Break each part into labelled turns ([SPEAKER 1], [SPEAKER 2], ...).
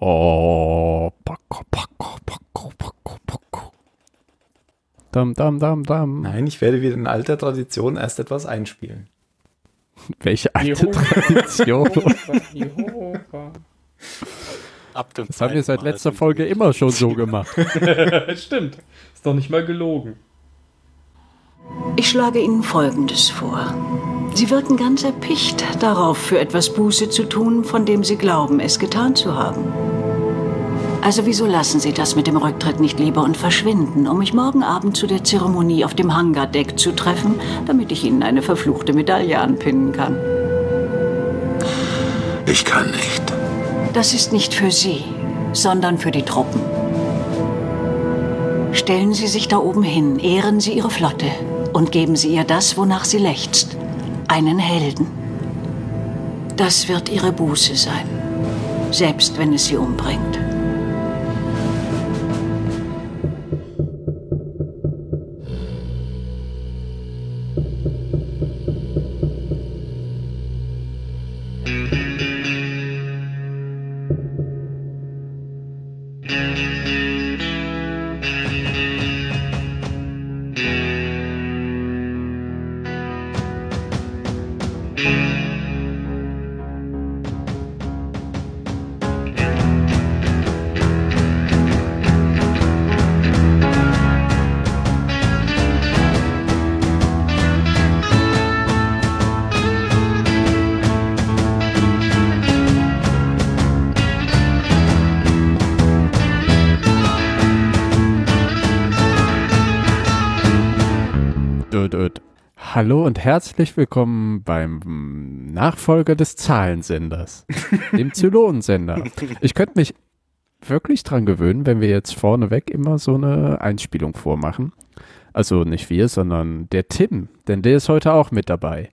[SPEAKER 1] Oh, Paco, Paco, Paco, Paco, Paco. Dam, dam, dam, dam.
[SPEAKER 2] Nein, ich werde wieder in alter Tradition erst etwas einspielen.
[SPEAKER 1] Welche alte
[SPEAKER 3] Juhu.
[SPEAKER 1] Tradition.
[SPEAKER 3] Jehova.
[SPEAKER 4] Ab dem
[SPEAKER 1] Das haben wir seit
[SPEAKER 4] zweiten Mal
[SPEAKER 1] letzter
[SPEAKER 4] sind
[SPEAKER 1] Folge immer schon so gemacht.
[SPEAKER 3] Stimmt. Ist doch nicht mal gelogen.
[SPEAKER 5] Ich schlage Ihnen Folgendes vor. Sie wirken ganz erpicht darauf, für etwas Buße zu tun, von dem Sie glauben, es getan zu haben. Also wieso lassen Sie das mit dem Rücktritt nicht lieber und verschwinden, um mich morgen Abend zu der Zeremonie auf dem Hangardeck zu treffen, damit ich Ihnen eine verfluchte Medaille anpinnen kann?
[SPEAKER 6] Ich kann nicht.
[SPEAKER 5] Das ist nicht für Sie, sondern für die Truppen. Stellen Sie sich da oben hin, ehren Sie Ihre Flotte und geben Sie ihr das, wonach sie lechzt. Einen Helden. Das wird Ihre Buße sein. Selbst wenn es Sie umbringt.
[SPEAKER 1] Dö, dö. Hallo und herzlich willkommen beim mm, Nachfolger des Zahlensenders, dem Zylonensender. Ich könnte mich wirklich dran gewöhnen, wenn wir jetzt vorneweg immer so eine Einspielung vormachen. Also nicht wir, sondern der Tim, denn der ist heute auch mit dabei.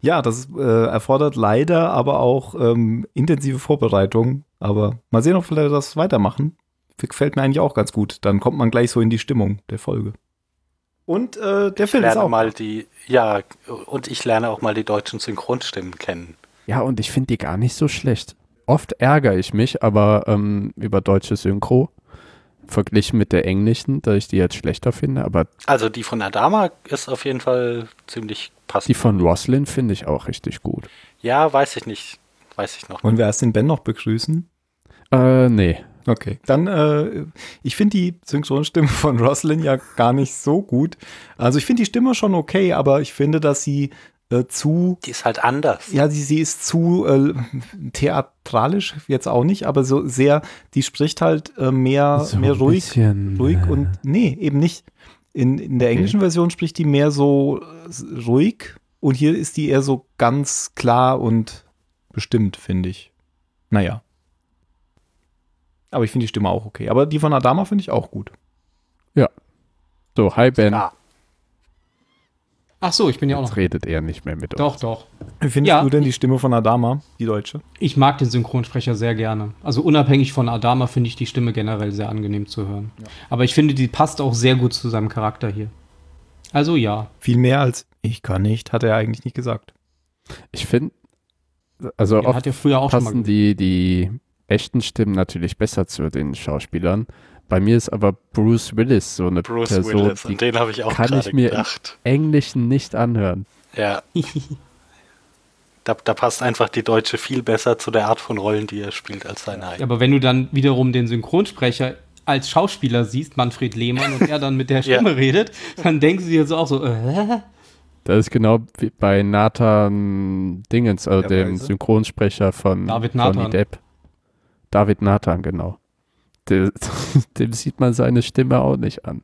[SPEAKER 2] Ja, das äh, erfordert leider aber auch ähm, intensive Vorbereitung. Aber mal sehen, ob wir das weitermachen. Gefällt mir eigentlich auch ganz gut. Dann kommt man gleich so in die Stimmung der Folge. Und äh, der
[SPEAKER 4] Ich
[SPEAKER 2] Film ist
[SPEAKER 4] lerne
[SPEAKER 2] auch.
[SPEAKER 4] mal die, ja, und ich lerne auch mal die deutschen Synchronstimmen kennen.
[SPEAKER 1] Ja, und ich finde die gar nicht so schlecht. Oft ärgere ich mich aber ähm, über deutsche Synchro, verglichen mit der englischen, da ich die jetzt schlechter finde, aber
[SPEAKER 4] Also die von Adama ist auf jeden Fall ziemlich passend.
[SPEAKER 1] die von Roslyn finde ich auch richtig gut.
[SPEAKER 4] ja, weiß ich nicht. Weiß ich noch nicht.
[SPEAKER 2] Wollen wir erst den Ben noch begrüßen?
[SPEAKER 1] Äh, nee.
[SPEAKER 2] Okay. Dann, äh, ich finde die Synchronstimme von Roslyn ja gar nicht so gut. Also ich finde die Stimme schon okay, aber ich finde, dass sie äh, zu
[SPEAKER 4] Die ist halt anders.
[SPEAKER 2] ja, sie, sie ist zu äh, theatralisch jetzt auch nicht, aber so sehr, die spricht halt äh, mehr,
[SPEAKER 1] So
[SPEAKER 2] mehr
[SPEAKER 1] ein
[SPEAKER 2] ruhig,
[SPEAKER 1] bisschen,
[SPEAKER 2] ruhig
[SPEAKER 1] äh,
[SPEAKER 2] und nee, eben nicht. In, in der
[SPEAKER 1] Okay.
[SPEAKER 2] englischen Version spricht die mehr so äh, ruhig und hier ist die eher so ganz klar und bestimmt, finde ich. Naja. Aber ich finde die Stimme auch okay. Aber die von Adama finde ich auch gut.
[SPEAKER 1] So, hi Ben.
[SPEAKER 4] Ja.
[SPEAKER 3] Ach so, ich bin ja auch
[SPEAKER 1] Jetzt
[SPEAKER 3] noch.
[SPEAKER 1] redet er nicht mehr mit uns.
[SPEAKER 3] Doch, doch.
[SPEAKER 2] Wie findest
[SPEAKER 3] Ja.
[SPEAKER 2] du denn die Stimme von Adama, die deutsche?
[SPEAKER 3] Ich mag den Synchronsprecher sehr gerne. Also unabhängig von Adama finde ich die Stimme generell sehr angenehm zu hören. Aber ich finde, die passt auch sehr gut zu seinem Charakter hier. Also ja.
[SPEAKER 2] Viel mehr als ich kann nicht, hat er eigentlich nicht gesagt.
[SPEAKER 1] Ich finde, also
[SPEAKER 3] Den
[SPEAKER 1] oft
[SPEAKER 3] hat er früher auch schon mal
[SPEAKER 1] passen die, die echten Stimmen natürlich besser zu den Schauspielern. Bei mir ist aber Bruce Willis so eine
[SPEAKER 4] Bruce
[SPEAKER 1] Person,
[SPEAKER 4] Willis.
[SPEAKER 1] die
[SPEAKER 4] Und den habe ich auch
[SPEAKER 1] kann
[SPEAKER 4] gerade
[SPEAKER 1] ich mir-
[SPEAKER 4] gedacht.
[SPEAKER 1] Englischen nicht anhören.
[SPEAKER 4] Ja. da, da passt einfach die Deutsche viel besser zu der Art von Rollen, die er spielt, als seine eigene.
[SPEAKER 3] Aber wenn du dann wiederum den Synchronsprecher als Schauspieler siehst, Manfred Lehmann, und er dann mit der
[SPEAKER 4] Ja.
[SPEAKER 3] Stimme redet, dann denkst du dir so auch so, äh,
[SPEAKER 1] Das ist genau wie bei Nathan Dingens, also
[SPEAKER 2] Der
[SPEAKER 1] dem
[SPEAKER 2] Weise.
[SPEAKER 1] Synchronsprecher von
[SPEAKER 3] David
[SPEAKER 1] Johnny
[SPEAKER 3] Nathan.
[SPEAKER 1] Depp. David Nathan, genau. Der, dem sieht man seine Stimme auch nicht an.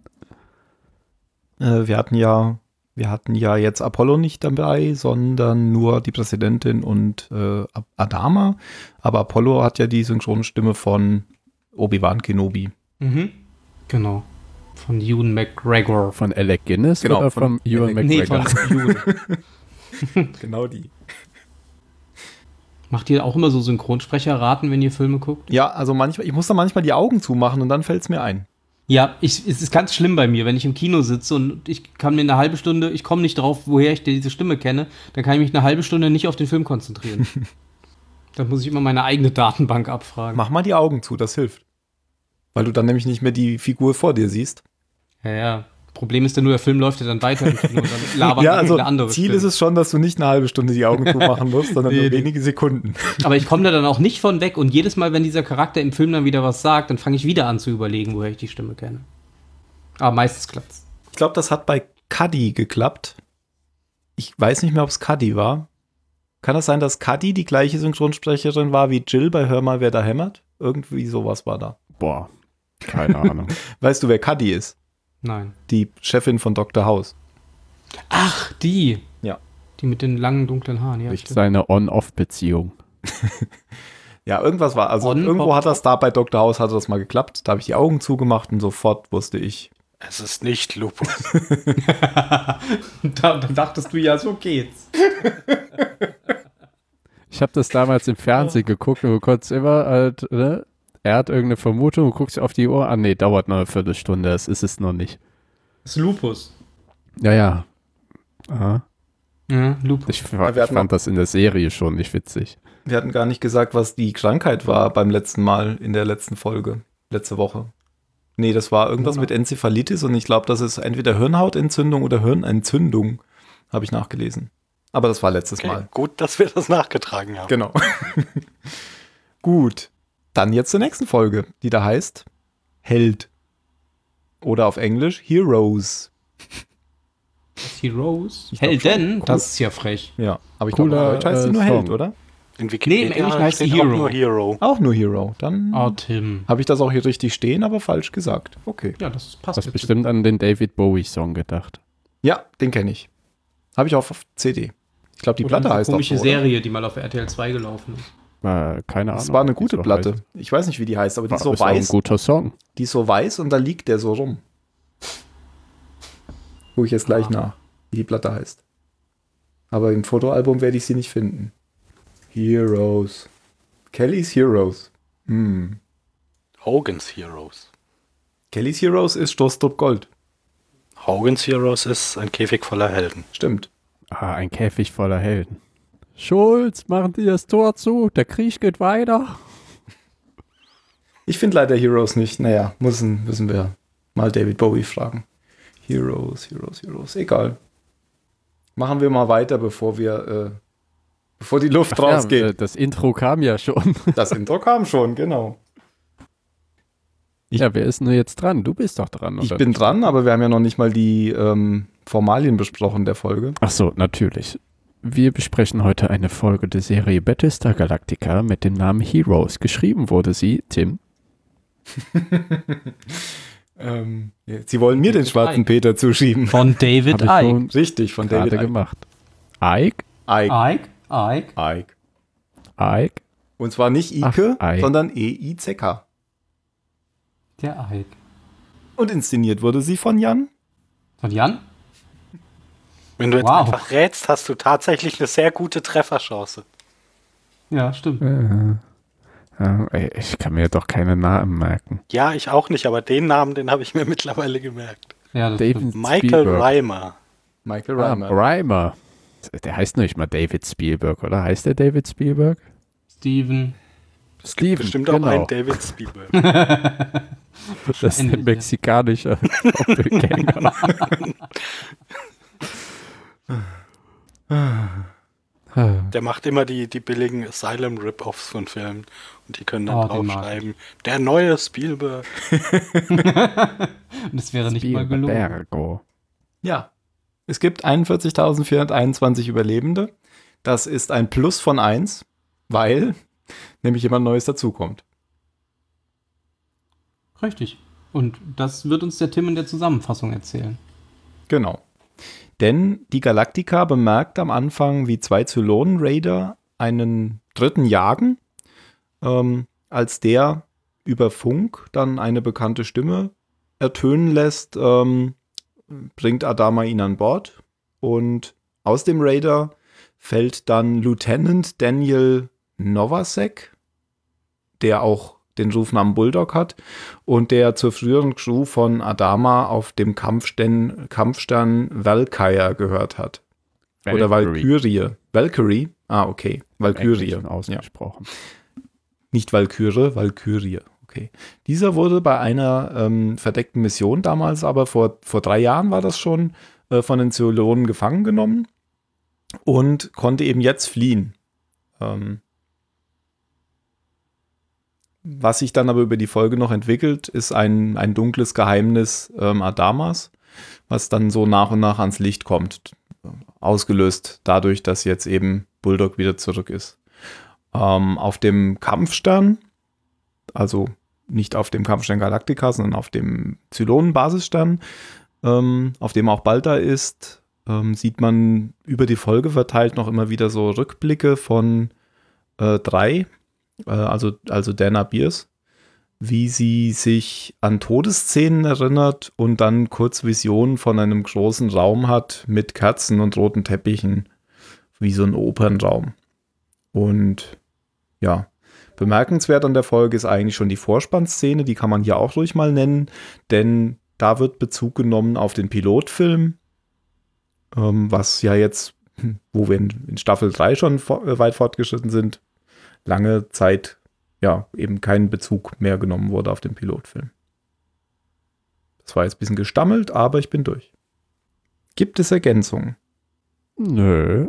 [SPEAKER 2] Äh, wir hatten ja, wir hatten ja jetzt Apollo nicht dabei, sondern nur die Präsidentin und äh, Ad- Adama. Aber Apollo hat ja die Synchronstimme von Obi-Wan Kenobi.
[SPEAKER 3] mhm. Genau. Von Ewan McGregor.
[SPEAKER 1] Von Alec Guinness
[SPEAKER 2] Genau,
[SPEAKER 1] oder
[SPEAKER 2] von
[SPEAKER 1] von Ewan
[SPEAKER 2] Alec-
[SPEAKER 3] Nee,
[SPEAKER 1] McGregor?
[SPEAKER 3] von Ewan.
[SPEAKER 2] Genau die.
[SPEAKER 3] Macht ihr auch immer so Synchronsprecherraten, wenn ihr Filme guckt?
[SPEAKER 2] Ja, also manchmal, ich muss da manchmal die Augen zumachen und dann fällt es mir ein.
[SPEAKER 3] Ja, ich, es ist ganz schlimm bei mir, wenn ich im Kino sitze und ich kann mir eine halbe Stunde, ich komme nicht drauf, woher ich diese Stimme kenne, dann kann ich mich eine halbe Stunde nicht auf den Film konzentrieren. Dann muss ich immer meine eigene Datenbank abfragen.
[SPEAKER 2] Mach mal die Augen zu, das hilft. Weil du dann nämlich nicht mehr die Figur vor dir siehst.
[SPEAKER 3] Ja, ja. Problem ist ja nur, der Film läuft ja dann weiter im Kino und dann labern
[SPEAKER 2] ja,
[SPEAKER 3] dann
[SPEAKER 2] also
[SPEAKER 3] viele andere
[SPEAKER 2] Ziel
[SPEAKER 3] Stimmen.
[SPEAKER 2] ist es schon, dass du nicht eine halbe Stunde die Augen zu machen musst, sondern nur wenige Sekunden.
[SPEAKER 3] Aber ich komme da dann auch nicht von weg und jedes Mal, wenn dieser Charakter im Film dann wieder was sagt, dann fange ich wieder an zu überlegen, woher ich die Stimme kenne. Aber meistens klappt's.
[SPEAKER 2] Ich glaube, das hat bei Cuddy geklappt. Ich weiß nicht mehr, ob es Cuddy war. Kann das sein, dass Cuddy die gleiche Synchronsprecherin war wie Jill bei Hör mal, wer da hämmert? Irgendwie sowas war da.
[SPEAKER 1] Boah, keine Ahnung.
[SPEAKER 2] Weißt du, wer Cuddy ist?
[SPEAKER 3] Nein.
[SPEAKER 2] Die Chefin von Dr. House.
[SPEAKER 3] Ach, die.
[SPEAKER 2] Ja.
[SPEAKER 3] Die mit den langen, dunklen Haaren, ja.
[SPEAKER 2] Richtig.
[SPEAKER 3] stimmt.
[SPEAKER 1] Seine On-Off-Beziehung.
[SPEAKER 2] Ja, irgendwas war. Also
[SPEAKER 3] On-
[SPEAKER 2] irgendwo hat das da bei Dr. House hatte das mal geklappt. Da habe ich die Augen zugemacht und sofort wusste ich.
[SPEAKER 4] Es ist nicht Lupus.
[SPEAKER 3] Da, da dachtest du ja, so geht's.
[SPEAKER 1] Ich habe das damals im Fernsehen geguckt und du konntest immer halt, ne? Er hat irgendeine Vermutung, du guckst auf die Uhr an, nee, dauert noch eine Viertelstunde, das ist es noch nicht.
[SPEAKER 3] Das ist Lupus.
[SPEAKER 1] Ja, ja. Aha.
[SPEAKER 3] Ja, Lupus.
[SPEAKER 1] Ich, fa-
[SPEAKER 2] Ja, Ah, wir
[SPEAKER 1] ich
[SPEAKER 2] hatten
[SPEAKER 1] fand das in der Serie schon nicht witzig.
[SPEAKER 2] Wir hatten gar nicht gesagt, was die Krankheit war beim letzten Mal in der letzten Folge, letzte Woche. Nee, das war irgendwas mit Enzephalitis und ich glaube, das ist entweder Hirnhautentzündung oder Hirnentzündung, habe ich nachgelesen. Aber das war letztes
[SPEAKER 4] Okay,
[SPEAKER 2] Mal.
[SPEAKER 4] gut, dass wir das nachgetragen haben.
[SPEAKER 2] Genau. Gut. Dann jetzt zur nächsten Folge, die da heißt Held. Oder auf Englisch Heroes.
[SPEAKER 3] Heroes.
[SPEAKER 2] Ich glaub
[SPEAKER 3] Helden?
[SPEAKER 2] schon.
[SPEAKER 3] Das ist ja frech.
[SPEAKER 2] Ja, aber ich glaube,
[SPEAKER 1] Cooler,
[SPEAKER 2] auf Deutsch heißt sie
[SPEAKER 1] äh,
[SPEAKER 2] nur Held,
[SPEAKER 1] Song.
[SPEAKER 2] oder?
[SPEAKER 4] In Wikipedia
[SPEAKER 3] Nee, im Englischen heißt sie
[SPEAKER 4] steht auch
[SPEAKER 3] Hero.
[SPEAKER 4] nur Hero.
[SPEAKER 2] Auch nur Hero. Dann
[SPEAKER 1] Ah.
[SPEAKER 3] Oh, Tim.
[SPEAKER 2] habe ich das auch hier richtig stehen, aber falsch gesagt. Okay.
[SPEAKER 3] Ja, das passt.
[SPEAKER 1] Hast
[SPEAKER 3] jetzt.
[SPEAKER 1] bestimmt an den David Bowie-Song gedacht.
[SPEAKER 2] Ja, den kenne ich. Habe ich auch auf CD. Ich glaube, die
[SPEAKER 3] Oder
[SPEAKER 2] Platte
[SPEAKER 3] diese
[SPEAKER 2] heißt auch
[SPEAKER 3] komische
[SPEAKER 2] so, oder?
[SPEAKER 3] Serie, die mal auf RTL 2 gelaufen ist.
[SPEAKER 1] Äh, keine Ahnung.
[SPEAKER 2] Das war eine
[SPEAKER 1] wie die
[SPEAKER 2] gute
[SPEAKER 1] so
[SPEAKER 2] Platte.
[SPEAKER 1] heißt.
[SPEAKER 2] Ich weiß nicht, wie die heißt, aber die
[SPEAKER 1] War
[SPEAKER 2] ist so
[SPEAKER 1] ist auch ein
[SPEAKER 2] weiß.
[SPEAKER 1] guter Song.
[SPEAKER 2] Die ist so weiß und da liegt der so rum. Gucke ich jetzt gleich
[SPEAKER 3] Ah.
[SPEAKER 2] nach, wie die Platte heißt. Aber im Fotoalbum werde ich sie nicht finden. Heroes. Kelly's Heroes. Hm.
[SPEAKER 4] Hogan's Heroes.
[SPEAKER 2] Kelly's Heroes ist Stoßtrupp Gold.
[SPEAKER 4] Hogan's Heroes ist ein Käfig voller Helden.
[SPEAKER 2] Stimmt.
[SPEAKER 1] Ah, ein Käfig voller Helden. Schulz, machen die das Tor zu, der Krieg geht weiter.
[SPEAKER 2] Ich finde leider Heroes nicht. Naja, müssen, müssen wir mal David Bowie fragen. Heroes, Heroes, Heroes. Egal. Machen wir mal weiter, bevor wir, äh, bevor die Luft
[SPEAKER 1] Ja,
[SPEAKER 2] rausgeht.
[SPEAKER 1] äh, das Intro kam ja schon.
[SPEAKER 2] Das Intro kam schon, genau. Ich-
[SPEAKER 1] ja, wer ist denn jetzt dran? Du bist doch dran,
[SPEAKER 2] Ich
[SPEAKER 1] oder?
[SPEAKER 2] bin dran, aber wir haben ja noch nicht mal die ähm, Formalien besprochen der Folge.
[SPEAKER 1] Ach so, natürlich. Wir besprechen heute eine Folge der Serie Battlestar Galactica mit dem Namen Heroes. Geschrieben wurde sie, Tim.
[SPEAKER 2] Ähm, Sie wollen mir den schwarzen Peter zuschieben.
[SPEAKER 3] Von David
[SPEAKER 1] Hab ich schon
[SPEAKER 2] Richtig, von
[SPEAKER 1] gerade
[SPEAKER 2] David Icke.
[SPEAKER 1] gemacht. Ike?
[SPEAKER 2] Icke.
[SPEAKER 3] Ike? Ike?
[SPEAKER 2] Ike.
[SPEAKER 1] Ike?
[SPEAKER 2] Und zwar nicht Ike,
[SPEAKER 1] Ah. Ach, Ike.
[SPEAKER 2] sondern E E-I-Z-K.
[SPEAKER 3] Der Ike.
[SPEAKER 2] Und inszeniert wurde sie von Jan.
[SPEAKER 3] Von Jan?
[SPEAKER 4] Wenn du jetzt
[SPEAKER 3] Wow.
[SPEAKER 4] einfach rätst, hast du tatsächlich eine sehr gute Trefferchance.
[SPEAKER 3] Ja, stimmt.
[SPEAKER 1] Äh, äh, ey, ich kann mir doch keine Namen merken.
[SPEAKER 4] Ja, ich auch nicht, aber den Namen, den habe ich mir mittlerweile gemerkt.
[SPEAKER 3] Ja, das
[SPEAKER 1] David
[SPEAKER 3] stimmt.
[SPEAKER 4] Michael
[SPEAKER 1] Spielberg.
[SPEAKER 4] Reimer.
[SPEAKER 2] Michael
[SPEAKER 1] Ah, Reimer. Der heißt nicht mal David Spielberg, oder? Heißt der David Spielberg?
[SPEAKER 3] Steven.
[SPEAKER 1] Steven,
[SPEAKER 4] Bestimmt auch
[SPEAKER 1] genau.
[SPEAKER 4] ein David Spielberg.
[SPEAKER 1] Das ist ein
[SPEAKER 3] Ähnlich,
[SPEAKER 1] mexikanischer Doppelgänger.
[SPEAKER 4] Der macht immer die, die billigen Asylum-Rip-Offs von Filmen. Und die können dann
[SPEAKER 3] Oh, den mag
[SPEAKER 4] draufschreiben, der neue Spielberg.
[SPEAKER 3] Und es wäre nicht mal gelungen.
[SPEAKER 1] Spielbergo.
[SPEAKER 2] Ja. Es gibt 41.421 Überlebende. Das ist ein Plus von 1, weil nämlich jemand Neues dazukommt.
[SPEAKER 3] Richtig. Und das wird uns der Tim in der Zusammenfassung erzählen.
[SPEAKER 2] Genau. Denn die Galaktika bemerkt am Anfang, wie zwei Zylonen-Raider einen dritten jagen, ähm, als der über Funk dann eine bekannte Stimme ertönen lässt, ähm, bringt Adama ihn an Bord und aus dem Raider fällt dann Lieutenant Daniel Novasek, der auch den Rufnamen Bulldog hat, und der zur früheren Crew von Adama auf dem Kampfstern, Kampfstern Valkyrie gehört hat. Oder Valkyrie. Valkyrie. Ah, okay. Valkyrie.
[SPEAKER 1] Englischen ausgesprochen.
[SPEAKER 2] Nicht Valkyrie, Valkyrie. Okay. Dieser wurde bei einer ähm, verdeckten Mission damals, aber vor, vor drei Jahren war das schon, äh, von den Zylonen gefangen genommen und konnte eben jetzt fliehen. Ähm, was sich dann aber über die Folge noch entwickelt, ist ein, ein dunkles Geheimnis ähm, Adamas, was dann so nach und nach ans Licht kommt. Ausgelöst dadurch, dass jetzt eben Bulldog wieder zurück ist. Ähm, auf dem Kampfstern, also nicht auf dem Kampfstern Galactica, sondern auf dem Zylonen-Basisstern, ähm, auf dem auch Balta ist, ähm, sieht man über die Folge verteilt noch immer wieder so Rückblicke von äh, drei, äh, also, also Dana Beers, wie sie sich an Todesszenen erinnert und dann kurz Visionen von einem großen Raum hat mit Kerzen und roten Teppichen, wie so ein Opernraum. Und ja, bemerkenswert an der Folge ist eigentlich schon die Vorspannszene, die kann man hier auch ruhig mal nennen, denn da wird Bezug genommen auf den Pilotfilm, ähm, was ja jetzt, hm, wo wir in, in Staffel 3 schon vor, äh, weit fortgeschritten sind, lange Zeit ja eben keinen Bezug mehr genommen wurde auf den Pilotfilm. Das war jetzt ein bisschen gestammelt, aber ich bin durch. Gibt es Ergänzungen?
[SPEAKER 1] Nö.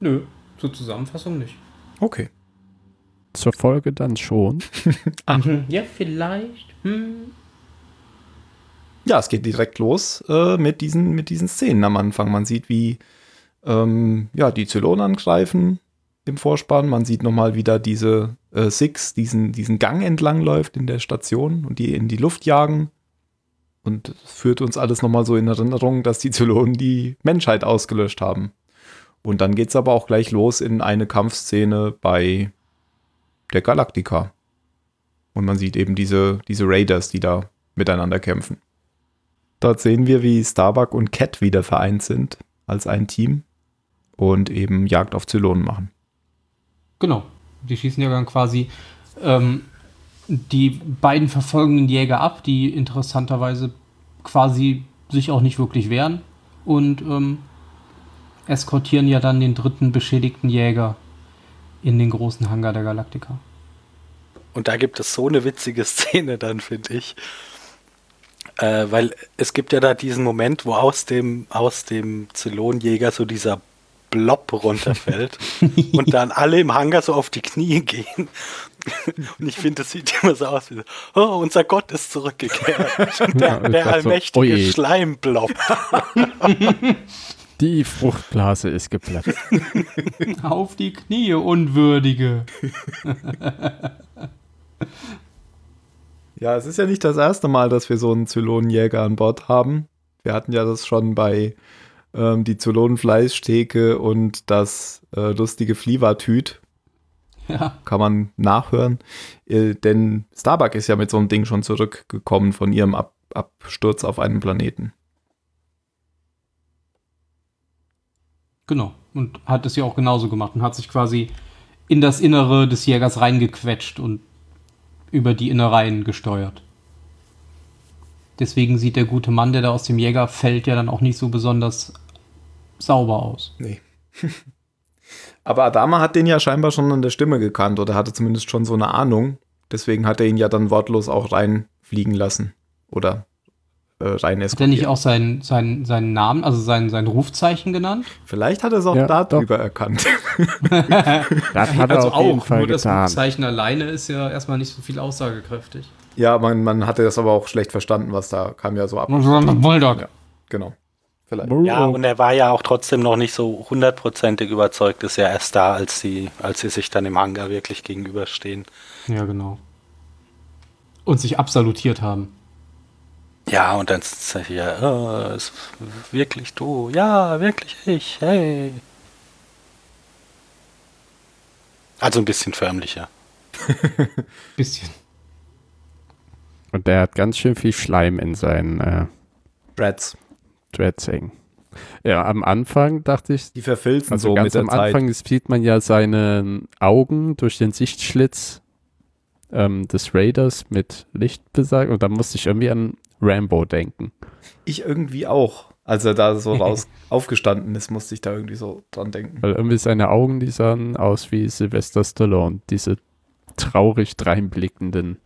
[SPEAKER 3] Nö, zur Zusammenfassung nicht.
[SPEAKER 2] Okay.
[SPEAKER 1] Zur Folge dann schon.
[SPEAKER 3] Mhm. Ja, vielleicht. Hm.
[SPEAKER 2] Ja, es geht direkt los äh, mit, diesen, mit diesen Szenen am Anfang. Man sieht, wie ähm, ja, die Zylonen angreifen im Vorspann. Man sieht nochmal, wie da diese äh, Six diesen, diesen Gang entlang läuft in der Station und die in die Luft jagen. Und das führt uns alles nochmal so in Erinnerung, dass die Zylonen die Menschheit ausgelöscht haben. Und dann geht es aber auch gleich los in eine Kampfszene bei der Galaktika. Und man sieht eben diese, diese Raiders, die da miteinander kämpfen. Dort sehen wir, wie Starbuck und Cat wieder vereint sind als ein Team und eben Jagd auf Zylonen machen.
[SPEAKER 3] Genau. Die schießen ja dann quasi ähm, die beiden verfolgenden Jäger ab, die interessanterweise quasi sich auch nicht wirklich wehren und ähm, eskortieren ja dann den dritten beschädigten Jäger in den großen Hangar der Galaktika.
[SPEAKER 4] Und da gibt es so eine witzige Szene dann, finde ich. Äh, weil es gibt ja da diesen Moment, wo aus dem, aus dem Zylonjäger so dieser Blob runterfällt und dann alle im Hangar so auf die Knie gehen. Und ich finde, das sieht immer so aus wie so, oh, unser Gott ist zurückgekehrt. Und der,
[SPEAKER 1] Ja, ich
[SPEAKER 4] der
[SPEAKER 1] dachte so,
[SPEAKER 4] allmächtige
[SPEAKER 1] oje.
[SPEAKER 4] Schleimblob.
[SPEAKER 1] Die Fruchtblase ist geplatzt.
[SPEAKER 3] Auf die Knie, Unwürdige.
[SPEAKER 2] Ja, es ist ja nicht das erste Mal, dass wir so einen Zylonenjäger an Bord haben. Wir hatten ja das schon bei ähm, die Zylonenfleischtheke und das äh, lustige Flievertüt.
[SPEAKER 3] Ja,
[SPEAKER 2] Kann man nachhören. Äh, denn Starbuck ist ja mit so einem Ding schon zurückgekommen von ihrem Ab Absturz auf einem Planeten.
[SPEAKER 3] genau. Und hat es ja auch genauso gemacht und hat sich quasi in das Innere des Jägers reingequetscht und über die Innereien gesteuert. Deswegen sieht der gute Mann, der da aus dem Jäger fällt, ja dann auch nicht so besonders sauber aus.
[SPEAKER 2] Nee. Aber Adama hat den ja scheinbar schon an der Stimme gekannt oder hatte zumindest schon so eine Ahnung. Deswegen hat er ihn ja dann wortlos auch reinfliegen lassen. Oder äh, rein
[SPEAKER 3] Hat er nicht auch seinen, seinen, seinen Namen, also sein, sein Rufzeichen genannt?
[SPEAKER 2] Vielleicht hat er es auch
[SPEAKER 1] Ja,
[SPEAKER 2] darüber erkannt.
[SPEAKER 1] Das hat
[SPEAKER 3] also
[SPEAKER 1] er auf jeden Fall getan.
[SPEAKER 3] alleine ist ja erstmal nicht so viel aussagekräftig.
[SPEAKER 2] ja, man, man hatte das aber auch schlecht verstanden, was da kam ja so ab.
[SPEAKER 3] Bulldog.
[SPEAKER 2] Ja, genau. Vielleicht.
[SPEAKER 4] Ja,
[SPEAKER 1] Oh.
[SPEAKER 4] und er war ja auch trotzdem noch nicht so hundertprozentig überzeugt, ist ja erst da, als sie, als sie sich dann im Hangar wirklich gegenüberstehen.
[SPEAKER 3] Ja, genau. Und sich absalutiert haben.
[SPEAKER 4] Ja, und dann sitzt er hier, oh, ist wirklich du, ja, wirklich ich, hey. Also ein bisschen förmlicher.
[SPEAKER 3] Bisschen.
[SPEAKER 1] Und der hat ganz schön viel Schleim in seinen äh,
[SPEAKER 2] Brads.
[SPEAKER 1] Dreads hängen. Ja, am Anfang dachte ich,
[SPEAKER 2] Die verfilzen
[SPEAKER 1] also
[SPEAKER 2] so mit
[SPEAKER 1] ganz
[SPEAKER 2] der
[SPEAKER 1] am Anfang sieht man ja seine Augen durch den Sichtschlitz ähm, des Raiders mit Licht besagt. Und da musste ich irgendwie an Rambo denken.
[SPEAKER 2] Zeit. Ich irgendwie auch. als er da so raus aufgestanden ist, musste ich da irgendwie so dran denken.
[SPEAKER 1] Weil irgendwie seine Augen, die sahen aus wie Sylvester Stallone, diese traurig dreinblickenden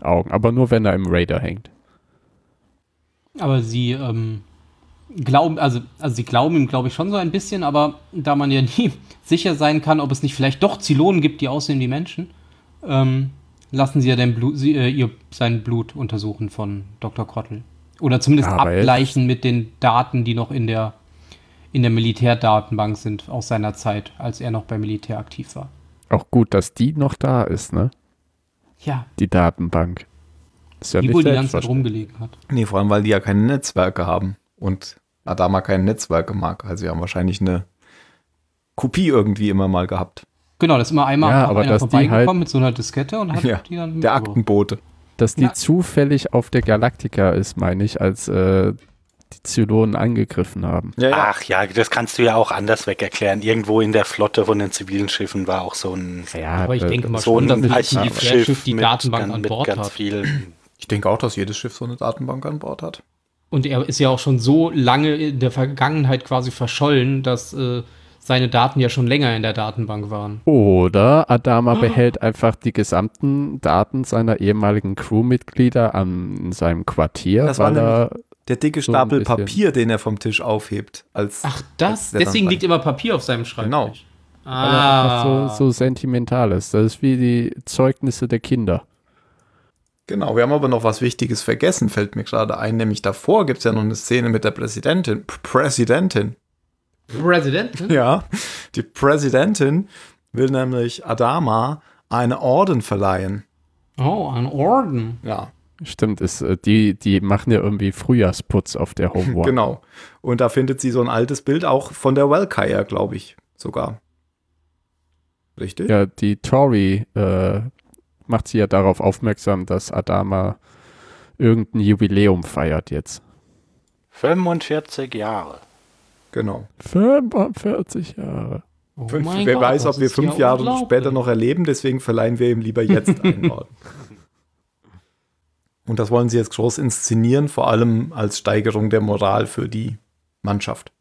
[SPEAKER 1] Augen. Aber nur, wenn er im Raider hängt.
[SPEAKER 3] Aber sie ähm, glauben, also, also sie glauben ihm, glaube ich, schon so ein bisschen, aber da man ja nie sicher sein kann, ob es nicht vielleicht doch Zylonen gibt, die aussehen wie Menschen, ähm, lassen sie ja dein Blut, sie, äh, ihr, sein Blut untersuchen von Dr. Krottel. Oder zumindest
[SPEAKER 1] Aber jetzt-
[SPEAKER 3] abgleichen mit den Daten, die noch in der, in der Militärdatenbank sind aus seiner Zeit, als er noch beim Militär aktiv war.
[SPEAKER 1] Auch gut, dass die noch da ist, ne?
[SPEAKER 3] Ja,
[SPEAKER 1] Die Datenbank. Ist ja
[SPEAKER 3] die
[SPEAKER 1] nicht
[SPEAKER 3] wohl die ganze Zeit
[SPEAKER 1] selbstverständlich.
[SPEAKER 3] rumgelegen hat.
[SPEAKER 2] Nee, vor allem, weil die ja keine Netzwerke haben und Adama keine Netzwerke mag. Also, sie haben wahrscheinlich eine Kopie irgendwie immer mal gehabt.
[SPEAKER 3] Genau, das ist immer einmal
[SPEAKER 1] Ja,
[SPEAKER 3] nach
[SPEAKER 1] aber
[SPEAKER 3] einer
[SPEAKER 1] dass die
[SPEAKER 3] vorbeigekommen
[SPEAKER 1] halt-
[SPEAKER 3] mit so einer Diskette und hat
[SPEAKER 2] Ja,
[SPEAKER 3] die dann
[SPEAKER 2] Der
[SPEAKER 3] mitgebracht.
[SPEAKER 2] Aktenbote.
[SPEAKER 1] Dass die
[SPEAKER 3] Na.
[SPEAKER 1] zufällig auf der Galaktika ist, meine ich, als äh, die Zylonen angegriffen haben.
[SPEAKER 2] Ja,
[SPEAKER 4] Ach ja, das kannst du ja auch anders weg erklären. Irgendwo in der Flotte von den zivilen Schiffen war auch so ein,
[SPEAKER 1] Ja,
[SPEAKER 3] Aber ich
[SPEAKER 1] äh,
[SPEAKER 3] denke mal
[SPEAKER 4] so
[SPEAKER 3] schon,
[SPEAKER 4] ein
[SPEAKER 3] dass die
[SPEAKER 4] Archivschiff
[SPEAKER 3] Militärschiff die
[SPEAKER 4] mit
[SPEAKER 3] Datenbank
[SPEAKER 4] ganz-
[SPEAKER 3] an
[SPEAKER 4] mit
[SPEAKER 3] Bord
[SPEAKER 4] ganz
[SPEAKER 3] hat.
[SPEAKER 4] vielen
[SPEAKER 2] Ich denke auch, dass jedes Schiff so eine Datenbank an Bord hat.
[SPEAKER 3] Und er ist ja auch schon so lange in der Vergangenheit quasi verschollen, dass äh, seine Daten ja schon länger in der Datenbank waren.
[SPEAKER 1] Oder
[SPEAKER 3] Ah.
[SPEAKER 1] Adama behält einfach die gesamten Daten seiner ehemaligen Crewmitglieder an seinem Quartier,
[SPEAKER 2] Das war
[SPEAKER 1] weil er
[SPEAKER 2] Der dicke
[SPEAKER 1] So ein
[SPEAKER 2] Stapel
[SPEAKER 1] bisschen.
[SPEAKER 2] Papier, den er vom Tisch aufhebt. Als
[SPEAKER 3] Ach,
[SPEAKER 2] Als
[SPEAKER 3] das?
[SPEAKER 2] der dann
[SPEAKER 3] Deswegen
[SPEAKER 2] rein-
[SPEAKER 3] liegt immer Papier auf seinem Schreibtisch.
[SPEAKER 2] Genau.
[SPEAKER 1] weil er
[SPEAKER 3] Ah,
[SPEAKER 1] einfach so, so sentimental ist. Das ist wie die Zeugnisse der Kinder.
[SPEAKER 2] Genau, wir haben aber noch was Wichtiges vergessen, fällt mir gerade ein. Nämlich davor gibt es ja noch eine Szene mit der Präsidentin. P Präsidentin.
[SPEAKER 3] Präsident? ne?
[SPEAKER 2] Ja. Die Präsidentin will nämlich Adama eine Orden verleihen.
[SPEAKER 3] Oh, ein Orden.
[SPEAKER 2] Ja,
[SPEAKER 1] Stimmt, ist, äh, die, die machen ja irgendwie Frühjahrsputz auf der Homeworld.
[SPEAKER 2] genau. Und da findet sie so ein altes Bild auch von der Welkire, glaube ich, sogar. Richtig?
[SPEAKER 1] Ja, die Tori äh, macht sie ja darauf aufmerksam, dass Adama irgendein Jubiläum feiert jetzt.
[SPEAKER 4] 45 Jahre.
[SPEAKER 2] Genau.
[SPEAKER 1] 45 Jahre.
[SPEAKER 3] Oh
[SPEAKER 2] Fünf,
[SPEAKER 3] mein
[SPEAKER 2] wer
[SPEAKER 3] Gott,
[SPEAKER 2] weiß,
[SPEAKER 3] das
[SPEAKER 2] ob wir
[SPEAKER 3] ist
[SPEAKER 2] fünf
[SPEAKER 3] ja
[SPEAKER 2] Jahre
[SPEAKER 3] unglaublich.
[SPEAKER 2] später noch erleben, deswegen verleihen wir ihm lieber jetzt einen Orden. Und das wollen sie jetzt groß inszenieren, vor allem als Steigerung der Moral für die Mannschaft.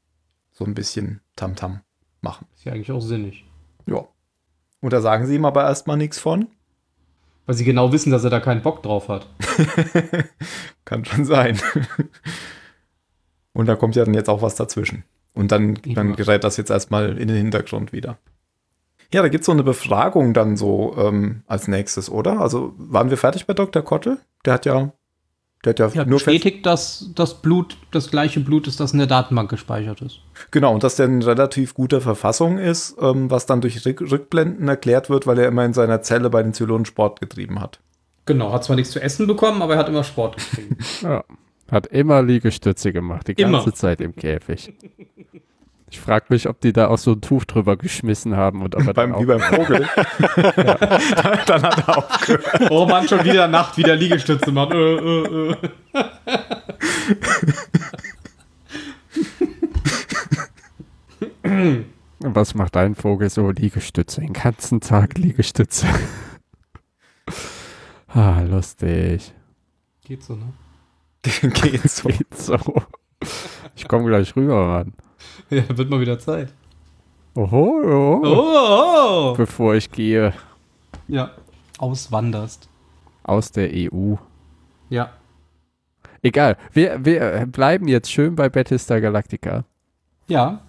[SPEAKER 2] So ein bisschen Tamtam machen.
[SPEAKER 3] Ist ja eigentlich auch sinnig.
[SPEAKER 2] Ja. Und da sagen sie ihm aber erstmal nichts von.
[SPEAKER 3] Weil sie genau wissen, dass er da keinen Bock drauf hat.
[SPEAKER 2] Kann schon sein. Und da kommt ja dann jetzt auch was dazwischen. Und dann, dann
[SPEAKER 3] Ja.
[SPEAKER 2] gerät das jetzt erstmal in den Hintergrund wieder. Ja, da gibt es so eine Befragung dann so ähm, als nächstes, oder? Also waren wir fertig bei Dr. Kottel? Der hat ja, der hat ja,
[SPEAKER 3] Ja,
[SPEAKER 2] nur fest,
[SPEAKER 3] bestätigt, dass das Blut das gleiche Blut ist, das in der Datenbank gespeichert ist.
[SPEAKER 2] genau, und dass der in relativ guter Verfassung ist, ähm, was dann durch Rück Rückblenden erklärt wird, weil er immer in seiner Zelle bei den Zylonen Sport getrieben hat.
[SPEAKER 3] Genau, hat zwar nichts zu essen bekommen, aber er hat immer Sport getrieben.
[SPEAKER 1] Ja. Hat immer Liegestütze gemacht, die ganze
[SPEAKER 3] Immer.
[SPEAKER 1] Zeit im Käfig. Ich frage mich, ob die da auch so ein Tuch drüber geschmissen haben und ob er dann
[SPEAKER 2] Beim, wie
[SPEAKER 1] auch,
[SPEAKER 2] beim Vogel. dann hat er auch
[SPEAKER 3] oh Mann, schon wieder Nacht, wieder Liegestütze machen. Äh, äh, äh.
[SPEAKER 1] was macht ein Vogel so? Liegestütze, den ganzen Tag Liegestütze. ah, lustig.
[SPEAKER 3] Geht so, ne?
[SPEAKER 2] geht so.
[SPEAKER 1] Geht so. Ich komme gleich rüber, Mann.
[SPEAKER 3] Ja, wird mal wieder Zeit.
[SPEAKER 1] Oho, oho.
[SPEAKER 3] Oh, oh.
[SPEAKER 1] Bevor ich gehe
[SPEAKER 3] Ja. Auswanderst.
[SPEAKER 1] aus der EU.
[SPEAKER 3] Ja.
[SPEAKER 1] Egal, wir, wir bleiben jetzt schön bei Battlestar Galactica.
[SPEAKER 3] Ja.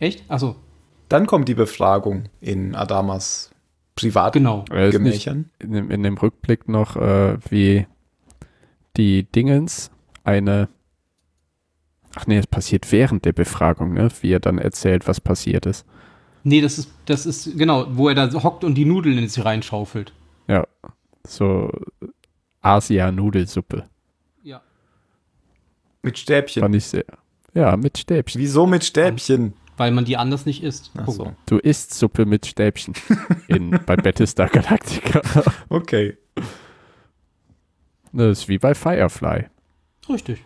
[SPEAKER 3] Echt? Also, Achso,
[SPEAKER 2] Dann kommt die Befragung in Adamas privaten
[SPEAKER 3] genau.
[SPEAKER 1] Er ist nicht
[SPEAKER 2] Gemächern.
[SPEAKER 1] in dem, in dem Rückblick noch, äh, wie die Dingens eine. Ach nee, es passiert während der Befragung, ne? wie er dann erzählt, was passiert ist.
[SPEAKER 3] Nee, das ist, das ist, genau, wo er da hockt und die Nudeln in sich reinschaufelt.
[SPEAKER 1] Ja, so Asia-Nudelsuppe.
[SPEAKER 3] Ja.
[SPEAKER 2] Mit Stäbchen.
[SPEAKER 1] Fand ich sehr. Ja, mit Stäbchen.
[SPEAKER 2] Wieso mit Stäbchen?
[SPEAKER 3] Weil man die anders nicht isst.
[SPEAKER 2] Ach
[SPEAKER 3] Punkt.
[SPEAKER 2] so.
[SPEAKER 1] Du isst Suppe mit Stäbchen in, bei Battlestar Galactica.
[SPEAKER 2] Okay.
[SPEAKER 1] Das ist wie bei Firefly.
[SPEAKER 3] Richtig.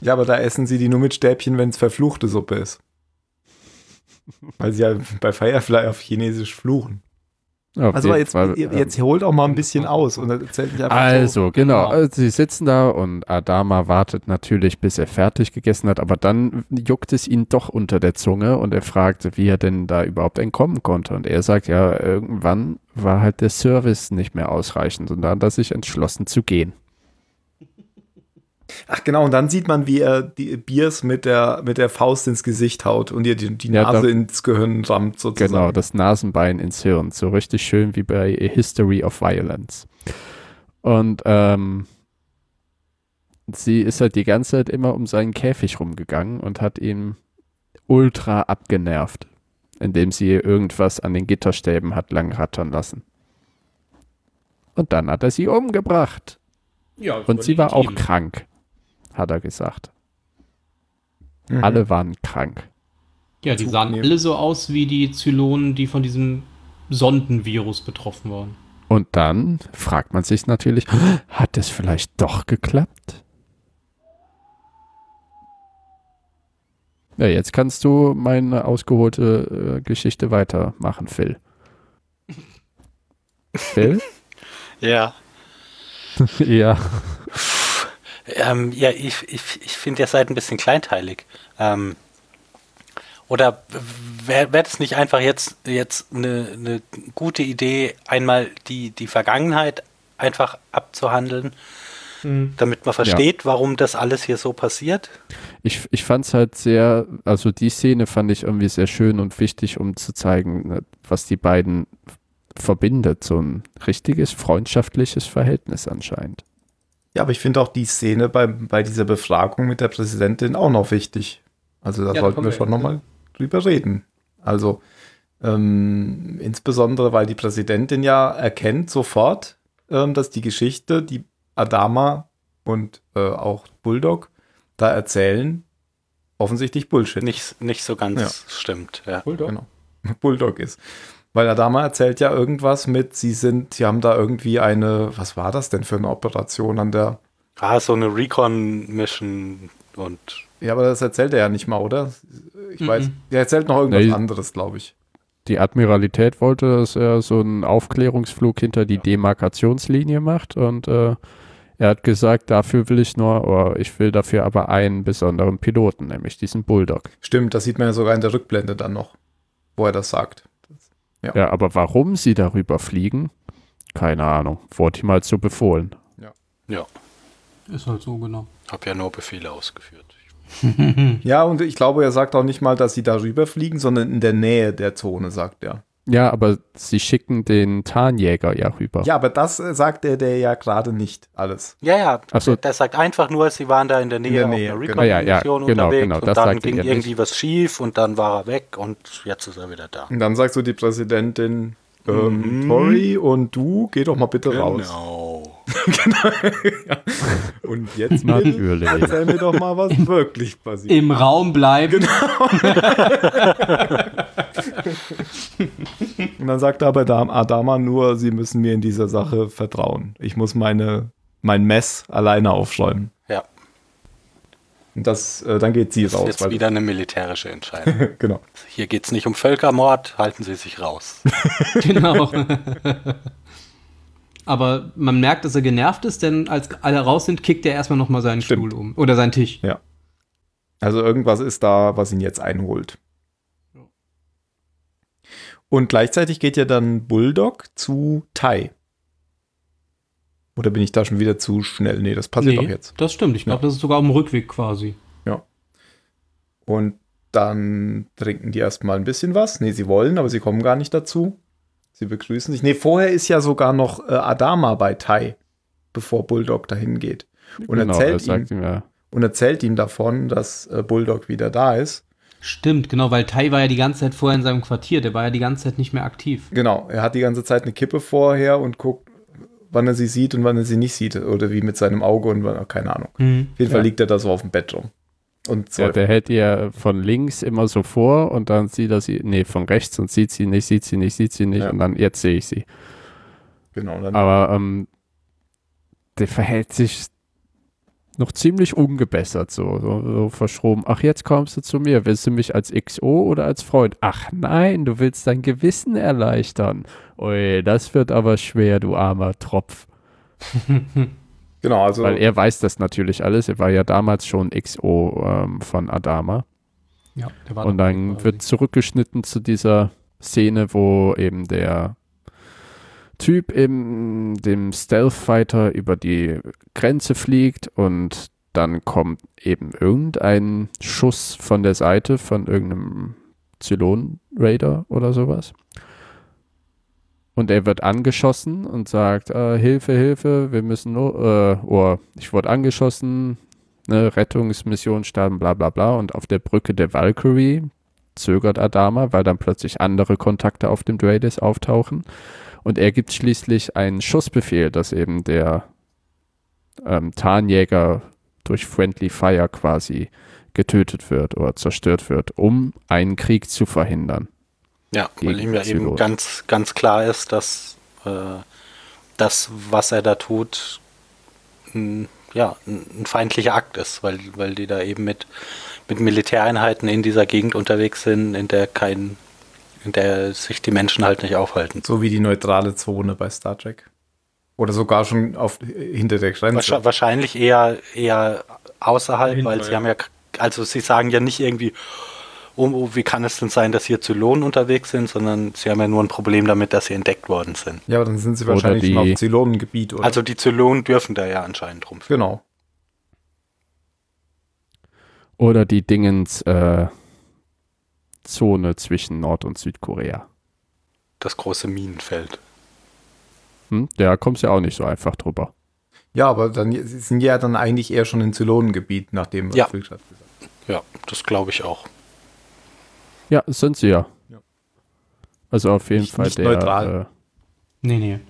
[SPEAKER 2] Ja, aber da essen sie die nur mit Stäbchen, wenn es verfluchte Suppe ist. Weil sie ja bei Firefly auf Chinesisch fluchen.
[SPEAKER 1] Auf
[SPEAKER 2] Also
[SPEAKER 1] jeden
[SPEAKER 2] jetzt,
[SPEAKER 1] Fall,
[SPEAKER 2] ihr-
[SPEAKER 1] ähm,
[SPEAKER 2] jetzt holt auch mal ein bisschen aus und erzählt nicht einfach so.
[SPEAKER 1] Also, genau.
[SPEAKER 3] Genau.
[SPEAKER 1] Also, Sie sitzen da und Adama wartet natürlich, bis er fertig gegessen hat, aber dann juckt es ihn doch unter der Zunge und er fragt, wie er denn da überhaupt entkommen konnte. Und er sagt, ja, irgendwann war halt der Service nicht mehr ausreichend und da hat er sich entschlossen zu gehen.
[SPEAKER 2] Ach genau, und dann sieht man, wie er die Biers mit der, mit der Faust ins Gesicht haut und ihr die, die
[SPEAKER 1] Ja,
[SPEAKER 2] Nase
[SPEAKER 1] da-
[SPEAKER 2] ins Gehirn rammt
[SPEAKER 1] Genau,
[SPEAKER 2] sozusagen.
[SPEAKER 1] das Nasenbein ins Hirn. So richtig schön wie bei A History of Violence. Und ähm, sie ist halt die ganze Zeit immer um seinen Käfig rumgegangen und hat ihn ultra abgenervt, indem sie ihr irgendwas an den Gitterstäben hat lang rattern lassen. Und dann hat er sie umgebracht.
[SPEAKER 3] Ja,
[SPEAKER 1] Und sie war auch krank, hat er gesagt.
[SPEAKER 2] Mhm.
[SPEAKER 1] Alle waren krank.
[SPEAKER 3] Ja, die
[SPEAKER 2] Zug
[SPEAKER 3] sahen
[SPEAKER 2] nehmen.
[SPEAKER 3] alle so aus wie die Zylonen, die von diesem Sondenvirus betroffen waren.
[SPEAKER 1] Und dann fragt man sich natürlich, hat es vielleicht doch geklappt? Ja, jetzt kannst du meine ausgeholte äh, Geschichte weitermachen, Phil. Phil?
[SPEAKER 4] Ja.
[SPEAKER 1] ja.
[SPEAKER 4] Ähm, ja, ich, ich, ich finde, ihr seid ein bisschen kleinteilig. Ähm, oder wäre wär das nicht einfach jetzt, jetzt eine, eine gute Idee, einmal die, die Vergangenheit einfach abzuhandeln,
[SPEAKER 1] Hm.
[SPEAKER 4] damit man versteht, warum das alles hier so passiert?
[SPEAKER 1] Ich, ich fand es halt sehr, also die Szene fand ich irgendwie sehr schön und wichtig, um zu zeigen, ne, was die beiden verbindet. So ein richtiges freundschaftliches Verhältnis anscheinend.
[SPEAKER 2] Ja, aber ich finde auch die Szene bei, bei dieser Befragung mit der Präsidentin auch noch wichtig. Also da
[SPEAKER 3] Ja,
[SPEAKER 2] sollten
[SPEAKER 3] kommen
[SPEAKER 2] wir
[SPEAKER 3] wir
[SPEAKER 2] schon
[SPEAKER 3] ja.
[SPEAKER 2] nochmal drüber reden. Also ähm, insbesondere, weil die Präsidentin ja erkennt sofort, ähm, dass die Geschichte, die Adama und äh, auch Bulldog da erzählen, offensichtlich Bullshit
[SPEAKER 4] Nicht, nicht so ganz
[SPEAKER 2] Ja.
[SPEAKER 4] stimmt. Ja.
[SPEAKER 3] Bulldog?
[SPEAKER 2] Genau. Bulldog ist. Weil Adama erzählt ja irgendwas mit, sie sind, sie haben da irgendwie eine, was war das denn für eine Operation an der
[SPEAKER 4] Ah, so eine Recon-Mission und
[SPEAKER 2] Ja, aber das erzählt er ja nicht mal, oder? Ich
[SPEAKER 3] Mhm.
[SPEAKER 2] weiß. Er erzählt noch irgendwas
[SPEAKER 1] Nee.
[SPEAKER 2] anderes, glaube ich.
[SPEAKER 1] die Admiralität wollte, dass er so einen Aufklärungsflug hinter die Demarkationslinie macht und äh, er hat gesagt, dafür will ich nur, oder ich will dafür aber einen besonderen Piloten, nämlich diesen Bulldog.
[SPEAKER 2] Stimmt, das sieht man ja sogar in der Rückblende dann noch, wo er das sagt.
[SPEAKER 1] Ja, aber warum sie darüber fliegen? Keine Ahnung. Wurde ihm halt so befohlen.
[SPEAKER 4] ja,
[SPEAKER 3] Ist halt so, genau.
[SPEAKER 4] habe ja nur Befehle ausgeführt.
[SPEAKER 2] Ja, und ich glaube, er sagt auch nicht mal, dass sie darüber fliegen, sondern in der Nähe der Zone, sagt er.
[SPEAKER 1] Ja, aber sie schicken den Tarnjäger ja rüber.
[SPEAKER 2] Ja, aber das äh, sagt er der ja gerade nicht alles.
[SPEAKER 4] Ja, ja,
[SPEAKER 1] Ach so.
[SPEAKER 4] der sagt einfach nur, sie waren da in der Nähe,
[SPEAKER 2] der Nähe,
[SPEAKER 4] auf einer
[SPEAKER 2] genau.
[SPEAKER 4] recon
[SPEAKER 1] Ja, ja,
[SPEAKER 4] mission
[SPEAKER 1] genau,
[SPEAKER 4] unterwegs
[SPEAKER 1] genau,
[SPEAKER 4] und
[SPEAKER 1] das
[SPEAKER 4] dann
[SPEAKER 1] sagt
[SPEAKER 4] ging
[SPEAKER 1] er
[SPEAKER 4] irgendwie was schief und dann war er weg und jetzt ist er wieder da.
[SPEAKER 2] Und dann sagt so die Präsidentin, ähm, Tori und du, geh doch mal bitte raus.
[SPEAKER 4] Genau.
[SPEAKER 2] Und jetzt Bill,
[SPEAKER 1] Natürlich.
[SPEAKER 2] erzähl mir doch mal, was wirklich passiert.
[SPEAKER 3] Im Raum bleiben.
[SPEAKER 2] Und dann sagt aber Dam- Adama nur, sie müssen mir in dieser Sache vertrauen. Ich muss meine, mein Mess alleine aufschäumen.
[SPEAKER 4] Ja,
[SPEAKER 2] Und das, äh, dann geht sie
[SPEAKER 4] das ist
[SPEAKER 2] raus.
[SPEAKER 4] jetzt wieder eine militärische Entscheidung.
[SPEAKER 2] genau.
[SPEAKER 4] Hier geht es nicht um Völkermord, halten Sie sich raus.
[SPEAKER 3] Genau. Aber man merkt, dass er genervt ist, denn als alle raus sind, kickt er erstmal nochmal seinen
[SPEAKER 2] Stimmt.
[SPEAKER 3] Stuhl um. Oder seinen Tisch.
[SPEAKER 2] Also irgendwas ist da, was ihn jetzt einholt. Und gleichzeitig geht ja dann Bulldog zu Tai. Oder bin ich da schon wieder zu schnell? Nee, das passiert doch jetzt.
[SPEAKER 3] Das stimmt. Ich glaube, das ist sogar auf dem Rückweg quasi.
[SPEAKER 2] Und dann trinken die erstmal ein bisschen was. Nee, sie wollen, aber sie kommen gar nicht dazu. Sie begrüßen sich. Nee, vorher ist ja sogar noch äh, Adama bei Tai, bevor Bulldog dahin geht. Und
[SPEAKER 1] genau,
[SPEAKER 2] erzählt
[SPEAKER 1] das sagt ihm ja.
[SPEAKER 2] Und erzählt ihm davon, dass äh, Bulldog wieder da ist.
[SPEAKER 3] Stimmt, genau, weil Tai war ja die ganze Zeit vorher in seinem Quartier. Der war ja die ganze Zeit nicht mehr aktiv.
[SPEAKER 2] Genau, er hat die ganze Zeit eine Kippe vorher und guckt, wann er sie sieht und wann er sie nicht sieht. Oder wie mit seinem Auge und wann, keine Ahnung.
[SPEAKER 3] Mhm.
[SPEAKER 2] Auf jeden Fall liegt er da so auf dem Bett rum. Und so.
[SPEAKER 1] Ja, der hält ihr von links immer so vor und dann sieht er sie, nee, von rechts und sieht sie nicht, sieht sie nicht, sieht sie nicht
[SPEAKER 2] Ja.
[SPEAKER 1] und dann jetzt sehe ich sie. Ah.
[SPEAKER 2] genau, dann
[SPEAKER 1] ähm, Aber ähm, der verhält sich noch ziemlich ungebessert, so, so, so verschroben. Ach, jetzt kommst du zu mir. Willst du mich als XO oder als Freund? Ach nein, du willst dein Gewissen erleichtern. Ui, das wird aber schwer, du armer Tropf.
[SPEAKER 2] Genau, also
[SPEAKER 1] Weil er weiß das natürlich alles. Er war ja damals schon XO ähm, von Adama.
[SPEAKER 3] Ja, der war
[SPEAKER 1] Und
[SPEAKER 3] dabei
[SPEAKER 1] dann
[SPEAKER 3] quasi.
[SPEAKER 1] wird zurückgeschnitten zu dieser Szene, wo eben der Typ im dem Stealth Fighter über die Grenze fliegt und dann kommt eben irgendein Schuss von der Seite von irgendeinem Zylon Raider oder sowas. Und er wird angeschossen und sagt, äh, Hilfe, Hilfe, wir müssen, nur- äh, oh, ich wurde angeschossen, ne, Rettungsmission starten, bla bla bla. Und auf der Brücke der Valkyrie zögert Adama, weil dann plötzlich andere Kontakte auf dem Duelis auftauchen. Und er gibt schließlich einen Schussbefehl, dass eben der ähm, Tarnjäger durch Friendly Fire quasi getötet wird oder zerstört wird, um einen Krieg zu verhindern.
[SPEAKER 4] Ja, weil
[SPEAKER 1] Gegen
[SPEAKER 4] ihm ja eben
[SPEAKER 1] Zylon.
[SPEAKER 4] ganz, ganz klar ist, dass äh, das, was er da tut, ein, ja, ein ein feindlicher Akt ist, weil, weil die da eben mit, mit Militäreinheiten in dieser Gegend unterwegs sind, in der kein, in der sich die Menschen halt nicht aufhalten.
[SPEAKER 2] so wie die neutrale Zone bei Star Trek. Oder sogar schon auf, hinter der Grenze.
[SPEAKER 4] Wahrscheinlich, wahrscheinlich eher, eher außerhalb,
[SPEAKER 6] Dahinter,
[SPEAKER 4] weil sie
[SPEAKER 6] ja.
[SPEAKER 4] haben ja, k- also sie sagen ja nicht irgendwie, oh, oh, wie kann es denn sein, dass hier Zylonen unterwegs sind, sondern sie haben ja nur ein Problem damit, dass sie entdect worden sind.
[SPEAKER 2] Ja, aber dann sind sie
[SPEAKER 1] Oder
[SPEAKER 2] wahrscheinlich schon auf
[SPEAKER 1] die-
[SPEAKER 2] dem Zylonengebiet. oder?
[SPEAKER 4] Also die Zylonen dürfen da ja anscheinend rumfahren.
[SPEAKER 2] genau.
[SPEAKER 1] Oder die Dingens äh, Zone zwischen Nord- und Südkorea.
[SPEAKER 4] Das große Minenfeld.
[SPEAKER 1] Hm? Da kommst du ja auch nicht so einfach drüber.
[SPEAKER 2] Ja, aber dann sie sind ja dann eigentlich eher schon im Zylonengebiet, nachdem
[SPEAKER 4] Ja.
[SPEAKER 2] Friedrich hat gesagt.
[SPEAKER 4] Ja, das glaube ich auch.
[SPEAKER 1] Ja, das sind sie ja.
[SPEAKER 2] Ja.
[SPEAKER 1] Also auf jeden
[SPEAKER 2] Nicht-
[SPEAKER 1] Fall
[SPEAKER 2] nicht
[SPEAKER 1] der. äh,
[SPEAKER 2] neutral.
[SPEAKER 3] Nee, nee.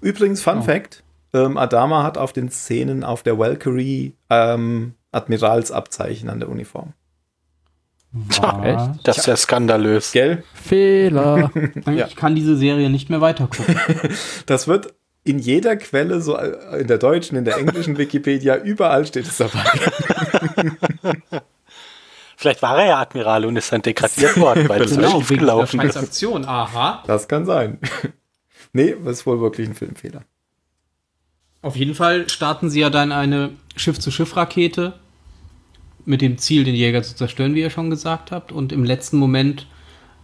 [SPEAKER 2] Übrigens, Fun Fact: ähm, Adama hat auf den Szenen auf der Valkyrie ähm, Admiralsabzeichen an der Uniform.
[SPEAKER 3] Was?
[SPEAKER 4] Das ist ja skandalös.
[SPEAKER 2] Gell?
[SPEAKER 1] Äh, Fehler.
[SPEAKER 2] Ja.
[SPEAKER 3] Ich kann diese Serie nicht mehr weitergucken.
[SPEAKER 2] Das wird in jeder Quelle, so äh, in der deutschen, in der englischen Wikipedia, überall steht es dabei.
[SPEAKER 4] Vielleicht war er ja Admiral und ist dann degradiert worden, weil das
[SPEAKER 3] genau,
[SPEAKER 4] schief
[SPEAKER 3] wegen der
[SPEAKER 4] gelaufen ist.
[SPEAKER 3] Transaktion. Aha.
[SPEAKER 2] Das kann sein. nee, das ist wohl wirklich ein Filmfehler.
[SPEAKER 3] Auf jeden Fall starten sie ja dann eine Schiff-zu-Schiff-Rakete mit dem Ziel, den Jäger zu zerstören, wie ihr schon gesagt habt. Und im letzten Moment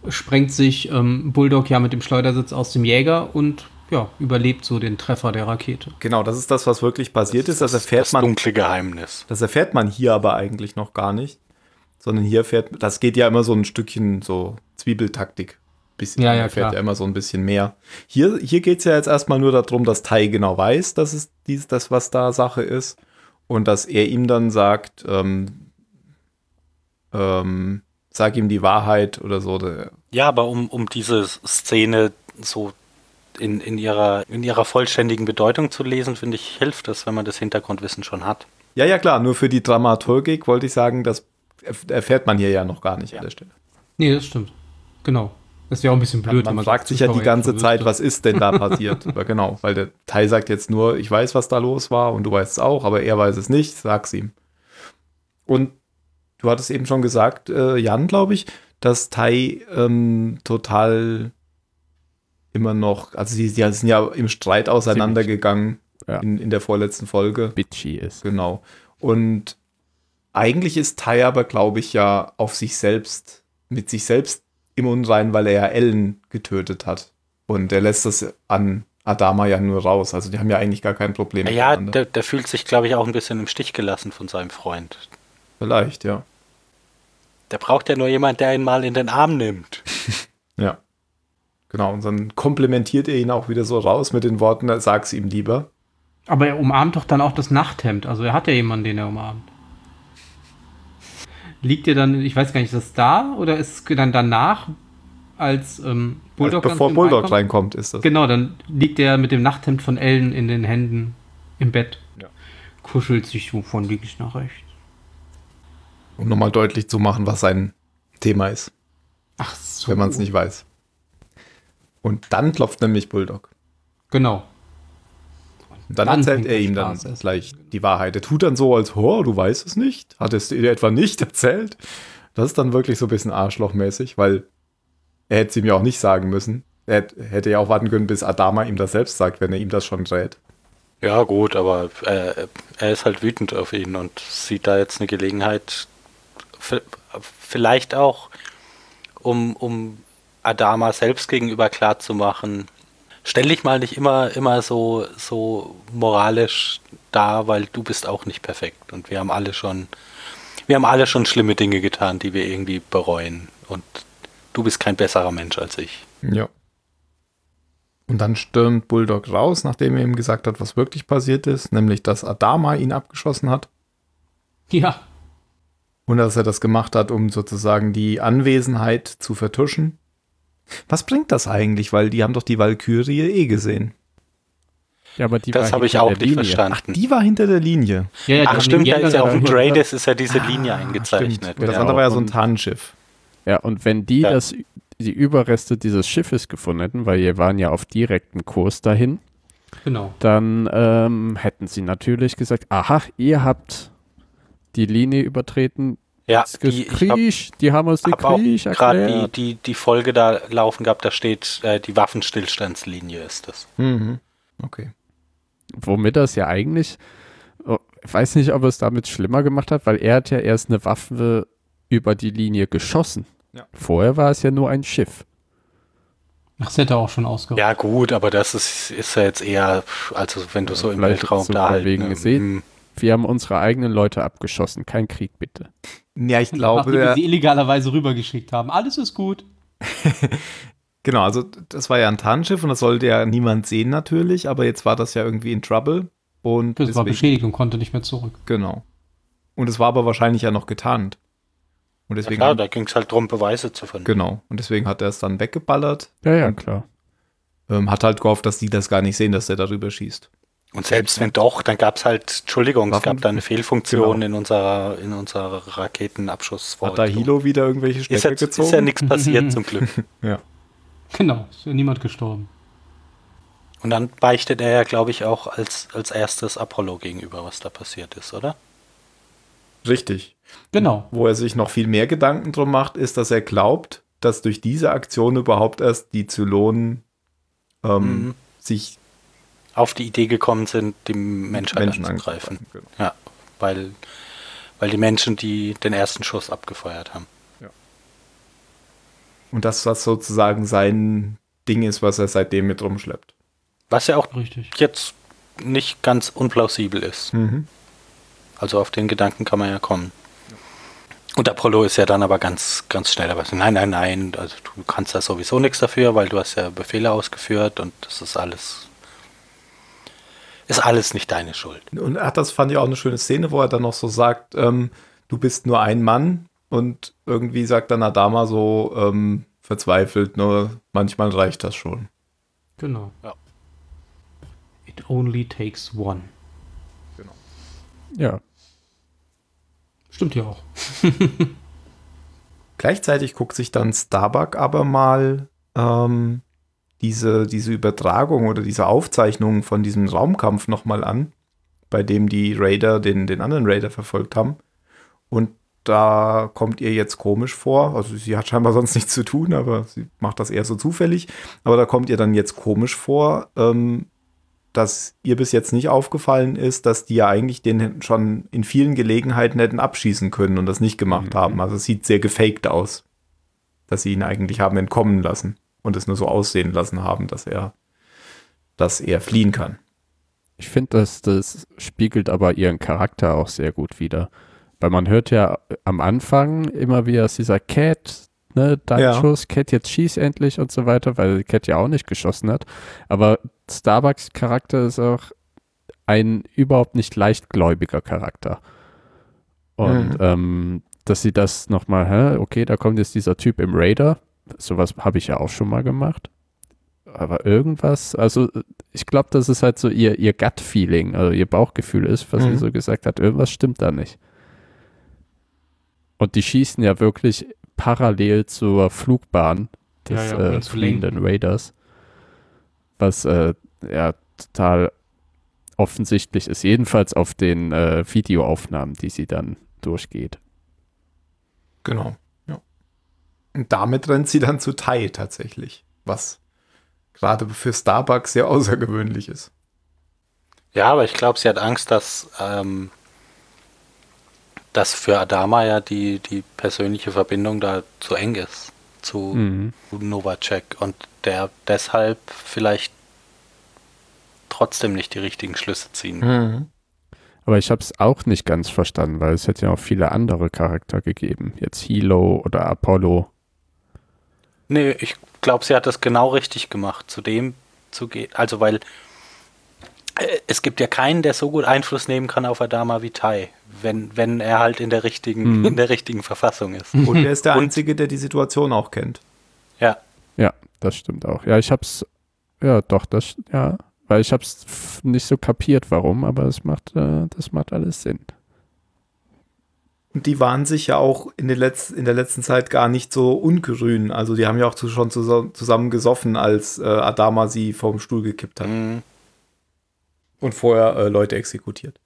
[SPEAKER 3] sprengt sich ähm, Bulldog ja mit dem Schleudersitz aus dem Jäger und ja, überlebt so den Treffer der Rakete.
[SPEAKER 2] Genau, das ist das, was wirklich passiert ist. Das erfährt
[SPEAKER 4] Das
[SPEAKER 2] man
[SPEAKER 4] dunkle Geheimnis.
[SPEAKER 2] Das erfährt man hier aber eigentlich noch gar nicht. Sondern hier erfährt, das geht ja immer so ein Stückchen so Zwiebeltaktik. Bisschen,
[SPEAKER 3] Ja,
[SPEAKER 2] man
[SPEAKER 3] ja,
[SPEAKER 2] erfährt
[SPEAKER 3] klar.
[SPEAKER 2] ja immer so ein bisschen mehr. Hier, hier geht es ja jetzt erstmal nur darum, dass Tai genau weiß, dass es dies, das, was da Sache ist. Und dass er ihm dann sagt, ähm, ähm, sag ihm die Wahrheit oder so. Der-
[SPEAKER 4] Ja, aber um, um diese Szene so in, in, ihrer, in ihrer vollständigen Bedeutung zu lesen, finde ich, hilft das, wenn man das Hintergrundwissen schon hat.
[SPEAKER 2] Ja, ja, klar, nur für die Dramaturgik wollte ich sagen, das erf- erfährt man hier ja noch gar nicht an der Stelle.
[SPEAKER 3] Nee, das stimmt. Genau. Das wäre auch ein bisschen blöd. wenn
[SPEAKER 2] Man
[SPEAKER 3] das
[SPEAKER 2] fragt sich ja die
[SPEAKER 3] Zuschauer
[SPEAKER 2] ganze
[SPEAKER 3] jetzt
[SPEAKER 2] Zeit,
[SPEAKER 3] schon wüsste.
[SPEAKER 2] was ist denn da passiert? Aber genau, weil der Tai sagt jetzt nur, ich weiß, was da los war und du weißt es auch, aber er weiß es nicht, sag's ihm. Und du hattest eben schon gesagt, äh, Jan, glaube ich, dass Tai ähm, total immer noch, also sie, sie sind ja im Streit auseinandergegangen
[SPEAKER 1] Ja.
[SPEAKER 2] in, in der vorletzten Folge.
[SPEAKER 1] Bitchy ist.
[SPEAKER 2] Genau. Und eigentlich ist Tai aber, glaube ich, ja auf sich selbst, mit sich selbst im Unrein, weil er ja Ellen getötet hat. Und er lässt das an Adama ja nur raus. Also die haben ja eigentlich gar kein Problem.
[SPEAKER 4] Ja,
[SPEAKER 2] miteinander.
[SPEAKER 4] der, der fühlt sich, glaube ich, auch ein bisschen im Stich gelassen von seinem Freund.
[SPEAKER 2] vielleicht, ja.
[SPEAKER 4] Der braucht ja nur jemand, der ihn mal in den Arm nimmt.
[SPEAKER 2] Ja. Genau, und dann komplementiert er ihn auch wieder so raus mit den Worten, sag's ihm lieber.
[SPEAKER 3] Aber er umarmt doch dann auch das Nachthemd. Also er hat ja jemanden, den er umarmt. Liegt ihr dann, ich weiß gar nicht, ist das da oder ist es dann danach, als ähm, Bulldog
[SPEAKER 2] also bevor
[SPEAKER 3] ganz
[SPEAKER 2] Bulldog
[SPEAKER 3] reinkommt?
[SPEAKER 2] reinkommt, ist das.
[SPEAKER 3] Genau, dann liegt er mit dem Nachthemd von Ellen in den Händen im Bett. Kuschelt sich so von links nach rechts.
[SPEAKER 2] Um nochmal deutlich zu machen, was sein Thema ist,
[SPEAKER 3] Ach so.
[SPEAKER 2] wenn man es nicht weiß. Und dann klopft nämlich Bulldog.
[SPEAKER 3] Genau. Und
[SPEAKER 2] Und dann,
[SPEAKER 3] Dann
[SPEAKER 2] erzählt
[SPEAKER 3] fängt
[SPEAKER 2] er
[SPEAKER 3] der
[SPEAKER 2] ihm dann
[SPEAKER 3] Spaß erst
[SPEAKER 2] gleich die Wahrheit. Er tut dann so, als, oh, du weißt es nicht. Hat es dir etwa nicht erzählt? Das ist dann wirklich so ein bisschen arschlochmäßig, weil er hätte es ihm ja auch nicht sagen müssen. Er hätt- hätte ja auch warten können, bis Adama ihm das selbst sagt, wenn er ihm das schon rät.
[SPEAKER 4] Ja, gut, aber äh, er ist halt wütend auf ihn und sieht da jetzt eine Gelegenheit, v- vielleicht auch, um, um Adama selbst gegenüber klarzumachen. Stell dich mal nicht immer, immer so, so moralisch da, weil du bist auch nicht perfekt. Und wir haben alle schon, wir haben alle schon schlimme Dinge getan, die wir irgendwie bereuen. Und du bist kein besserer Mensch als ich.
[SPEAKER 2] Ja. Und dann stürmt Bulldog raus, nachdem er ihm gesagt hat, was wirklich passiert ist, nämlich dass Adama ihn abgeschossen hat
[SPEAKER 3] Ja,
[SPEAKER 2] und dass er das gemacht hat, um sozusagen die Anwesenheit zu vertuschen. Was bringt das eigentlich? Weil die haben doch die Valkyrie eh gesehen.
[SPEAKER 1] Ja, aber die
[SPEAKER 4] Das
[SPEAKER 1] war
[SPEAKER 4] habe ich
[SPEAKER 1] hinter
[SPEAKER 4] auch
[SPEAKER 1] der
[SPEAKER 4] nicht
[SPEAKER 1] Linie.
[SPEAKER 2] Ach,
[SPEAKER 4] verstanden.
[SPEAKER 2] die war hinter der Linie.
[SPEAKER 3] ja, ja die
[SPEAKER 4] Ach
[SPEAKER 3] haben
[SPEAKER 4] stimmt,
[SPEAKER 3] die
[SPEAKER 4] da ist ja
[SPEAKER 3] Jäger
[SPEAKER 4] auf dem
[SPEAKER 3] da-
[SPEAKER 4] Trades ist ja diese Linie
[SPEAKER 2] Stimmt.
[SPEAKER 4] eingezeichnet.
[SPEAKER 2] Und das
[SPEAKER 1] Ja,
[SPEAKER 2] andere war ja so ein
[SPEAKER 1] und-
[SPEAKER 2] Tarnschiff.
[SPEAKER 1] Ja, und wenn die
[SPEAKER 4] Ja.
[SPEAKER 1] das, die Überreste dieses Schiffes gefunden hätten, weil wir waren ja auf direktem Kurs dahin,
[SPEAKER 3] Genau.
[SPEAKER 1] dann ähm, hätten sie natürlich gesagt, aha, ihr habt die Linie übertreten,
[SPEAKER 4] Ja,
[SPEAKER 1] das
[SPEAKER 4] Ah, die, ich habe
[SPEAKER 1] Krieg, die haben uns den
[SPEAKER 4] hab auch
[SPEAKER 1] Krieg
[SPEAKER 4] gerade die,
[SPEAKER 1] erklärt.
[SPEAKER 4] die, die Folge da laufen gehabt, da steht, äh, die Waffenstillstandslinie ist das.
[SPEAKER 2] Mhm. Okay.
[SPEAKER 1] Womit das ja eigentlich, oh, ich weiß nicht, ob er es damit schlimmer gemacht hat, weil er hat ja erst eine Waffe über die Linie geschossen.
[SPEAKER 2] Ja.
[SPEAKER 1] Vorher war es ja nur ein Schiff.
[SPEAKER 3] Das hätte auch schon ausgereicht.
[SPEAKER 4] Ja gut, aber das ist, ist ja jetzt eher, also wenn du so im
[SPEAKER 1] vielleicht
[SPEAKER 4] Weltraum
[SPEAKER 1] so
[SPEAKER 4] da
[SPEAKER 1] von
[SPEAKER 4] halt.
[SPEAKER 1] wegen
[SPEAKER 4] ne,
[SPEAKER 1] gesehen.
[SPEAKER 4] mm,
[SPEAKER 1] Wir haben unsere eigenen Leute abgeschossen, kein Krieg bitte.
[SPEAKER 2] Ja, ich glaube,
[SPEAKER 3] Nachdem wir
[SPEAKER 2] der,
[SPEAKER 3] sie illegalerweise rübergeschickt haben. Alles ist gut.
[SPEAKER 2] Genau, also das war ja ein Tarnschiff und das sollte ja niemand sehen natürlich, aber jetzt war das ja irgendwie in Trouble und
[SPEAKER 3] Das war
[SPEAKER 2] deswegen-
[SPEAKER 3] beschädigt und konnte nicht mehr zurück.
[SPEAKER 2] genau. Und es war aber wahrscheinlich ja noch getarnt. Und
[SPEAKER 4] ja,
[SPEAKER 2] deswegen
[SPEAKER 4] klar, da ging es halt darum, Beweise zu finden.
[SPEAKER 2] genau, und deswegen hat er es dann weggeballert,
[SPEAKER 1] Ja, ja,
[SPEAKER 2] Und-
[SPEAKER 1] klar.
[SPEAKER 2] ähm, hat halt gehofft, dass die das gar nicht sehen, dass er darüber schießt.
[SPEAKER 4] Und selbst wenn doch, dann gab es halt, Entschuldigung, es
[SPEAKER 2] Waffen-
[SPEAKER 4] gab da eine Fehlfunktion
[SPEAKER 2] Genau.
[SPEAKER 4] in unserer in unserer Raketenabschussvorrichtung.
[SPEAKER 2] Hat da Hilo wieder irgendwelche
[SPEAKER 4] ist,
[SPEAKER 2] Stecker
[SPEAKER 4] jetzt,
[SPEAKER 2] gezogen?
[SPEAKER 4] ist ja nichts passiert zum Glück.
[SPEAKER 3] Genau, ist ja niemand gestorben.
[SPEAKER 4] Und dann beichtet er ja, glaube ich, auch als, als erstes Apollo gegenüber, was da passiert ist, oder?
[SPEAKER 2] Richtig.
[SPEAKER 3] Genau.
[SPEAKER 2] Wo er sich noch viel mehr Gedanken drum macht, ist, dass er glaubt, dass durch diese Aktion überhaupt erst die Zylonen ähm,
[SPEAKER 4] Mhm.
[SPEAKER 2] sich
[SPEAKER 4] Auf die Idee gekommen sind, die Menschheit
[SPEAKER 2] Menschen
[SPEAKER 4] anzugreifen.
[SPEAKER 2] angreifen. Genau.
[SPEAKER 4] Ja, weil, weil die Menschen, die den ersten Schuss abgefeuert haben.
[SPEAKER 2] Und dass das sozusagen sein Ding ist, was er seitdem mit rumschleppt.
[SPEAKER 4] Was ja auch
[SPEAKER 3] Richtig.
[SPEAKER 4] jetzt nicht ganz unplausibel ist.
[SPEAKER 2] Mhm.
[SPEAKER 4] Also auf den Gedanken kann man ja kommen. Und Apollo ist ja dann aber ganz, ganz schnell dabei. so, Nein, nein, nein, also du kannst da sowieso nichts dafür, weil du hast ja Befehle ausgeführt und das ist alles. Ist alles nicht deine Schuld.
[SPEAKER 2] Und ach, das fand ich auch eine schöne Szene, wo er dann noch so sagt, ähm, du bist nur ein Mann. Und irgendwie sagt dann Adama so ähm, verzweifelt, nur manchmal reicht das schon.
[SPEAKER 3] Genau.
[SPEAKER 4] Ja.
[SPEAKER 3] It only takes one.
[SPEAKER 1] Ja.
[SPEAKER 3] Stimmt ja auch.
[SPEAKER 2] Gleichzeitig guckt sich dann Starbuck aber mal ähm, diese, diese Übertragung oder diese Aufzeichnung von diesem Raumkampf nochmal an, bei dem die Raider den, den anderen Raider verfolgt haben. Und da kommt ihr jetzt komisch vor. Also sie hat scheinbar sonst nichts zu tun, aber sie macht das eher so zufällig. Aber da kommt ihr dann jetzt komisch vor, ähm, dass ihr bis jetzt nicht aufgefallen ist, dass die ja eigentlich den schon in vielen Gelegenheiten hätten abschießen können und das nicht gemacht haben. Also es sieht sehr gefaked aus, dass sie ihn eigentlich haben entkommen lassen und es nur so aussehen lassen haben, dass er, dass er fliehen kann.
[SPEAKER 1] Ich finde, das, das spiegelt aber ihren Charakter auch sehr gut wider. Weil man hört ja am Anfang immer wieder, dass dieser Cat, ne, dein
[SPEAKER 2] Ja.
[SPEAKER 1] Schuss, Cat jetzt schieß endlich und so weiter, weil Cat ja auch nicht geschossen hat. Aber Starbucks Charakter ist auch ein überhaupt nicht leichtgläubiger Charakter. Und
[SPEAKER 2] Mhm.
[SPEAKER 1] ähm, dass sie das nochmal, hä, okay, da kommt jetzt dieser Typ im Raider. Sowas habe ich ja auch schon mal gemacht. Aber irgendwas, also ich glaube, das ist halt so ihr, ihr Gut-Feeling, also ihr Bauchgefühl ist, was
[SPEAKER 2] Mhm.
[SPEAKER 1] sie so gesagt hat, irgendwas stimmt da nicht. Und die schießen ja wirklich parallel zur Flugbahn des
[SPEAKER 3] Ja, ja, um
[SPEAKER 1] äh,
[SPEAKER 3] ihn zu lenken.
[SPEAKER 1] fliegenden Raiders, was äh, ja total offensichtlich ist, jedenfalls auf den äh, Videoaufnahmen, die sie dann durchgeht.
[SPEAKER 2] Genau. Ja. Und damit rennt sie dann zu Tai tatsächlich, was gerade für Starbucks sehr außergewöhnlich ist.
[SPEAKER 4] Ja, aber ich glaube, sie hat Angst, dass, ähm, dass für Adama ja die, die persönliche Verbindung da zu eng ist, zu
[SPEAKER 1] Mhm.
[SPEAKER 4] Novacek und der deshalb vielleicht trotzdem nicht die richtigen Schlüsse ziehen.
[SPEAKER 1] Mhm. Aber ich habe es auch nicht ganz verstanden, weil es hätte ja auch viele andere Charakter gegeben. Jetzt Hilo oder Apollo.
[SPEAKER 4] Nee, ich glaube, sie hat das genau richtig gemacht, zu dem zu gehen. Also, weil äh, es gibt ja keinen, der so gut Einfluss nehmen kann auf Adama wie Tai, wenn, wenn er halt in der richtigen,
[SPEAKER 1] Mhm.
[SPEAKER 4] in der richtigen Verfassung ist.
[SPEAKER 2] Und er ist der
[SPEAKER 4] Und-
[SPEAKER 2] Einzige, der die Situation auch kennt.
[SPEAKER 4] Ja.
[SPEAKER 1] Ja, das stimmt auch. Ja, ich hab's. Ja, doch, das. Ja, weil ich hab's f- nicht so kapiert, warum, aber es macht, äh, das macht alles Sinn.
[SPEAKER 2] Und die waren sich ja auch in, den Letz-, in der letzten Zeit gar nicht so ungrün. Also die haben ja auch zu, schon zus zusammen gesoffen, als äh, Adama sie vom Stuhl gekippt hat
[SPEAKER 4] Mhm.
[SPEAKER 2] und vorher äh, Leute exekutiert.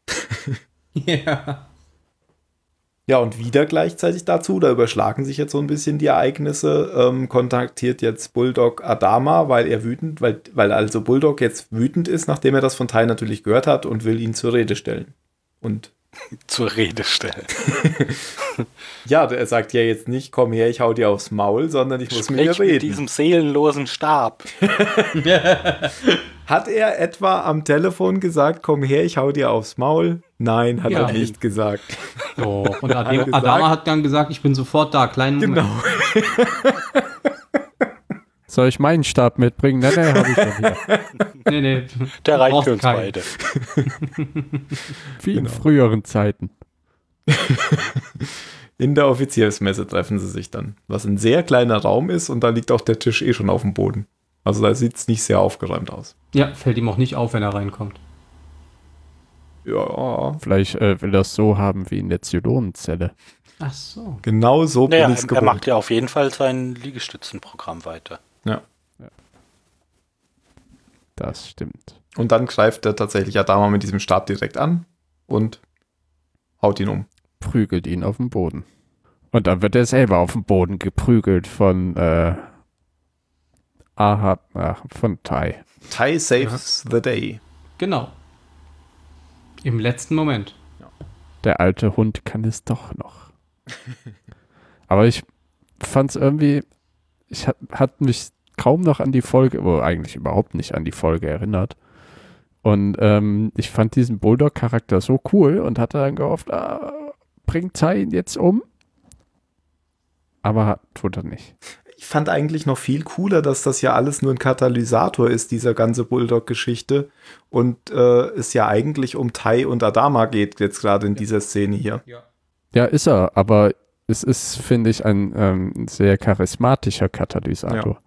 [SPEAKER 3] Ja.
[SPEAKER 2] Ja, und wieder gleichzeitig dazu, da überschlagen sich jetzt so ein bisschen die Ereignisse, ähm, kontaktiert jetzt Bulldog Adama, weil er wütend, weil, weil also Bulldog jetzt wütend ist, nachdem er das von Tai natürlich gehört hat und will ihn zur Rede stellen. Und
[SPEAKER 4] Zur Rede stellen.
[SPEAKER 2] ja, er sagt ja jetzt nicht, komm her, ich hau dir aufs Maul, sondern ich muss mit
[SPEAKER 4] Sprich
[SPEAKER 2] dir
[SPEAKER 4] mit
[SPEAKER 2] reden.
[SPEAKER 4] diesem seelenlosen Stab.
[SPEAKER 2] Hat er etwa am Telefon gesagt, komm her, ich hau dir aufs Maul? Nein, hat
[SPEAKER 3] Ja.
[SPEAKER 2] er nicht gesagt.
[SPEAKER 3] Doch. Und
[SPEAKER 2] Hat er
[SPEAKER 3] Adama,
[SPEAKER 2] gesagt?
[SPEAKER 3] Adama hat dann gesagt, ich bin sofort da, kleinen Moment.
[SPEAKER 2] Genau.
[SPEAKER 1] Soll ich meinen Stab mitbringen? Nein, nein, habe ich doch hier.
[SPEAKER 3] Nee, nee.
[SPEAKER 4] Der reicht
[SPEAKER 3] Braucht
[SPEAKER 4] für uns
[SPEAKER 3] keinen.
[SPEAKER 4] beide.
[SPEAKER 1] Wie in früheren Zeiten.
[SPEAKER 2] In der Offiziersmesse treffen sie sich dann, was ein sehr kleiner Raum ist und da liegt auch der Tisch eh schon auf dem Boden. Also da sieht es nicht sehr aufgeräumt aus.
[SPEAKER 3] Ja, fällt ihm auch nicht auf, wenn er reinkommt.
[SPEAKER 2] Ja,
[SPEAKER 1] Vielleicht äh, will er es so haben wie in der Zylonenzelle.
[SPEAKER 3] Ach so.
[SPEAKER 2] genau so bin
[SPEAKER 4] Naja,
[SPEAKER 2] ich's
[SPEAKER 4] er, er
[SPEAKER 2] gewohnt.
[SPEAKER 4] macht ja auf jeden Fall sein Liegestützenprogramm weiter.
[SPEAKER 2] ja.
[SPEAKER 1] Das stimmt.
[SPEAKER 2] Und dann greift er tatsächlich Adama mit diesem Stab direkt an und haut ihn um.
[SPEAKER 1] Prügelt ihn auf den Boden. Und dann wird er selber auf den Boden geprügelt von äh, Aha, ach, von Tai.
[SPEAKER 2] Tai saves the day.
[SPEAKER 3] Genau. Im letzten Moment.
[SPEAKER 1] Der alte Hund kann es doch noch. Aber ich fand es irgendwie, ich hat, hat mich kaum noch an die Folge, wo eigentlich überhaupt nicht an die Folge erinnert. Und ähm, ich fand diesen Bulldog-Charakter so cool und hatte dann gehofft, ah, bringt Tai ihn jetzt um? Aber tut er nicht.
[SPEAKER 2] ich fand eigentlich noch viel cooler, dass das ja alles nur ein Katalysator ist, dieser ganze Bulldog-Geschichte. Und äh, es ja eigentlich um Tai und Adama geht, jetzt gerade in dieser Szene hier.
[SPEAKER 3] Ja.
[SPEAKER 1] Ja, ist er, aber es ist, finde ich, ein ähm, sehr charismatischer Katalysator.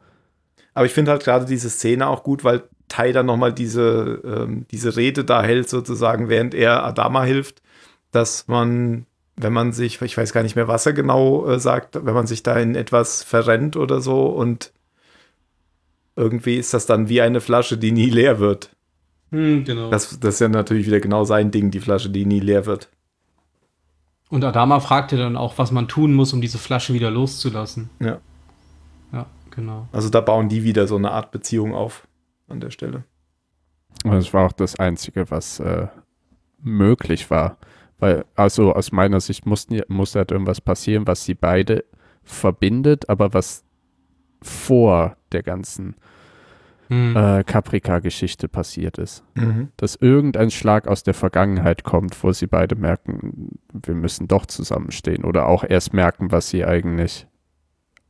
[SPEAKER 2] Aber ich finde halt gerade diese Szene auch gut, weil Tai dann nochmal diese, ähm, diese Rede da hält, sozusagen, während er Adama hilft, dass man, wenn man sich, ich weiß gar nicht mehr, was er genau äh, sagt, wenn man sich da in etwas verrennt oder so und irgendwie ist das dann wie eine Flasche, die nie leer wird.
[SPEAKER 3] Hm, genau.
[SPEAKER 2] Das, das ist ja natürlich wieder genau sein Ding, die Flasche, die nie leer wird.
[SPEAKER 3] Und Adama fragte dann auch, was man tun muss, um diese Flasche wieder loszulassen.
[SPEAKER 2] Ja.
[SPEAKER 3] Ja, genau.
[SPEAKER 2] Also da bauen die wieder so eine Art Beziehung auf an der Stelle.
[SPEAKER 1] Und das war auch das Einzige, was äh, möglich war. Weil, also aus meiner Sicht mussten, ja- musste halt irgendwas passieren, was sie beide verbindet, aber was vor der ganzen
[SPEAKER 3] Hm.
[SPEAKER 1] äh, Caprica-Geschichte passiert ist.
[SPEAKER 2] Mhm.
[SPEAKER 1] Dass irgendein Schlag aus der Vergangenheit kommt, wo sie beide merken, wir müssen doch zusammenstehen. Oder auch erst merken, was sie eigentlich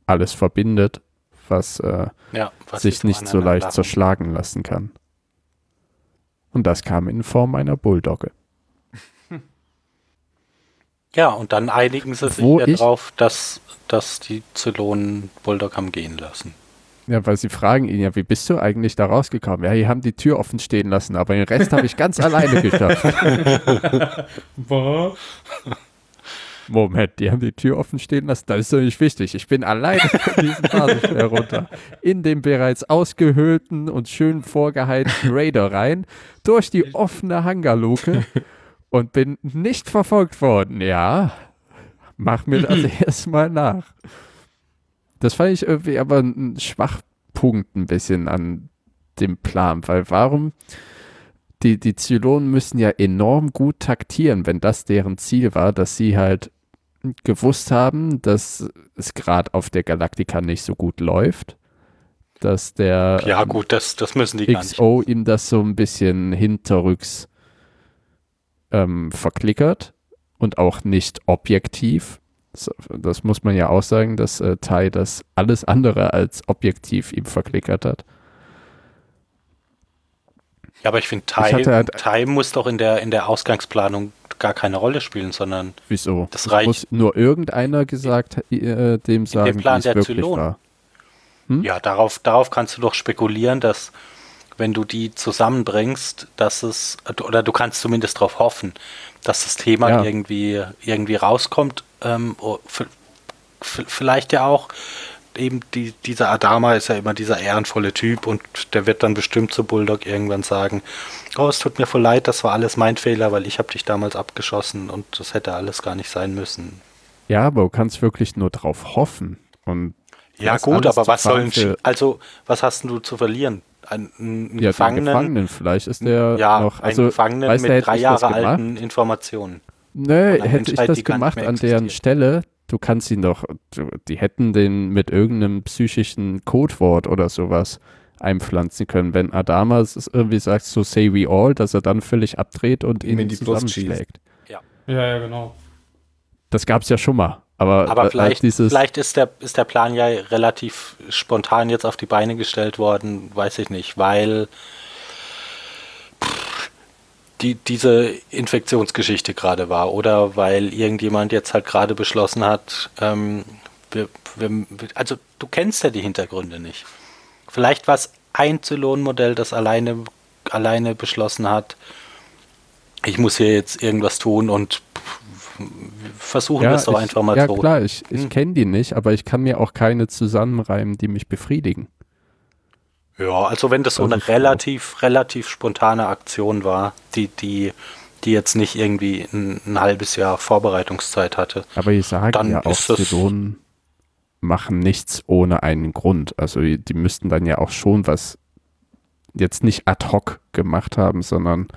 [SPEAKER 1] alles verbindet, was äh,
[SPEAKER 4] Ja, was
[SPEAKER 1] sich
[SPEAKER 4] sie
[SPEAKER 1] nicht so
[SPEAKER 4] voneinander
[SPEAKER 1] leicht
[SPEAKER 4] haben.
[SPEAKER 1] zerschlagen lassen kann. Und das kam in Form einer Bulldogge.
[SPEAKER 4] Ja, und dann einigen sie sich
[SPEAKER 1] Wo
[SPEAKER 4] ja
[SPEAKER 1] ich-
[SPEAKER 4] darauf, dass, dass die Zylonen Bulldog haben gehen lassen.
[SPEAKER 1] Ja, weil sie fragen ihn ja, wie bist du eigentlich da rausgekommen? Ja, hier haben die Tür offen stehen lassen, aber den Rest habe ich ganz alleine geschafft.
[SPEAKER 3] Boah.
[SPEAKER 1] Moment, die haben die Tür offen stehen lassen. Das ist doch nicht wichtig. Ich bin alleine von diesem Rasenmäher runter. In den bereits ausgehöhlten und schön vorgeheizten Raider rein, durch die offene Hangarluke und bin nicht verfolgt worden. Ja, mach mir das erstmal nach. Das fand ich irgendwie aber ein Schwachpunkt ein bisschen an dem Plan, weil warum die, die Zylonen müssen ja enorm gut taktieren, wenn das deren Ziel war, dass sie halt gewusst haben, dass es gerade auf der Galaktika nicht so gut läuft. Dass der
[SPEAKER 4] Ja, gut, das, das müssen die gar nicht.
[SPEAKER 1] XO ihm das so ein bisschen hinterrücks ähm, verklickert und auch nicht objektiv. So, Das muss man ja auch sagen, dass äh, Tai das alles andere als objektiv ihm verklickert hat.
[SPEAKER 4] Ja, aber ich finde,
[SPEAKER 1] Ich hatte
[SPEAKER 4] Time,
[SPEAKER 1] halt-
[SPEAKER 4] Time muss doch in der, in der Ausgangsplanung gar keine Rolle spielen, sondern
[SPEAKER 1] Wieso?
[SPEAKER 4] Das reicht.
[SPEAKER 1] Muss nur irgendeiner gesagt äh, dem sagen, wie
[SPEAKER 4] Plan
[SPEAKER 1] es
[SPEAKER 4] der
[SPEAKER 1] wirklich
[SPEAKER 4] Zylonen.
[SPEAKER 1] war.
[SPEAKER 4] ja, darauf, darauf kannst du doch spekulieren, dass wenn du die zusammenbringst, dass es, oder du kannst zumindest darauf hoffen, dass das Thema
[SPEAKER 1] Ja.
[SPEAKER 4] irgendwie, irgendwie rauskommt. Ähm, o- v- v- vielleicht ja auch, eben die, dieser Adama ist ja immer dieser ehrenvolle Typ und der wird dann bestimmt zu Bulldog irgendwann sagen, oh, es tut mir voll leid, das war alles mein Fehler, weil ich habe dich damals abgeschossen und das hätte alles gar nicht sein müssen.
[SPEAKER 1] Ja, aber du kannst wirklich nur drauf hoffen. Und
[SPEAKER 4] Ja,
[SPEAKER 1] das
[SPEAKER 4] gut,
[SPEAKER 1] alles
[SPEAKER 4] aber
[SPEAKER 1] zu
[SPEAKER 4] was sollen.
[SPEAKER 1] fahren für-
[SPEAKER 4] Also, was hast denn du zu verlieren? Ein, ein, ein
[SPEAKER 1] ja, Gefangenen,
[SPEAKER 4] Gefangenen.
[SPEAKER 1] Gefangenen vielleicht ist der
[SPEAKER 4] ja,
[SPEAKER 1] noch.
[SPEAKER 4] ein
[SPEAKER 1] Also,
[SPEAKER 4] Gefangenen
[SPEAKER 1] weißt du,
[SPEAKER 4] mit
[SPEAKER 1] hätte
[SPEAKER 4] drei
[SPEAKER 1] ich das
[SPEAKER 4] Jahre
[SPEAKER 1] gemacht?
[SPEAKER 4] alten Informationen.
[SPEAKER 1] Nö,
[SPEAKER 4] einer
[SPEAKER 1] hätte ich
[SPEAKER 4] Menschheit,
[SPEAKER 1] das
[SPEAKER 4] die gar nicht
[SPEAKER 1] gemacht
[SPEAKER 4] mehr
[SPEAKER 1] an deren
[SPEAKER 4] existiert.
[SPEAKER 1] Stelle, du kannst ihn doch, du, die hätten den mit irgendeinem psychischen Codewort oder sowas einpflanzen können, wenn Adama es irgendwie sagt, so say we all, dass er dann völlig abdreht und
[SPEAKER 2] Ihm
[SPEAKER 1] ihn
[SPEAKER 2] in die Brust schießt.
[SPEAKER 1] zusammenschlägt.
[SPEAKER 3] Ja, ja, genau.
[SPEAKER 1] Das gab es ja schon mal. Aber,
[SPEAKER 4] Aber
[SPEAKER 1] äh,
[SPEAKER 4] vielleicht,
[SPEAKER 1] dieses,
[SPEAKER 4] vielleicht ist, der, ist der Plan ja relativ spontan jetzt auf die Beine gestellt worden, weiß ich nicht, weil pff, die, diese Infektionsgeschichte gerade war oder weil irgendjemand jetzt halt gerade beschlossen hat, ähm, wir, wir, also du kennst ja die Hintergründe nicht. Vielleicht war es ein Zylon-Modell, das alleine, alleine beschlossen hat, ich muss hier jetzt irgendwas tun und pff, versuchen wir es doch
[SPEAKER 1] ich,
[SPEAKER 4] einfach mal
[SPEAKER 1] ja
[SPEAKER 4] so.
[SPEAKER 1] klar, ich, ich
[SPEAKER 4] Hm.
[SPEAKER 1] kenne die nicht, aber ich kann mir auch keine zusammenreimen, die mich befriedigen.
[SPEAKER 4] Ja, also wenn das so
[SPEAKER 1] Das
[SPEAKER 4] eine
[SPEAKER 1] ist so.
[SPEAKER 4] relativ, relativ spontane Aktion war, die, die, die jetzt nicht irgendwie ein, ein halbes Jahr Vorbereitungszeit hatte.
[SPEAKER 1] Aber ich sage
[SPEAKER 4] Dann
[SPEAKER 1] ja auch,
[SPEAKER 4] ist das-
[SPEAKER 1] Zylonen machen nichts ohne einen Grund. Also die die müssten dann ja auch schon was jetzt nicht ad hoc gemacht haben, sondern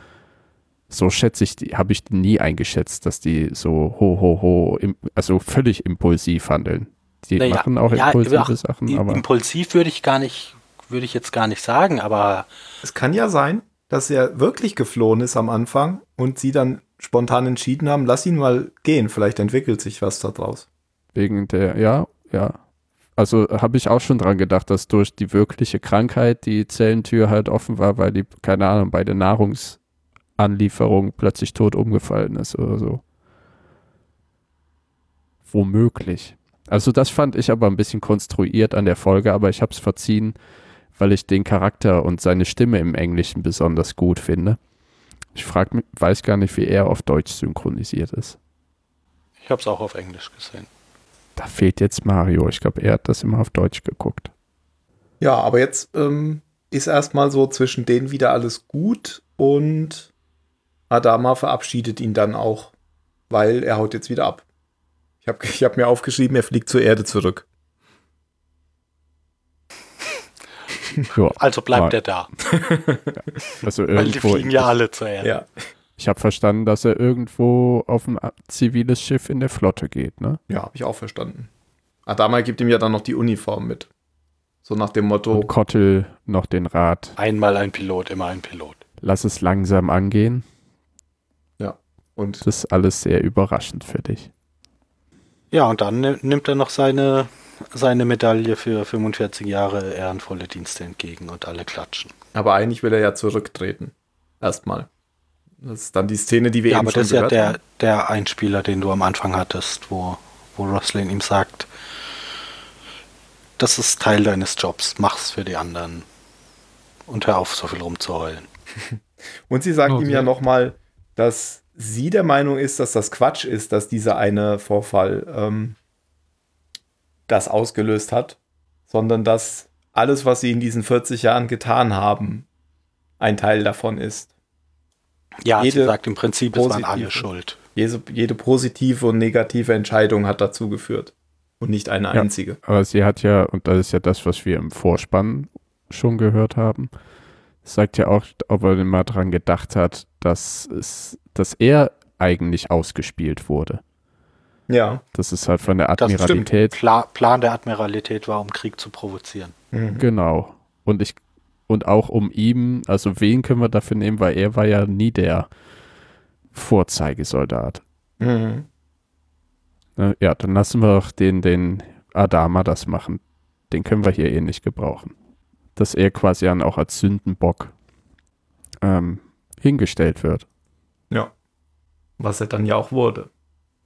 [SPEAKER 1] so schätze ich die, habe ich die nie eingeschätzt, dass die so ho ho ho, im, also völlig impulsiv handeln. Die
[SPEAKER 4] Naja,
[SPEAKER 1] machen auch
[SPEAKER 4] ja,
[SPEAKER 1] impulsive
[SPEAKER 4] ach,
[SPEAKER 1] Sachen,
[SPEAKER 4] i-
[SPEAKER 1] aber
[SPEAKER 4] Impulsiv würde ich gar nicht, würde ich jetzt gar nicht sagen, aber
[SPEAKER 2] Es kann ja sein, dass er wirklich geflohen ist am Anfang und sie dann spontan entschieden haben, lass ihn mal gehen, vielleicht entwickelt sich was daraus.
[SPEAKER 1] wegen der, ja, ja. Also habe ich auch schon dran gedacht, dass durch die wirkliche Krankheit die Zellentür halt offen war, weil die, keine Ahnung, bei der Nahrungsanlieferung plötzlich tot umgefallen ist oder so. Womöglich. Also das fand ich aber ein bisschen konstruiert an der Folge, aber ich habe es verziehen, weil ich den Charakter und seine Stimme im Englischen besonders gut finde. Ich frag mich, weiß gar nicht, wie er auf Deutsch synchronisiert ist.
[SPEAKER 4] ich habe es auch auf Englisch gesehen.
[SPEAKER 1] Da fehlt jetzt Mario. Ich glaube, er hat das immer auf Deutsch geguckt.
[SPEAKER 2] Ja, aber jetzt ähm, ist erstmal so zwischen denen wieder alles gut und Adama verabschiedet ihn dann auch, weil er haut jetzt wieder ab. Ich habe ich hab mir aufgeschrieben, er fliegt zur Erde zurück.
[SPEAKER 1] Ja,
[SPEAKER 4] Also bleibt
[SPEAKER 1] Nein.
[SPEAKER 4] er da,
[SPEAKER 1] also
[SPEAKER 4] weil die
[SPEAKER 1] irgendwo.
[SPEAKER 4] fliegen ja alle zur Erde.
[SPEAKER 2] Ja,
[SPEAKER 1] Ich habe verstanden, dass er irgendwo auf ein ziviles Schiff in der Flotte geht, ne?
[SPEAKER 2] ja habe ich auch verstanden. Adama gibt ihm ja dann noch die Uniform mit. So nach dem Motto,
[SPEAKER 1] Und Kottel noch den Rat,
[SPEAKER 4] Einmal ein Pilot, immer ein Pilot.
[SPEAKER 1] lass es langsam angehen.
[SPEAKER 2] und
[SPEAKER 1] Das ist alles sehr überraschend für dich.
[SPEAKER 4] Ja, und dann ni- nimmt er noch seine, seine Medaille für 45 Jahre ehrenvolle Dienste entgegen und alle klatschen.
[SPEAKER 2] Aber eigentlich will er ja zurücktreten. Erstmal. Das ist dann die Szene, die wir
[SPEAKER 4] Ja,
[SPEAKER 2] eben
[SPEAKER 4] aber
[SPEAKER 2] schon
[SPEAKER 4] das ist ja
[SPEAKER 2] gehört
[SPEAKER 4] der,
[SPEAKER 2] haben.
[SPEAKER 4] der Einspieler, den du am Anfang hattest, wo, wo Roslin ihm sagt, das ist Teil deines Jobs, mach's für die anderen. Und hör auf, so viel rumzuheulen.
[SPEAKER 2] Und sie sagt ihm
[SPEAKER 4] Oh,
[SPEAKER 3] Okay.
[SPEAKER 2] ja nochmal, dass sie der Meinung ist, dass das Quatsch ist, dass dieser eine Vorfall ähm, das ausgelöst hat, sondern dass alles, was sie in diesen 40 Jahren getan haben, ein Teil davon ist.
[SPEAKER 4] Ja,
[SPEAKER 2] Jede
[SPEAKER 4] sie sagt im Prinzip, es waren alle
[SPEAKER 2] positive-
[SPEAKER 4] schuld.
[SPEAKER 2] Jede, jede positive und negative Entscheidung hat dazu geführt und nicht eine
[SPEAKER 1] Ja.
[SPEAKER 2] einzige.
[SPEAKER 1] Aber sie hat ja, und das ist ja das, was wir im Vorspann schon gehört haben, sagt ja auch, ob er denn mal dran gedacht hat, dass, es, dass er eigentlich ausgespielt wurde.
[SPEAKER 2] Ja.
[SPEAKER 1] Das ist halt von der
[SPEAKER 4] Das stimmt.
[SPEAKER 1] Admiralität.
[SPEAKER 4] Pla Plan der Admiralität war, um Krieg zu provozieren.
[SPEAKER 2] Mhm.
[SPEAKER 1] Genau. Und ich und auch um ihm, also wen können wir dafür nehmen, weil er war ja nie der Vorzeigesoldat.
[SPEAKER 2] Mhm.
[SPEAKER 1] Ne? Ja, dann lassen wir doch den, den Adama das machen. Den können wir hier eh nicht gebrauchen. Dass er quasi dann auch als Sündenbock ähm, hingestellt wird.
[SPEAKER 2] Was er dann ja auch wurde.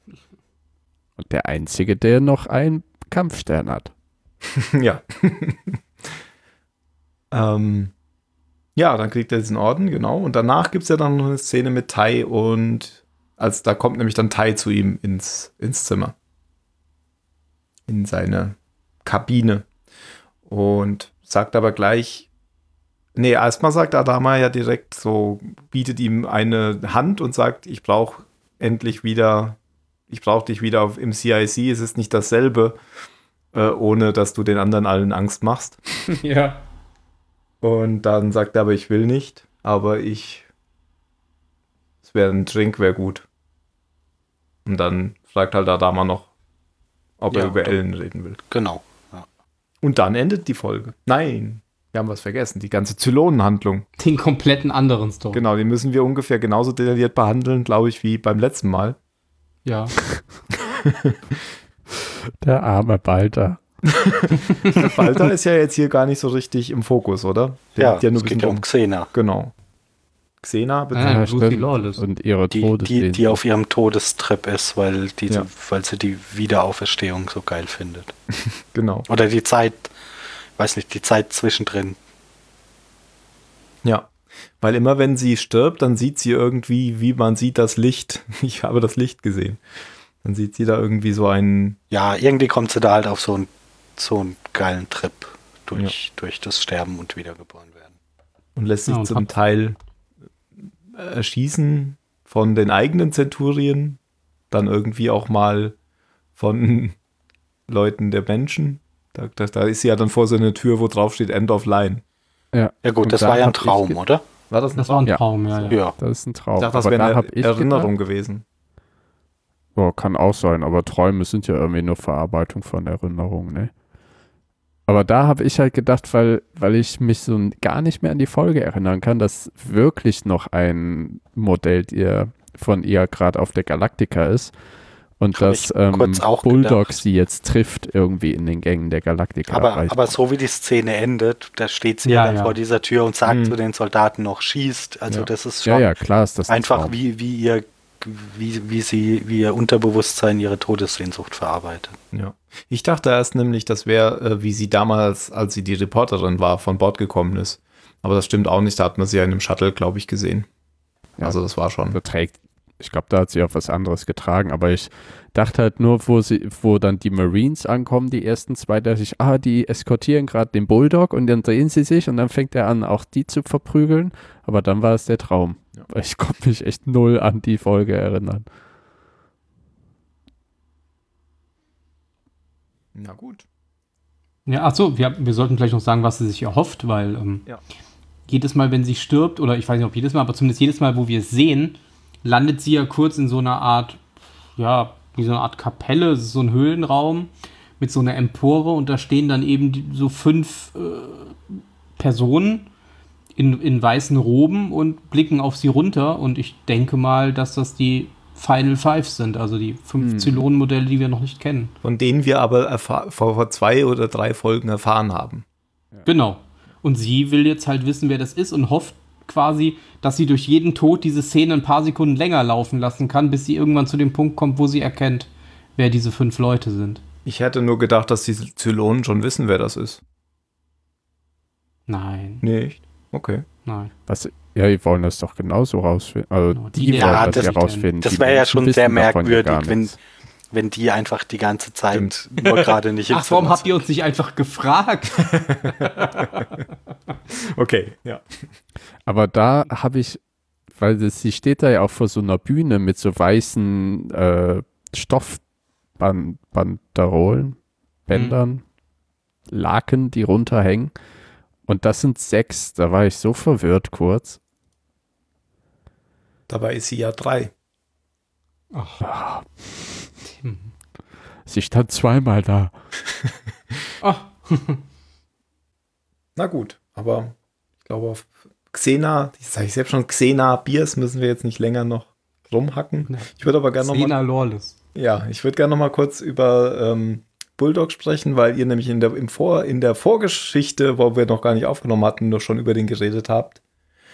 [SPEAKER 1] Und der Einzige, der noch einen Kampfstern hat.
[SPEAKER 2] ja. ähm, ja, dann kriegt er diesen Orden, genau. Und danach gibt es ja dann noch eine Szene mit Tai und als da kommt nämlich dann Tai zu ihm ins, ins Zimmer. In seine Kabine. Und sagt aber gleich, nee, erstmal sagt Adama ja direkt so, bietet ihm eine Hand und sagt, ich brauche endlich wieder, ich brauche dich wieder auf- im CIC, es ist nicht dasselbe äh, ohne dass du den anderen allen Angst machst.
[SPEAKER 3] ja.
[SPEAKER 2] Und dann sagt er aber, ich will nicht, aber ich. Es wäre ein Drink, wäre gut. Und dann fragt halt Adama noch, ob
[SPEAKER 4] Ja,
[SPEAKER 2] er über
[SPEAKER 4] und-
[SPEAKER 2] Ellen reden will.
[SPEAKER 4] Genau. Ja.
[SPEAKER 2] Und dann endet die Folge. Nein, wir haben was vergessen. Die ganze Zylonenhandlung.
[SPEAKER 3] Den kompletten anderen
[SPEAKER 4] Oh.
[SPEAKER 3] Story.
[SPEAKER 2] Genau, die müssen wir ungefähr genauso detailliert behandeln, glaube ich, wie beim letzten Mal.
[SPEAKER 3] Ja.
[SPEAKER 1] Der arme Balter.
[SPEAKER 2] Walter ist ja jetzt hier gar nicht so richtig im Fokus, oder? Der
[SPEAKER 4] Ja,
[SPEAKER 2] hat ja nur
[SPEAKER 4] es geht
[SPEAKER 2] bisschen
[SPEAKER 4] ja um
[SPEAKER 2] rum.
[SPEAKER 4] Xena,
[SPEAKER 2] Genau. Xena, bitte.
[SPEAKER 3] Ah, Lucy
[SPEAKER 1] stimmt.
[SPEAKER 3] Lawless.
[SPEAKER 1] Und ihre
[SPEAKER 4] die, die, die
[SPEAKER 1] Todessehnsucht.
[SPEAKER 4] auf ihrem Todestrip ist, weil, die,
[SPEAKER 2] Ja.
[SPEAKER 4] weil sie die Wiederauferstehung so geil findet.
[SPEAKER 2] Genau.
[SPEAKER 4] Oder die Zeit, weiß nicht, die Zeit zwischendrin.
[SPEAKER 2] Ja, weil immer wenn sie stirbt, dann sieht sie irgendwie, wie man sieht das Licht. Ich habe das Licht gesehen. Dann sieht sie da irgendwie so einen,
[SPEAKER 4] Ja, irgendwie kommt sie da halt auf so einen, so einen geilen Trip durch, durch das Sterben und Wiedergeboren werden.
[SPEAKER 2] und lässt sich
[SPEAKER 3] Ja, und
[SPEAKER 2] zum
[SPEAKER 3] hat-
[SPEAKER 2] Teil äh, erschießen von den eigenen Zenturien, dann irgendwie auch mal von Leuten der Menschen. Da, da, da ist sie ja dann vor so einer Tür, wo drauf steht End of Line.
[SPEAKER 1] Ja.
[SPEAKER 4] Ja gut,
[SPEAKER 1] Und
[SPEAKER 4] das
[SPEAKER 1] da
[SPEAKER 4] war ja ein
[SPEAKER 1] hab ich
[SPEAKER 4] Traum,
[SPEAKER 1] ge-
[SPEAKER 4] oder?
[SPEAKER 2] War das
[SPEAKER 3] Das war ein
[SPEAKER 1] Ja.
[SPEAKER 3] Traum, ja, ja.
[SPEAKER 4] Ja.
[SPEAKER 1] Das ist ein Traum.
[SPEAKER 2] Ich dachte, das
[SPEAKER 1] Aber
[SPEAKER 2] wäre
[SPEAKER 1] da
[SPEAKER 2] eine
[SPEAKER 1] hab ich
[SPEAKER 2] Erinnerung
[SPEAKER 1] gedacht,
[SPEAKER 2] gewesen.
[SPEAKER 1] Ja, kann auch sein, aber Träume sind ja irgendwie nur Verarbeitung von Erinnerungen, ne? Aber da habe ich halt gedacht, weil, weil ich mich so n- gar nicht mehr an die Folge erinnern kann, dass wirklich noch ein Modell ihr, von ihr gerade auf der Galaktika ist. Und
[SPEAKER 4] Hab
[SPEAKER 1] dass
[SPEAKER 4] ich
[SPEAKER 1] ähm,
[SPEAKER 4] kurz auch
[SPEAKER 1] Bulldog
[SPEAKER 4] gedacht.
[SPEAKER 1] sie jetzt trifft irgendwie in den Gängen der Galaktika.
[SPEAKER 4] Aber,
[SPEAKER 1] weil ich-
[SPEAKER 4] aber so wie die Szene endet, da steht sie
[SPEAKER 3] Ja,
[SPEAKER 4] ja, dann
[SPEAKER 3] ja.
[SPEAKER 4] vor dieser Tür und sagt
[SPEAKER 2] Mhm.
[SPEAKER 4] zu den Soldaten noch, schießt. Also
[SPEAKER 2] Ja.
[SPEAKER 4] das ist schon
[SPEAKER 1] ja, ja, klar ist das ein
[SPEAKER 4] einfach
[SPEAKER 1] Traum.
[SPEAKER 4] wie, wie ihr wie, wie sie, wie ihr Unterbewusstsein ihre Todessehnsucht verarbeitet.
[SPEAKER 2] Ja. Ich dachte erst nämlich, das wäre, äh, wie sie damals, als sie die Reporterin war, von Bord gekommen ist. Aber das stimmt auch nicht, da hat man sie ja in einem Shuttle, glaube ich, gesehen.
[SPEAKER 1] Ja.
[SPEAKER 2] Also das war schon.
[SPEAKER 1] da trägt. Ich glaube, da hat sie auch was anderes getragen, aber ich dachte halt nur, wo sie, wo dann die Marines ankommen, die ersten zwei, dachte ich, ah, die eskortieren gerade den Bulldog und dann drehen sie sich und dann fängt er an, auch die zu verprügeln. Aber dann war es der Traum.
[SPEAKER 2] Ja.
[SPEAKER 1] Weil ich konnte mich echt null an die Folge erinnern.
[SPEAKER 2] Na gut.
[SPEAKER 3] Ja, ach so, wir, wir sollten vielleicht noch sagen, was sie sich erhofft, weil ähm,
[SPEAKER 2] Ja.
[SPEAKER 3] jedes Mal, wenn sie stirbt, oder ich weiß nicht, ob jedes Mal, aber zumindest jedes Mal, wo wir es sehen, landet sie ja kurz in so einer Art, ja, wie so eine Art Kapelle, es ist so ein Höhlenraum mit so einer Empore und da stehen dann eben die, so fünf äh, Personen in, in weißen Roben und blicken auf sie runter und ich denke mal, dass das die Final Five sind, also die fünf
[SPEAKER 1] Hm.
[SPEAKER 3] Zylonen-Modelle, die wir noch nicht kennen.
[SPEAKER 2] Von denen wir aber erfahr- vor, vor zwei oder drei Folgen erfahren haben.
[SPEAKER 3] Genau. Und sie will jetzt halt wissen, wer das ist und hofft quasi, dass sie durch jeden Tod diese Szene ein paar Sekunden länger laufen lassen kann, bis sie irgendwann zu dem Punkt kommt, wo sie erkennt, wer diese fünf Leute sind.
[SPEAKER 2] Ich hätte nur gedacht, dass die Zylonen schon wissen, wer das ist.
[SPEAKER 3] Nein,
[SPEAKER 2] Nicht? Okay.
[SPEAKER 3] nein.
[SPEAKER 1] Was, Ja, die wollen das doch genauso rausfinden. Also
[SPEAKER 3] Genau,
[SPEAKER 1] die,
[SPEAKER 3] die-
[SPEAKER 1] wollen
[SPEAKER 3] Ja,
[SPEAKER 1] das,
[SPEAKER 4] das-
[SPEAKER 1] ja rausfinden.
[SPEAKER 4] das
[SPEAKER 1] Die
[SPEAKER 4] wäre ja
[SPEAKER 1] Menschen
[SPEAKER 4] schon
[SPEAKER 1] wissen
[SPEAKER 4] sehr
[SPEAKER 1] davon ja gar
[SPEAKER 4] merkwürdig, wenn-
[SPEAKER 1] nichts.
[SPEAKER 4] wenn die einfach die ganze Zeit nur gerade nicht
[SPEAKER 3] Ach, warum habt ihr uns nicht einfach gefragt?
[SPEAKER 2] Okay, ja.
[SPEAKER 1] Aber da habe ich, weil das, sie steht da ja auch vor so einer Bühne mit so weißen äh, Stoffbanderolen, Bändern, Laken, die runterhängen. Und das sind sechs. Da war ich so verwirrt kurz.
[SPEAKER 2] Dabei ist sie ja drei.
[SPEAKER 3] Ach, Tim.
[SPEAKER 1] Sie stand zweimal da.
[SPEAKER 3] Ach,
[SPEAKER 2] Na gut, aber ich glaube auf Xena, das sage ich selbst schon, Xena Biers müssen wir jetzt nicht länger noch rumhacken.
[SPEAKER 3] Ja.
[SPEAKER 2] Ich würde aber gerne noch mal
[SPEAKER 3] Sena Lawless.
[SPEAKER 2] Ja, ich würde gerne noch mal kurz über ähm, Bulldog sprechen, weil ihr nämlich in der, im Vor, in der Vorgeschichte, wo wir noch gar nicht aufgenommen hatten, nur schon über den geredet habt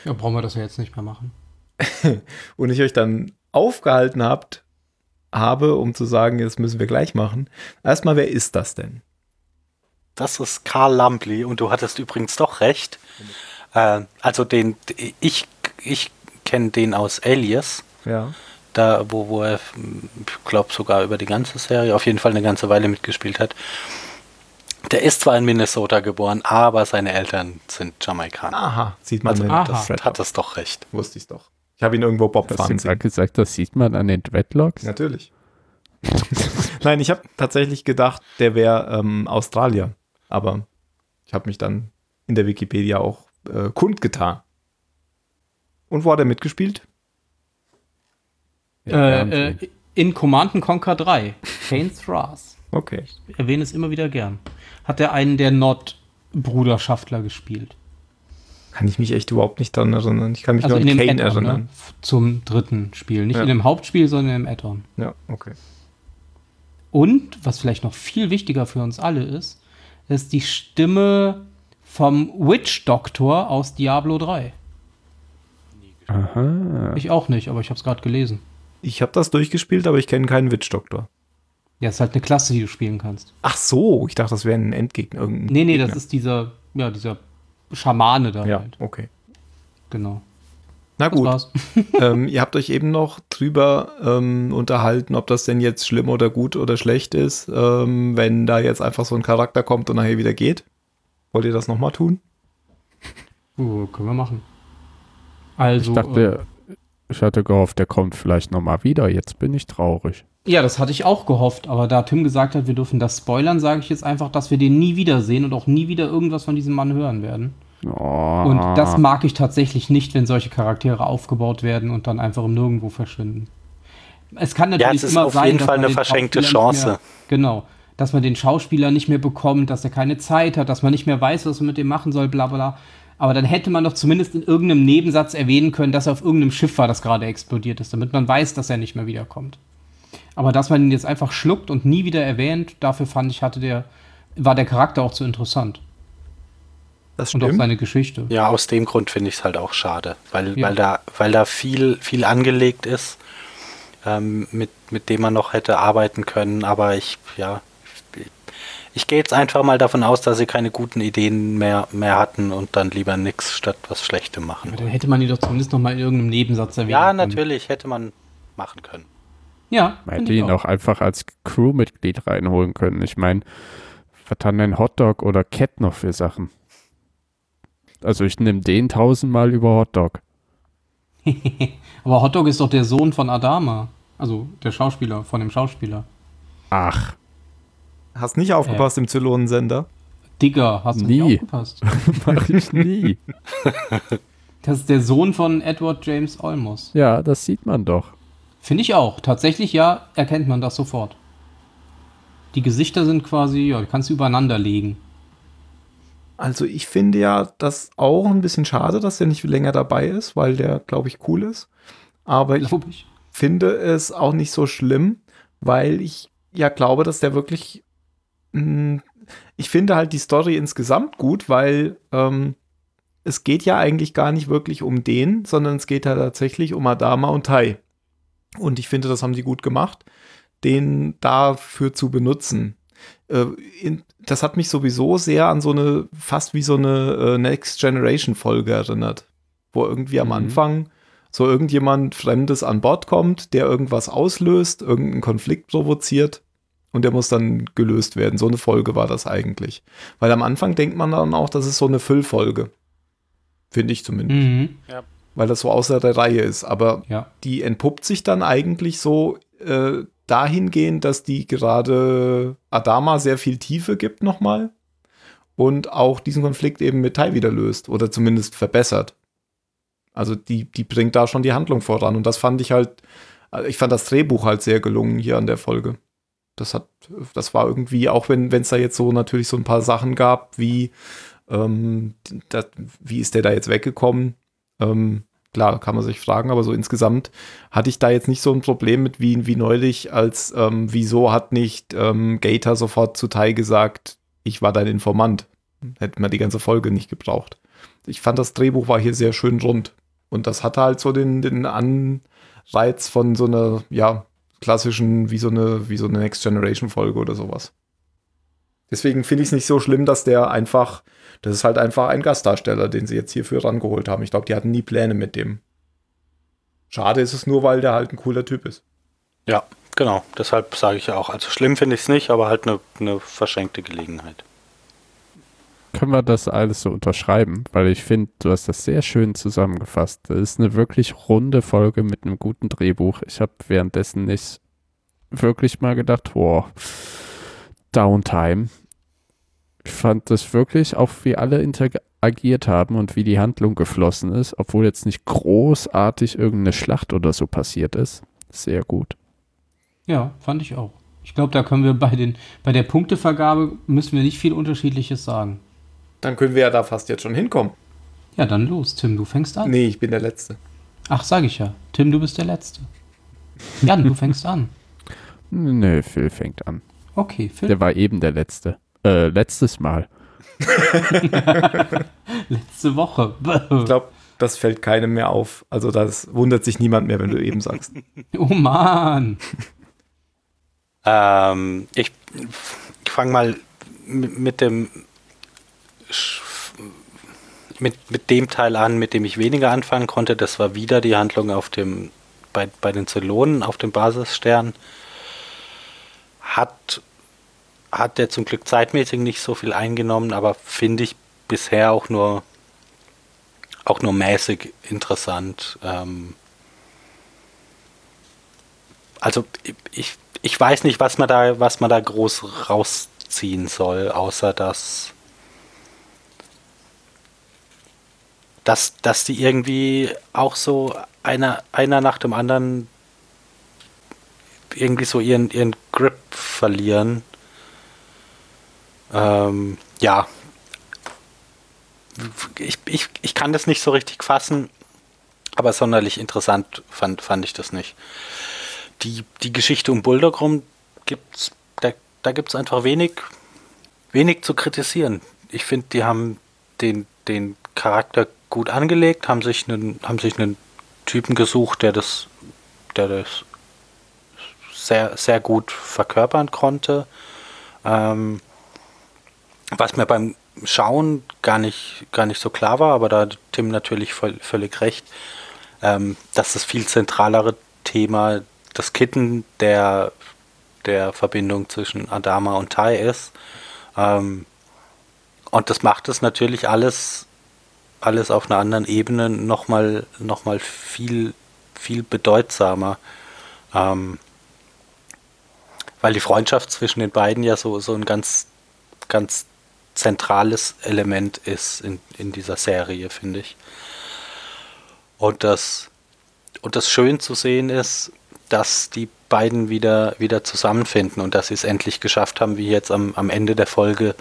[SPEAKER 3] Ja, brauchen wir das ja jetzt nicht mehr machen.
[SPEAKER 2] und ich euch dann aufgehalten habt, habe, um zu sagen, das müssen wir gleich machen. Erstmal, wer ist das denn?
[SPEAKER 4] Das ist Karl Lampley und du hattest übrigens doch recht. Äh, also den, ich, ich kenne den aus Alias,
[SPEAKER 2] Ja.
[SPEAKER 4] da wo, wo er, ich glaube sogar über die ganze Serie, auf jeden Fall eine ganze Weile mitgespielt hat. Der ist zwar in Minnesota geboren, aber seine Eltern sind Jamaikaner.
[SPEAKER 2] Aha, sieht man,
[SPEAKER 4] Also,
[SPEAKER 2] wenn
[SPEAKER 3] aha.
[SPEAKER 2] das Thread
[SPEAKER 4] Hat das doch recht.
[SPEAKER 2] habt. Wusste ich doch. Ich habe ihn irgendwo Bob
[SPEAKER 1] Hast du
[SPEAKER 2] fahren sehen.
[SPEAKER 1] gerade gesagt, das sieht man an den Dreadlocks?
[SPEAKER 2] Natürlich. Nein, ich habe tatsächlich gedacht, der wäre ähm, Australier. Aber ich habe mich dann in der Wikipedia auch äh, kundgetan. Und wo hat er mitgespielt?
[SPEAKER 1] Ja,
[SPEAKER 3] äh,
[SPEAKER 1] Fernsehen.
[SPEAKER 3] äh, in Command and Conquer 3, Kane's Wrath.
[SPEAKER 2] Okay.
[SPEAKER 3] Erwähne es immer wieder gern. Hat er einen der Nordbruderschaftler gespielt?
[SPEAKER 2] Kann ich mich echt überhaupt nicht daran erinnern. Ich kann mich
[SPEAKER 3] Also
[SPEAKER 2] nur
[SPEAKER 3] in
[SPEAKER 2] an
[SPEAKER 3] dem
[SPEAKER 2] Kane
[SPEAKER 3] Add-on, ne?
[SPEAKER 2] erinnern.
[SPEAKER 3] F- zum dritten Spiel. Nicht
[SPEAKER 2] Ja.
[SPEAKER 3] in dem Hauptspiel, sondern im Add-on.
[SPEAKER 2] Ja, okay.
[SPEAKER 3] Und, was vielleicht noch viel wichtiger für uns alle ist, ist die Stimme vom Witch Doctor aus Diablo 3.
[SPEAKER 1] Aha.
[SPEAKER 3] Ich auch nicht, aber ich habe es gerade gelesen.
[SPEAKER 2] Ich habe das durchgespielt, aber ich kenne keinen Witch-Doktor.
[SPEAKER 3] Ja, ist halt eine Klasse, die du spielen kannst.
[SPEAKER 2] Ach so, ich dachte, das wäre ein Endgegner. Irgendein
[SPEAKER 3] Nee, nee,
[SPEAKER 2] Gegner.
[SPEAKER 3] das ist dieser, ja, dieser Schamane da
[SPEAKER 2] Ja,
[SPEAKER 3] halt.
[SPEAKER 2] okay.
[SPEAKER 3] Genau.
[SPEAKER 2] Na
[SPEAKER 3] Das
[SPEAKER 2] gut.
[SPEAKER 3] war's.
[SPEAKER 2] ähm, ihr habt euch eben noch drüber ähm, unterhalten, ob das denn jetzt schlimm oder gut oder schlecht ist, ähm, wenn da jetzt einfach so ein Charakter kommt und nachher wieder geht. Wollt ihr das nochmal tun?
[SPEAKER 3] Uh, können wir machen.
[SPEAKER 1] Ich
[SPEAKER 3] Also,
[SPEAKER 1] dachte, ich hatte gehofft, der kommt vielleicht nochmal wieder. Jetzt bin ich traurig.
[SPEAKER 3] äh, ja, das hatte ich auch gehofft, aber da Tim gesagt hat, wir dürfen das spoilern, sage ich jetzt einfach, dass wir den nie wiedersehen und auch nie wieder irgendwas von diesem Mann hören werden.
[SPEAKER 1] Oh.
[SPEAKER 3] Und
[SPEAKER 4] Ah.
[SPEAKER 3] das mag ich tatsächlich nicht, wenn solche Charaktere aufgebaut werden und dann einfach im Nirgendwo verschwinden. Es kann natürlich
[SPEAKER 4] Ja, es ist
[SPEAKER 3] immer
[SPEAKER 4] auf
[SPEAKER 3] sein,
[SPEAKER 4] jeden
[SPEAKER 3] dass
[SPEAKER 4] Fall
[SPEAKER 3] man
[SPEAKER 4] eine
[SPEAKER 3] den
[SPEAKER 4] verschenkte
[SPEAKER 3] Schauspieler nicht
[SPEAKER 4] Chance.
[SPEAKER 3] Mehr, genau. Dass man den Schauspieler nicht mehr bekommt, dass er keine Zeit hat, dass man nicht mehr weiß, was man mit dem machen soll, bla bla. Aber dann hätte man doch zumindest in irgendeinem Nebensatz erwähnen können, dass er auf irgendeinem Schiff war, das gerade explodiert ist, damit man weiß, dass er nicht mehr wiederkommt. Aber dass man ihn jetzt einfach schluckt und nie wieder erwähnt, dafür fand ich, hatte der, war der Charakter auch zu interessant.
[SPEAKER 2] Das
[SPEAKER 3] Und auch seine Geschichte.
[SPEAKER 4] Ja, aus dem Grund finde ich es halt auch schade, weil,
[SPEAKER 3] Ja.
[SPEAKER 4] weil da, weil da viel, viel angelegt ist, ähm, mit, mit dem man noch hätte arbeiten können. Aber ich, ja, ich, ich gehe jetzt einfach mal davon aus, dass sie keine guten Ideen mehr, mehr hatten und dann lieber nichts statt was Schlechtes machen.
[SPEAKER 3] Aber dann hätte man ihn doch zumindest noch mal in irgendeinem Nebensatz erwähnt.
[SPEAKER 4] Ja, natürlich hätte man machen können.
[SPEAKER 3] Ja,
[SPEAKER 1] Man
[SPEAKER 3] find
[SPEAKER 1] hätte
[SPEAKER 3] ich
[SPEAKER 1] ihn auch einfach als Crewmitglied reinholen können. Ich meine, was hat denn Hotdog oder Cat noch für Sachen? Also ich nehme den tausendmal über Hotdog.
[SPEAKER 3] Aber Hotdog ist doch der Sohn von Adama. Also der Schauspieler, von dem Schauspieler.
[SPEAKER 1] Ach,
[SPEAKER 2] Hast nicht aufgepasst im Zylonensender?
[SPEAKER 3] Digger, hast du
[SPEAKER 1] Nie.
[SPEAKER 3] nicht aufgepasst.
[SPEAKER 1] mach ich nie.
[SPEAKER 3] Das ist der Sohn von Edward James Olmos.
[SPEAKER 1] Ja, das sieht man doch.
[SPEAKER 3] Finde ich auch. Tatsächlich, ja, erkennt man das sofort. Die Gesichter sind quasi, ja, die kannst du übereinander legen.
[SPEAKER 2] Also ich finde ja das auch ein bisschen schade, dass der nicht länger dabei ist, weil der, glaube ich, cool ist. Aber ich
[SPEAKER 3] Glaub ich.
[SPEAKER 2] finde es auch nicht so schlimm, weil ich ja glaube, dass der wirklich. mh, Ich finde halt die Story insgesamt gut, weil ähm, es geht ja eigentlich gar nicht wirklich um den, sondern es geht ja tatsächlich um Adama und Tai. Und ich finde, das haben sie gut gemacht, den dafür zu benutzen. Äh, in, das hat mich sowieso sehr an so eine, fast wie so eine äh, Next Generation Folge erinnert. wo irgendwie am
[SPEAKER 1] Mhm.
[SPEAKER 2] Anfang so irgendjemand Fremdes an Bord kommt, der irgendwas auslöst, irgendeinen Konflikt provoziert und der muss dann gelöst werden. So eine Folge war das eigentlich. Weil am Anfang denkt man dann auch, das ist so eine Füllfolge. Finde ich zumindest.
[SPEAKER 3] Mhm.
[SPEAKER 2] Weil das so außer der Reihe ist. Aber
[SPEAKER 3] Ja.
[SPEAKER 2] die entpuppt sich dann eigentlich so äh, dahingehend, dass die gerade Adama sehr viel Tiefe gibt nochmal und auch diesen Konflikt eben mit Tai wieder löst oder zumindest verbessert. Also die, die bringt da schon die Handlung voran und das fand ich halt, also ich fand das Drehbuch halt sehr gelungen hier an der Folge. Das hat, das war irgendwie, auch wenn es da jetzt so natürlich so ein paar Sachen gab, wie, ähm, das, wie ist der da jetzt weggekommen? Ähm, klar, kann man sich fragen, aber so insgesamt hatte ich da jetzt nicht so ein Problem mit wie, wie neulich, als ähm, wieso hat nicht ähm, Gator sofort zu Tai gesagt, ich war dein Informant. Hätten wir die ganze Folge nicht gebraucht. Ich fand, das Drehbuch war hier sehr schön rund. Und das hatte halt so den, den Anreiz von so einer, ja, klassischen, wie so eine, wie so eine Next Generation Folge oder sowas. Deswegen finde ich es nicht so schlimm, dass der einfach, das ist halt einfach ein Gastdarsteller, den sie jetzt hierfür rangeholt haben. Ich glaube, die hatten nie Pläne mit dem. Schade ist es nur, weil der halt ein cooler Typ ist.
[SPEAKER 4] Ja, genau. Deshalb sage ich ja auch. Also schlimm finde ich es nicht, aber halt eine eine verschenkte Gelegenheit.
[SPEAKER 1] Können wir das alles so unterschreiben? Weil ich finde, du hast das sehr schön zusammengefasst. Das ist eine wirklich runde Folge mit einem guten Drehbuch. Ich habe währenddessen nicht wirklich mal gedacht, boah, Downtime. Ich fand das wirklich, auch wie alle interagiert haben und wie die Handlung geflossen ist, obwohl jetzt nicht großartig irgendeine Schlacht oder so passiert ist. Sehr gut.
[SPEAKER 3] ja, fand ich auch. Ich glaube, da können wir bei, den, bei der Punktevergabe müssen wir nicht viel Unterschiedliches sagen.
[SPEAKER 2] Dann können wir ja da fast jetzt schon hinkommen.
[SPEAKER 3] Ja, dann los, Tim, du fängst an.
[SPEAKER 2] Nee, ich bin der Letzte.
[SPEAKER 3] Ach, sage ich ja. Tim, du bist der Letzte. Jan, du fängst an.
[SPEAKER 1] Nö, Phil fängt an.
[SPEAKER 3] Okay, Phil,
[SPEAKER 1] Der war eben der letzte. Äh, letztes Mal.
[SPEAKER 3] letzte Woche.
[SPEAKER 2] Ich glaube, das fällt keinem mehr auf. Also das wundert sich niemand mehr, wenn du eben sagst.
[SPEAKER 3] oh Mann.
[SPEAKER 4] Ähm, ich fange mal mit, mit dem Sch- mit, mit dem Teil an, mit dem ich weniger anfangen konnte. Das war wieder die Handlung auf dem bei, bei den Zylonen auf dem Basisstern. Hat hat der zum Glück zeitmäßig nicht so viel eingenommen, aber finde ich bisher auch nur auch nur mäßig interessant. Ähm, also ich- ich, ich weiß nicht, was man da, was man da groß rausziehen soll, außer dass, dass, dass die irgendwie auch so einer, einer nach dem anderen irgendwie so ihren, ihren Grip verlieren. Ähm, ja. Ich, ich, ich kann das nicht so richtig fassen, aber sonderlich interessant fand, fand ich das nicht die, die Geschichte um Bulldog rum gibt's, da, da gibt es einfach wenig, wenig zu kritisieren. Ich finde, die haben den, den Charakter gut angelegt, haben sich einen, haben sich einen Typen gesucht, der das, der das sehr, sehr gut verkörpern konnte. Ähm, was mir beim Schauen gar nicht, gar nicht so klar war, aber da hat Tim natürlich voll, völlig recht, ähm, dass das viel zentralere Thema das Kitten der, der Verbindung zwischen Adama und Tai ist. Ähm, und das macht es natürlich alles, alles auf einer anderen Ebene nochmal noch mal viel, viel bedeutsamer. Ähm, weil die Freundschaft zwischen den beiden ja so, so ein ganz, ganz zentrales Element ist in, in dieser Serie, finde ich. Und das, und das schön zu sehen ist, dass die beiden wieder, wieder zusammenfinden und dass sie es endlich geschafft haben, wie jetzt am, am Ende der Folge,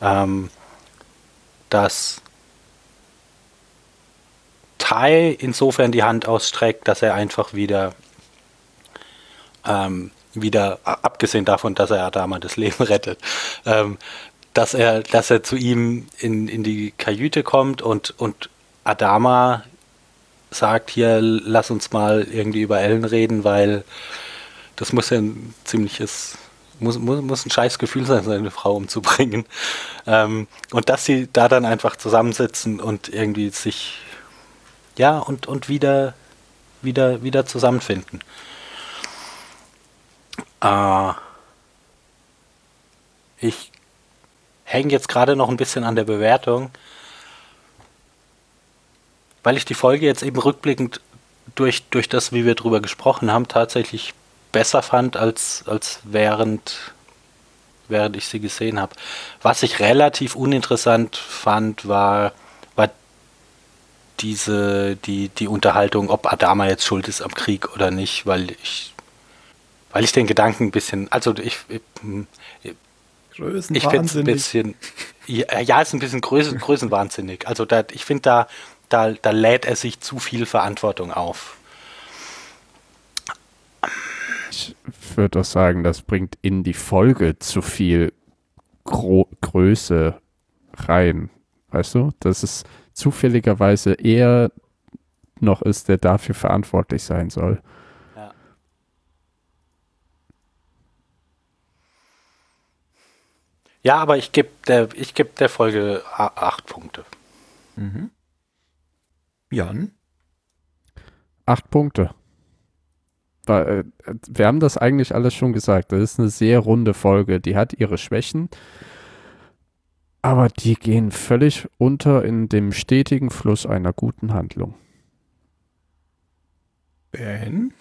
[SPEAKER 4] ähm, dass Tai insofern die Hand ausstreckt, dass er einfach wieder, ähm, wieder, a- abgesehen davon, dass er Adama das Leben rettet, ähm, dass er, dass er zu ihm in, in die Kajüte kommt und, und Adama sagt, hier, lass uns mal irgendwie über Ellen reden, weil das muss ja ein ziemliches, muss, muss, muss ein scheiß Gefühl sein, seine Frau umzubringen. Ähm, und dass sie da dann einfach zusammensitzen und irgendwie sich, ja, und, und wieder, wieder, wieder zusammenfinden. Äh, ich hänge jetzt gerade noch ein bisschen an der Bewertung, weil ich die Folge jetzt eben rückblickend durch, durch das, wie wir drüber gesprochen haben, tatsächlich besser fand, als, als während, während ich sie gesehen habe. Was ich relativ uninteressant fand, war, war diese, die, die Unterhaltung, ob Adama jetzt schuld ist am Krieg oder nicht, weil ich, weil ich den Gedanken ein bisschen, also ich, ich ich finde es ein bisschen, ja, ja, ist ein bisschen größen, größenwahnsinnig. Also da, ich finde, da, da, da lädt er sich zu viel Verantwortung auf.
[SPEAKER 1] Ich würde auch sagen, das bringt in die Folge zu viel Gro Größe rein. Weißt du, dass es zufälligerweise er noch ist, der dafür verantwortlich sein soll.
[SPEAKER 4] Ja, aber ich gebe der, ich geb der Folge acht Punkte.
[SPEAKER 2] Mhm. Jan?
[SPEAKER 1] Acht Punkte. Weil, äh, Wir haben das eigentlich alles schon gesagt. Das ist eine sehr runde Folge. Die hat ihre Schwächen, aber die gehen völlig unter in dem stetigen Fluss einer guten Handlung.
[SPEAKER 2] Ben?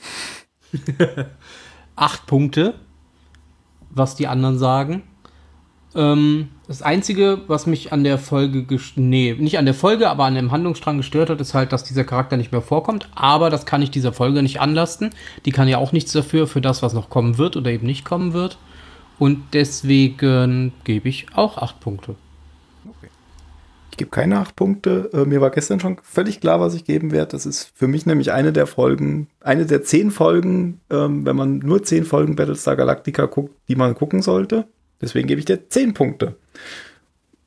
[SPEAKER 3] Acht Punkte, was die anderen sagen Ähm, das Einzige, was mich an der Folge, nee, nicht an der Folge, aber an dem Handlungsstrang gestört hat, ist halt, dass dieser Charakter nicht mehr vorkommt. Aber das kann ich dieser Folge nicht anlasten. Die kann ja auch nichts dafür, für das, was noch kommen wird oder eben nicht kommen wird. Und deswegen gebe ich auch acht Punkte.
[SPEAKER 2] Okay. Ich gebe keine acht Punkte. Äh, mir war gestern schon völlig klar, was ich geben werde. Das ist für mich nämlich eine der Folgen, eine der zehn Folgen, ähm, wenn man nur zehn Folgen Battlestar Galactica guckt, die man gucken sollte. Deswegen gebe ich dir 10 Punkte.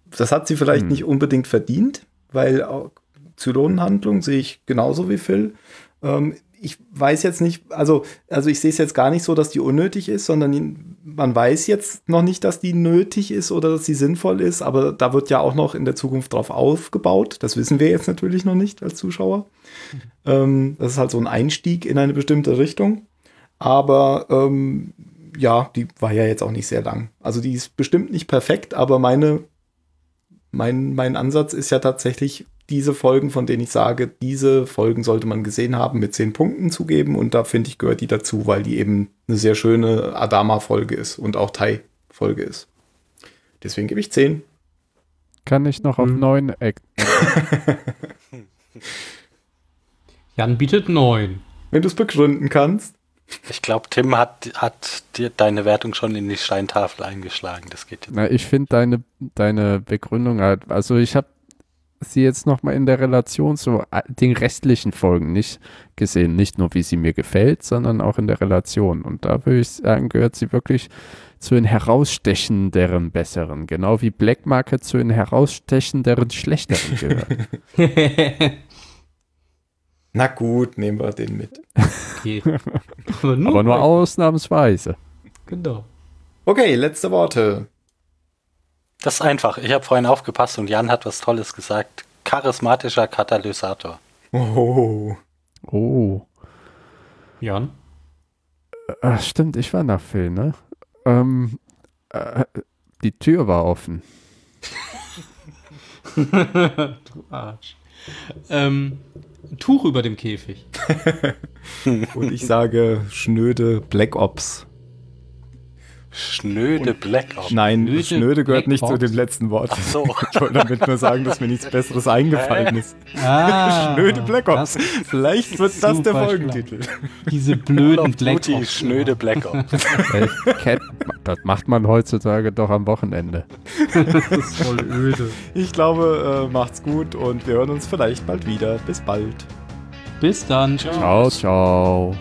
[SPEAKER 2] Das hat sie vielleicht hm. nicht unbedingt verdient, weil Zylonenhandlung sehe ich genauso wie Phil. Ähm, ich weiß jetzt nicht, also, also ich sehe es jetzt gar nicht so, dass die unnötig ist, sondern man weiß jetzt noch nicht, dass die nötig ist oder dass sie sinnvoll ist, aber da wird ja auch noch in der Zukunft drauf aufgebaut. Das wissen wir jetzt natürlich noch nicht als Zuschauer. Mhm. Ähm, das ist halt so ein Einstieg in eine bestimmte Richtung. Aber ähm, ja, die war ja jetzt auch nicht sehr lang. Also die ist bestimmt nicht perfekt, aber meine, mein, mein Ansatz ist ja tatsächlich, diese Folgen, von denen ich sage, diese Folgen sollte man gesehen haben, mit zehn Punkten zu geben. Und da finde ich, gehört die dazu, weil die eben eine sehr schöne Adama-Folge ist und auch Tai-Folge ist. Deswegen gebe ich zehn.
[SPEAKER 1] Kann ich noch auf hm. neun ecken?
[SPEAKER 3] Jan bietet neun.
[SPEAKER 2] Wenn du es begründen kannst.
[SPEAKER 4] Ich glaube, Tim hat, hat dir deine Wertung schon in die Steintafel eingeschlagen. Das geht
[SPEAKER 1] jetzt. Na, ich finde deine, deine Begründung halt, also ich habe sie jetzt nochmal in der Relation zu äh, den restlichen Folgen nicht gesehen. Nicht nur, wie sie mir gefällt, sondern auch in der Relation. Und da würde ich sagen, gehört sie wirklich zu den herausstechenderen Besseren. Genau wie Black Market zu den herausstechenderen Schlechteren gehört.
[SPEAKER 2] Na gut, nehmen wir den mit. Okay.
[SPEAKER 1] Aber nur, Aber nur ausnahmsweise.
[SPEAKER 3] Genau.
[SPEAKER 2] Okay, letzte Worte.
[SPEAKER 4] Das ist einfach. Ich habe vorhin aufgepasst und Jan hat was Tolles gesagt. Charismatischer Katalysator.
[SPEAKER 2] Oh.
[SPEAKER 1] Oh.
[SPEAKER 3] Jan?
[SPEAKER 1] Ach, Ah, stimmt, ich war nach Phil, ne? Ähm, äh, die Tür war offen.
[SPEAKER 3] du Arsch. Ähm, Tuch über dem Käfig.
[SPEAKER 2] Und ich sage schnöde Black Ops.
[SPEAKER 4] Schnöde Black Ops.
[SPEAKER 2] Nein, schnöde, schnöde gehört Black nicht Ops. zu dem letzten Wort. Ach
[SPEAKER 4] so.
[SPEAKER 2] Ich wollte damit nur sagen, dass mir nichts Besseres eingefallen ist.
[SPEAKER 3] Ah,
[SPEAKER 2] schnöde Black Ops. Vielleicht wird das der Folgentitel.
[SPEAKER 3] Diese blöden Black Ops.
[SPEAKER 4] Schnöde Black Ops.
[SPEAKER 1] Äh, das macht man heutzutage doch am Wochenende.
[SPEAKER 3] das ist voll öde.
[SPEAKER 2] Ich glaube, äh, macht's gut und wir hören uns vielleicht bald wieder. Bis bald.
[SPEAKER 3] Bis dann.
[SPEAKER 1] ciao. ciao.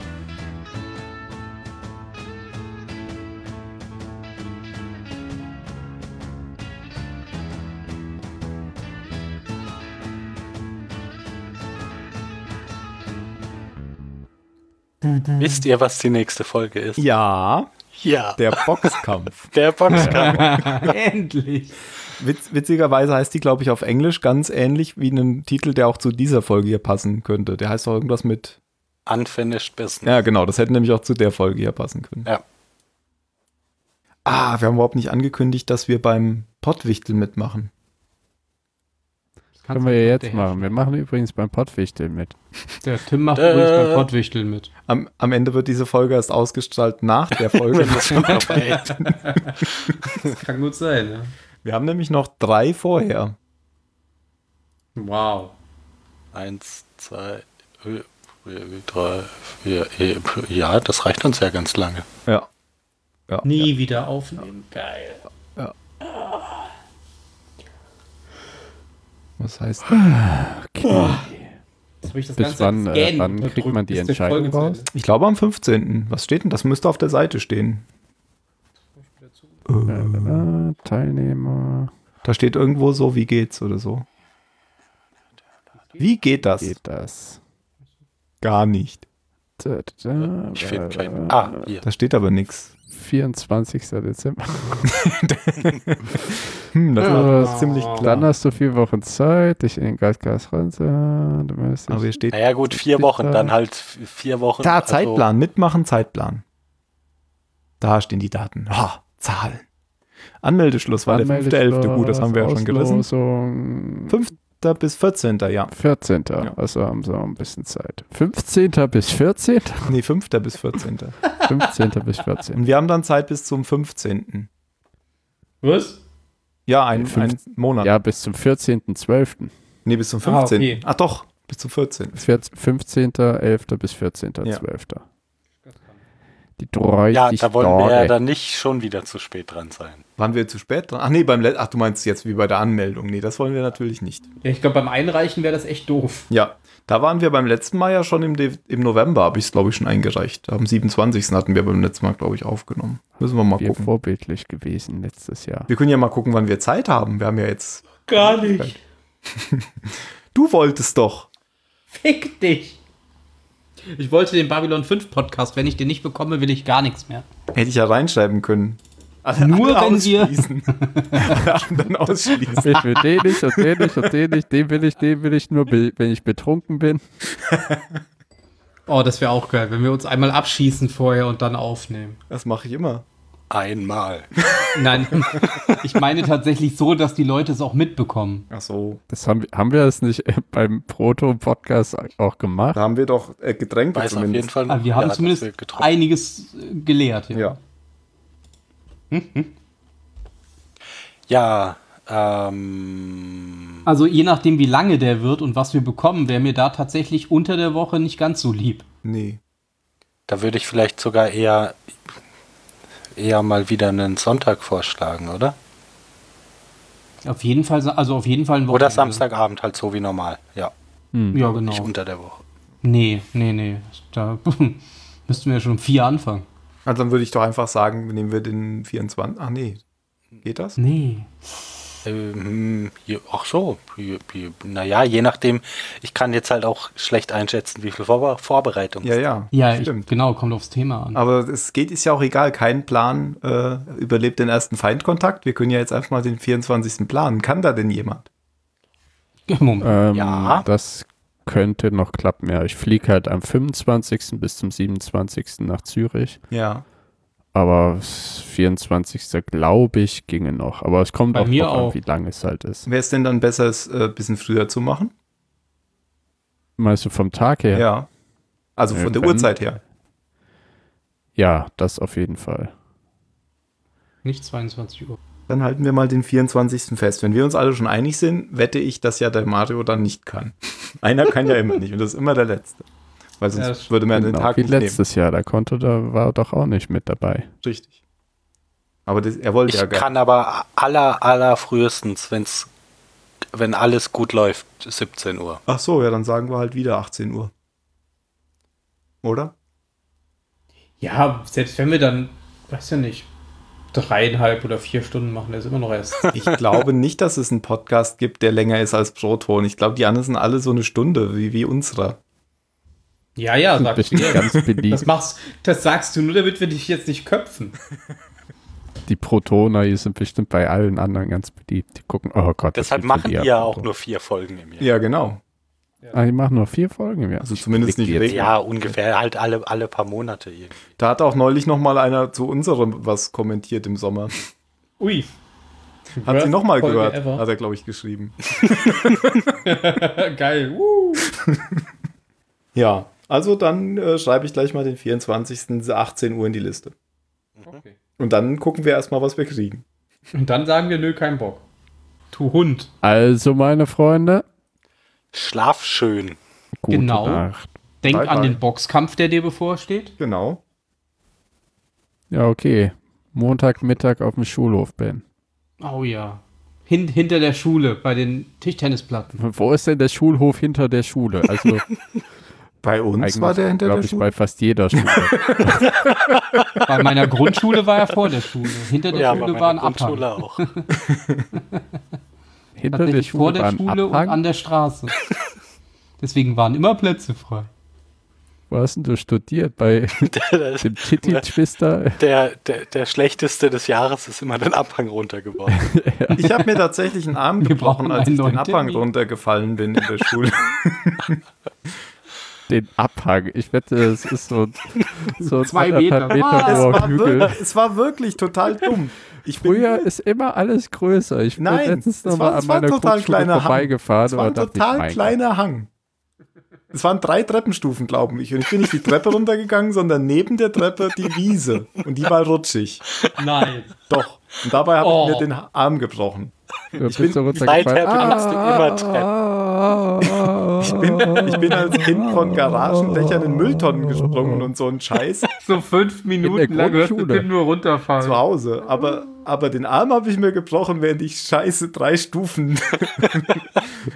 [SPEAKER 4] Wisst ihr, was die nächste Folge ist?
[SPEAKER 2] Ja.
[SPEAKER 4] Ja,
[SPEAKER 2] Der Boxkampf.
[SPEAKER 4] der Boxkampf.
[SPEAKER 3] Endlich.
[SPEAKER 2] Witz, witzigerweise heißt die, glaube ich, auf Englisch ganz ähnlich wie einen Titel, der auch zu dieser Folge hier passen könnte. Der heißt doch irgendwas mit.
[SPEAKER 4] Unfinished Business.
[SPEAKER 2] Ja, genau, das hätte nämlich auch zu der Folge hier passen können.
[SPEAKER 4] Ja.
[SPEAKER 2] Ah, wir haben überhaupt nicht angekündigt, dass wir beim Pottwichtel mitmachen.
[SPEAKER 3] Das
[SPEAKER 1] Können wir ja jetzt machen. Wir machen übrigens beim Pottwichteln mit.
[SPEAKER 3] Der Tim macht
[SPEAKER 4] Äh.
[SPEAKER 3] übrigens beim Pottwichteln mit.
[SPEAKER 2] Am, am Ende wird diese Folge erst ausgestrahlt nach der Folge.
[SPEAKER 4] Das ist schon vorbei.
[SPEAKER 3] Das kann gut sein, ne?
[SPEAKER 2] wir haben nämlich noch drei vorher.
[SPEAKER 3] Wow.
[SPEAKER 4] Eins, zwei, drei, vier. E, Ja, das reicht uns ja ganz lange.
[SPEAKER 2] Ja. ja.
[SPEAKER 3] Nie wieder aufnehmen. Geil.
[SPEAKER 2] Was heißt
[SPEAKER 3] Jetzt habe ich das
[SPEAKER 1] Bis
[SPEAKER 3] ganze
[SPEAKER 1] wann,
[SPEAKER 3] Zeit
[SPEAKER 1] äh,
[SPEAKER 3] scannen
[SPEAKER 1] wann
[SPEAKER 3] gedrückt,
[SPEAKER 1] kriegt man die
[SPEAKER 3] bis der
[SPEAKER 1] Entscheidung
[SPEAKER 3] Folge zu
[SPEAKER 1] raus?
[SPEAKER 3] Ende
[SPEAKER 2] Ich glaube am 15. Was steht denn? Das müsste auf der Seite stehen.
[SPEAKER 1] Ah, Teilnehmer.
[SPEAKER 2] Da steht irgendwo so, wie geht's oder so. Wie geht das?
[SPEAKER 1] Geht das?
[SPEAKER 2] Gar nicht.
[SPEAKER 1] Da, da, da,
[SPEAKER 4] Ich finde keinen. Ah, hier.
[SPEAKER 2] Da steht aber nichts.
[SPEAKER 1] 24. Dezember.
[SPEAKER 2] Hm, das
[SPEAKER 1] Ja.
[SPEAKER 2] war ziemlich
[SPEAKER 1] Dann
[SPEAKER 2] klar.
[SPEAKER 1] hast du vier Wochen Zeit, dich in den Geistgas ranzuhören. Du müsstest-
[SPEAKER 2] Aber hier steht.
[SPEAKER 4] Naja, gut, vier Wochen, dann halt vier Wochen.
[SPEAKER 2] Da,
[SPEAKER 4] also-
[SPEAKER 2] Zeitplan, mitmachen, Zeitplan. Da stehen die Daten. Ha, Zahlen. Anmeldeschluss war der
[SPEAKER 1] Anmeldeschluss,
[SPEAKER 2] 5.11. Gut, das haben wir ja schon gerissen.
[SPEAKER 1] Auslosung.
[SPEAKER 2] 5. bis 14. Ja.
[SPEAKER 1] 14.
[SPEAKER 2] Ja.
[SPEAKER 1] Also haben sie auch ein bisschen Zeit. 15. bis 14.
[SPEAKER 2] Nee, 5. bis 14.
[SPEAKER 1] 15. bis 14.
[SPEAKER 2] Und wir haben dann Zeit bis zum 15.
[SPEAKER 3] Was?
[SPEAKER 2] Ja, ein, ein
[SPEAKER 1] Fünf-
[SPEAKER 2] Monat.
[SPEAKER 1] Ja, bis zum 14.12.
[SPEAKER 2] Nee, bis zum
[SPEAKER 3] Ah,
[SPEAKER 2] 15. Ah,
[SPEAKER 3] okay.
[SPEAKER 2] doch, bis zum 14.
[SPEAKER 1] 15.11. bis 14.12. Die 30
[SPEAKER 4] Ja, da wollen wir ja
[SPEAKER 1] Tage.
[SPEAKER 4] dann nicht schon wieder zu spät dran sein.
[SPEAKER 2] Waren wir zu spät dran? Ach nee, beim Let Ach, du meinst jetzt wie bei der Anmeldung. Nee, das wollen wir natürlich nicht.
[SPEAKER 3] Ja, ich glaube, beim Einreichen wäre das echt doof.
[SPEAKER 2] Ja, da waren wir beim letzten Mal ja schon im, De im November, habe ich es, glaube ich, schon eingereicht. Am 27. hatten wir beim letzten Mal, glaube ich, aufgenommen. Müssen wir mal
[SPEAKER 1] wir
[SPEAKER 2] gucken.
[SPEAKER 1] vorbildlich gewesen letztes Jahr.
[SPEAKER 2] Wir können ja mal gucken, wann wir Zeit haben. Wir haben ja jetzt.
[SPEAKER 3] Gar nicht.
[SPEAKER 2] Du wolltest doch.
[SPEAKER 3] Fick dich. Ich wollte den Babylon 5 Podcast. Wenn ich den nicht bekomme, will ich gar nichts mehr.
[SPEAKER 2] Hätte ich ja reinschreiben können.
[SPEAKER 3] Nur wenn wir-
[SPEAKER 2] wir. Dann ausschließen.
[SPEAKER 1] Ich will den nicht und den nicht und den nicht, den will ich, den will ich nur, be- wenn ich betrunken bin.
[SPEAKER 3] Oh, das wäre auch geil, wenn wir uns einmal abschießen vorher und dann aufnehmen.
[SPEAKER 2] Das mache ich immer.
[SPEAKER 4] Einmal.
[SPEAKER 3] Nein, ich meine tatsächlich so, dass die Leute es auch mitbekommen.
[SPEAKER 2] Ach so.
[SPEAKER 1] Das haben, wir- haben wir das nicht äh, beim Proto-Podcast auch gemacht?
[SPEAKER 2] Da haben wir doch äh, Getränke
[SPEAKER 4] Weiß auf jeden Fall
[SPEAKER 3] Aber Also wir haben
[SPEAKER 4] ja,
[SPEAKER 3] zumindest
[SPEAKER 4] das wird getrunken.
[SPEAKER 3] einiges äh, gelehrt. Ja.
[SPEAKER 2] Ja.
[SPEAKER 4] Ja, ähm,
[SPEAKER 3] Also je nachdem, wie lange der wird und was wir bekommen, wäre mir da tatsächlich unter der Woche nicht ganz so lieb.
[SPEAKER 2] Nee.
[SPEAKER 4] da würde ich vielleicht sogar eher, eher mal wieder einen Sonntag vorschlagen, oder?
[SPEAKER 3] Auf jeden Fall, also auf jeden Fall ein
[SPEAKER 4] Oder
[SPEAKER 3] Wochenende.
[SPEAKER 4] Samstagabend halt so wie normal. Ja,
[SPEAKER 3] Ja,
[SPEAKER 4] nicht
[SPEAKER 3] genau.
[SPEAKER 4] unter der Woche.
[SPEAKER 3] Nee, nee, nee. Da müssten wir ja schon um vier anfangen.
[SPEAKER 2] Also dann würde ich doch einfach sagen, nehmen wir den 24. Ach nee. Geht das?
[SPEAKER 3] Nee.
[SPEAKER 4] Ähm, je- ach so, je- je- naja, je nachdem. Ich kann jetzt halt auch schlecht einschätzen, wie viel Vorbe Vorbereitung.
[SPEAKER 2] Ja, ja.
[SPEAKER 3] Ja, ich,
[SPEAKER 2] stimmt.
[SPEAKER 3] genau, kommt aufs Thema an.
[SPEAKER 2] Aber es geht, ist ja auch egal. Kein Plan äh, überlebt den ersten Feindkontakt. Wir können ja jetzt einfach mal den 24. planen. Kann da denn jemand?
[SPEAKER 3] Moment.
[SPEAKER 1] Ähm,
[SPEAKER 4] Ja.
[SPEAKER 1] Das könnte noch klappen, ja. Ich fliege halt am 25. bis zum 27. nach Zürich.
[SPEAKER 2] Ja.
[SPEAKER 1] Aber s- 24. glaube ich, ginge noch. Aber es kommt
[SPEAKER 3] Bei
[SPEAKER 1] auch
[SPEAKER 3] mir
[SPEAKER 1] drauf
[SPEAKER 3] auch.
[SPEAKER 1] an, wie lang es halt ist.
[SPEAKER 2] Wäre es denn dann besser, es äh, ein bisschen früher zu machen?
[SPEAKER 1] Meinst du vom Tag her?
[SPEAKER 2] Also
[SPEAKER 1] Ja,
[SPEAKER 2] von der
[SPEAKER 1] können.
[SPEAKER 2] Uhrzeit her.
[SPEAKER 1] Ja, das auf jeden Fall.
[SPEAKER 3] Nicht 22 Uhr.
[SPEAKER 2] Dann halten wir mal den 24. fest. Wenn wir uns alle schon einig sind, wette ich, dass ja der Mario dann nicht kann. Einer kann ja immer nicht und das ist immer der Letzte. Weil
[SPEAKER 3] Ja,
[SPEAKER 2] sonst
[SPEAKER 3] das
[SPEAKER 2] würde man den
[SPEAKER 1] genau,
[SPEAKER 2] Tag
[SPEAKER 1] wie
[SPEAKER 2] nicht nehmen.
[SPEAKER 1] letztes Jahr. Da konnte, da war er doch auch nicht mit dabei.
[SPEAKER 2] Richtig. Aber das, er wollte
[SPEAKER 4] Ich
[SPEAKER 2] ja gar
[SPEAKER 4] kann aber aller, aller frühestens, wenn's, wenn alles gut läuft, 17 Uhr.
[SPEAKER 2] Ach so, ja, dann sagen wir halt wieder 18 Uhr. Oder?
[SPEAKER 3] Ja, selbst wenn wir dann, weiß ja nicht, dreieinhalb oder vier Stunden machen, der ist immer noch erst.
[SPEAKER 2] Ich glaube nicht, dass es einen Podcast gibt, der länger ist als Proton. Ich glaube, die anderen sind alle so eine Stunde, wie, wie unserer.
[SPEAKER 3] Ja, ja, sag ich
[SPEAKER 1] Bin
[SPEAKER 3] dir.
[SPEAKER 1] ganz beliebt.
[SPEAKER 3] Das, machst, das sagst du nur, damit wir dich jetzt nicht köpfen.
[SPEAKER 1] Die Protoner, die sind bestimmt bei allen anderen ganz beliebt. Die gucken, oh Gott. das
[SPEAKER 4] Deshalb
[SPEAKER 1] wird schon
[SPEAKER 4] machen die
[SPEAKER 1] wieder
[SPEAKER 4] ja auch
[SPEAKER 1] Proto-
[SPEAKER 4] nur vier Folgen im Jahr.
[SPEAKER 2] Ja, genau.
[SPEAKER 1] Ah, die machen nur vier Folgen im Jahr.
[SPEAKER 2] Also zumindest
[SPEAKER 1] Klick
[SPEAKER 2] nicht
[SPEAKER 1] jetzt.
[SPEAKER 2] reg-
[SPEAKER 4] Ja, ungefähr halt alle, alle paar Monate irgendwie.
[SPEAKER 2] Da hat auch neulich noch mal einer zu unserem was kommentiert im Sommer.
[SPEAKER 3] Ui.
[SPEAKER 2] Hat sie noch mal
[SPEAKER 3] Folge
[SPEAKER 2] gehört,
[SPEAKER 3] ever.
[SPEAKER 2] hat er, glaube ich, geschrieben.
[SPEAKER 3] Geil. Uh.
[SPEAKER 2] Ja, also dann äh, schreibe ich gleich mal den 24. 18 Uhr in die Liste.
[SPEAKER 3] Okay.
[SPEAKER 2] Und dann gucken wir erstmal, was wir kriegen.
[SPEAKER 3] Und dann sagen wir, nö, kein Bock. Du Hund.
[SPEAKER 1] Also, meine Freunde,
[SPEAKER 4] Schlaf schön.
[SPEAKER 1] gute
[SPEAKER 3] Genau.
[SPEAKER 1] Nacht.
[SPEAKER 3] Denk
[SPEAKER 2] Bye,
[SPEAKER 3] an
[SPEAKER 2] bye.
[SPEAKER 3] den Boxkampf, der dir bevorsteht.
[SPEAKER 2] Genau.
[SPEAKER 1] Ja, okay. Montagmittag auf dem Schulhof bin.
[SPEAKER 3] Oh ja. Hin, hinter der Schule, bei den Tischtennisplatten.
[SPEAKER 1] Wo ist denn der Schulhof hinter der Schule? Also,
[SPEAKER 2] Bei uns
[SPEAKER 1] eigentlich,
[SPEAKER 2] war der hinter
[SPEAKER 1] glaub
[SPEAKER 2] der
[SPEAKER 1] ich,
[SPEAKER 2] Schule.
[SPEAKER 1] bei fast jeder Schule.
[SPEAKER 3] Bei meiner Grundschule war er vor der Schule. Hinter der
[SPEAKER 4] Ja, bei
[SPEAKER 3] Schule war ein
[SPEAKER 4] meiner
[SPEAKER 3] Abhang.
[SPEAKER 4] Grundschule auch.
[SPEAKER 1] Hinter der
[SPEAKER 3] Tatsächlich
[SPEAKER 1] Schule,
[SPEAKER 3] vor der
[SPEAKER 1] war ein
[SPEAKER 3] Schule und
[SPEAKER 1] Abhang.
[SPEAKER 3] an der Straße. Deswegen waren immer Plätze frei.
[SPEAKER 1] Wo hast denn du studiert? Bei dem Titty Twister?
[SPEAKER 4] Der, der, der schlechteste des Jahres ist immer den Abhang runtergeworfen.
[SPEAKER 2] Ich habe mir tatsächlich einen Arm
[SPEAKER 3] Wir
[SPEAKER 2] gebrochen,
[SPEAKER 3] brauchen
[SPEAKER 2] als
[SPEAKER 3] einen
[SPEAKER 2] ich den
[SPEAKER 3] neuen
[SPEAKER 2] Abhang
[SPEAKER 3] Termin.
[SPEAKER 2] runtergefallen bin in der Schule.
[SPEAKER 1] Den Abhang. Ich wette, es ist so, ein- so ein
[SPEAKER 3] Zwei
[SPEAKER 1] anderthalb
[SPEAKER 3] Meter.
[SPEAKER 1] Meter
[SPEAKER 3] Ah,
[SPEAKER 2] es,
[SPEAKER 1] hoher
[SPEAKER 2] war wir,
[SPEAKER 1] Hügel.
[SPEAKER 2] es war wirklich total dumm. Ich bin,
[SPEAKER 1] Früher ist immer alles größer. Ich bin
[SPEAKER 2] Nein,
[SPEAKER 1] letztens
[SPEAKER 2] es
[SPEAKER 1] nochmal
[SPEAKER 2] war- es
[SPEAKER 1] an
[SPEAKER 2] war ein
[SPEAKER 1] meiner
[SPEAKER 2] total
[SPEAKER 1] Grundschule
[SPEAKER 2] kleiner Hang.
[SPEAKER 1] vorbeigefahren.
[SPEAKER 2] es war ein
[SPEAKER 1] und dachte ich,
[SPEAKER 2] total
[SPEAKER 1] mein
[SPEAKER 2] kleiner Hang. Es waren drei Treppenstufen, glaube ich. Und ich bin nicht die Treppe runtergegangen, sondern neben der Treppe die Wiese. Und die war rutschig.
[SPEAKER 3] Nein.
[SPEAKER 2] Doch. Und dabei habe
[SPEAKER 3] Oh.
[SPEAKER 2] ich mir den Arm gebrochen.
[SPEAKER 1] Gott, du bist
[SPEAKER 2] bin-
[SPEAKER 1] so
[SPEAKER 4] Seither
[SPEAKER 1] runtergefallen.
[SPEAKER 4] benutzt du immer Treppen.
[SPEAKER 1] Ah,
[SPEAKER 2] Ich bin, ich bin als Kind von Garagendächern in Mülltonnen gesprungen und so ein Scheiß
[SPEAKER 3] So fünf Minuten lang hörst du
[SPEAKER 1] Grundschule.
[SPEAKER 3] Tim nur runterfallen.
[SPEAKER 2] zu Hause. Aber, aber den Arm habe ich mir gebrochen, während ich scheiße drei Stufen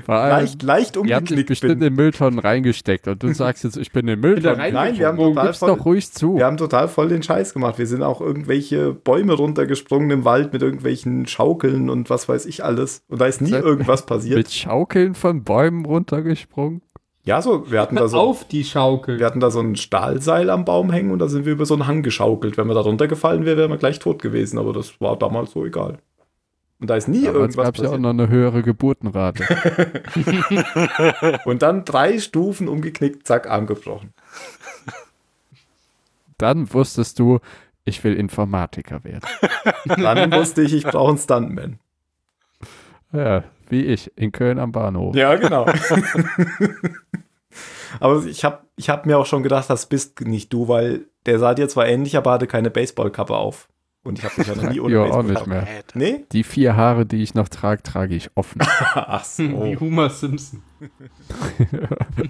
[SPEAKER 1] Vor allem,
[SPEAKER 2] leicht, leicht
[SPEAKER 1] die haben dich
[SPEAKER 2] umgeknickt
[SPEAKER 1] bestimmt
[SPEAKER 2] bin.
[SPEAKER 1] in Mülltonnen reingesteckt und du sagst jetzt, ich bin in
[SPEAKER 3] da
[SPEAKER 1] Mülltonnen.
[SPEAKER 3] rein-
[SPEAKER 2] Nein, wir haben,
[SPEAKER 1] Du
[SPEAKER 2] total
[SPEAKER 1] gibst
[SPEAKER 2] voll,
[SPEAKER 1] doch ruhig zu.
[SPEAKER 2] wir haben total voll den Scheiß gemacht. Wir sind auch irgendwelche Bäume runtergesprungen im Wald mit irgendwelchen Schaukeln und was weiß ich alles. Und da ist nie
[SPEAKER 1] Seit-
[SPEAKER 2] irgendwas passiert.
[SPEAKER 1] Mit Schaukeln von Bäumen runtergesprungen.
[SPEAKER 2] Ja, so, wir hatten da so
[SPEAKER 3] Auf die Schaukel.
[SPEAKER 2] Also, Wir hatten da so ein Stahlseil am Baum hängen und da sind wir über so einen Hang geschaukelt. Wenn wir da runtergefallen wäre, wären wir gleich tot gewesen, aber das war damals so egal. Und da ist nie
[SPEAKER 1] Damals
[SPEAKER 2] irgendwas
[SPEAKER 1] gab es ja auch
[SPEAKER 2] passiert.
[SPEAKER 1] noch eine höhere Geburtenrate.
[SPEAKER 2] und dann drei Stufen umgeknickt, zack, Arm gebrochen.
[SPEAKER 1] Dann wusstest du, ich will Informatiker werden.
[SPEAKER 2] Dann wusste ich, ich brauche einen Stuntman.
[SPEAKER 1] Ja, wie ich in Köln am Bahnhof.
[SPEAKER 2] Ja, genau. aber ich habe ich hab mir auch schon gedacht, das bist nicht du, weil der sah dir zwar ähnlich, aber hatte keine Baseballkappe auf. Und ich habe mich ja noch nie ohne
[SPEAKER 1] Ja, auch
[SPEAKER 2] Baseball.
[SPEAKER 1] nicht mehr.
[SPEAKER 2] Nee?
[SPEAKER 1] Die vier Haare, die ich noch trage, trage ich offen.
[SPEAKER 2] Ach so.
[SPEAKER 3] Wie Homer Simpson.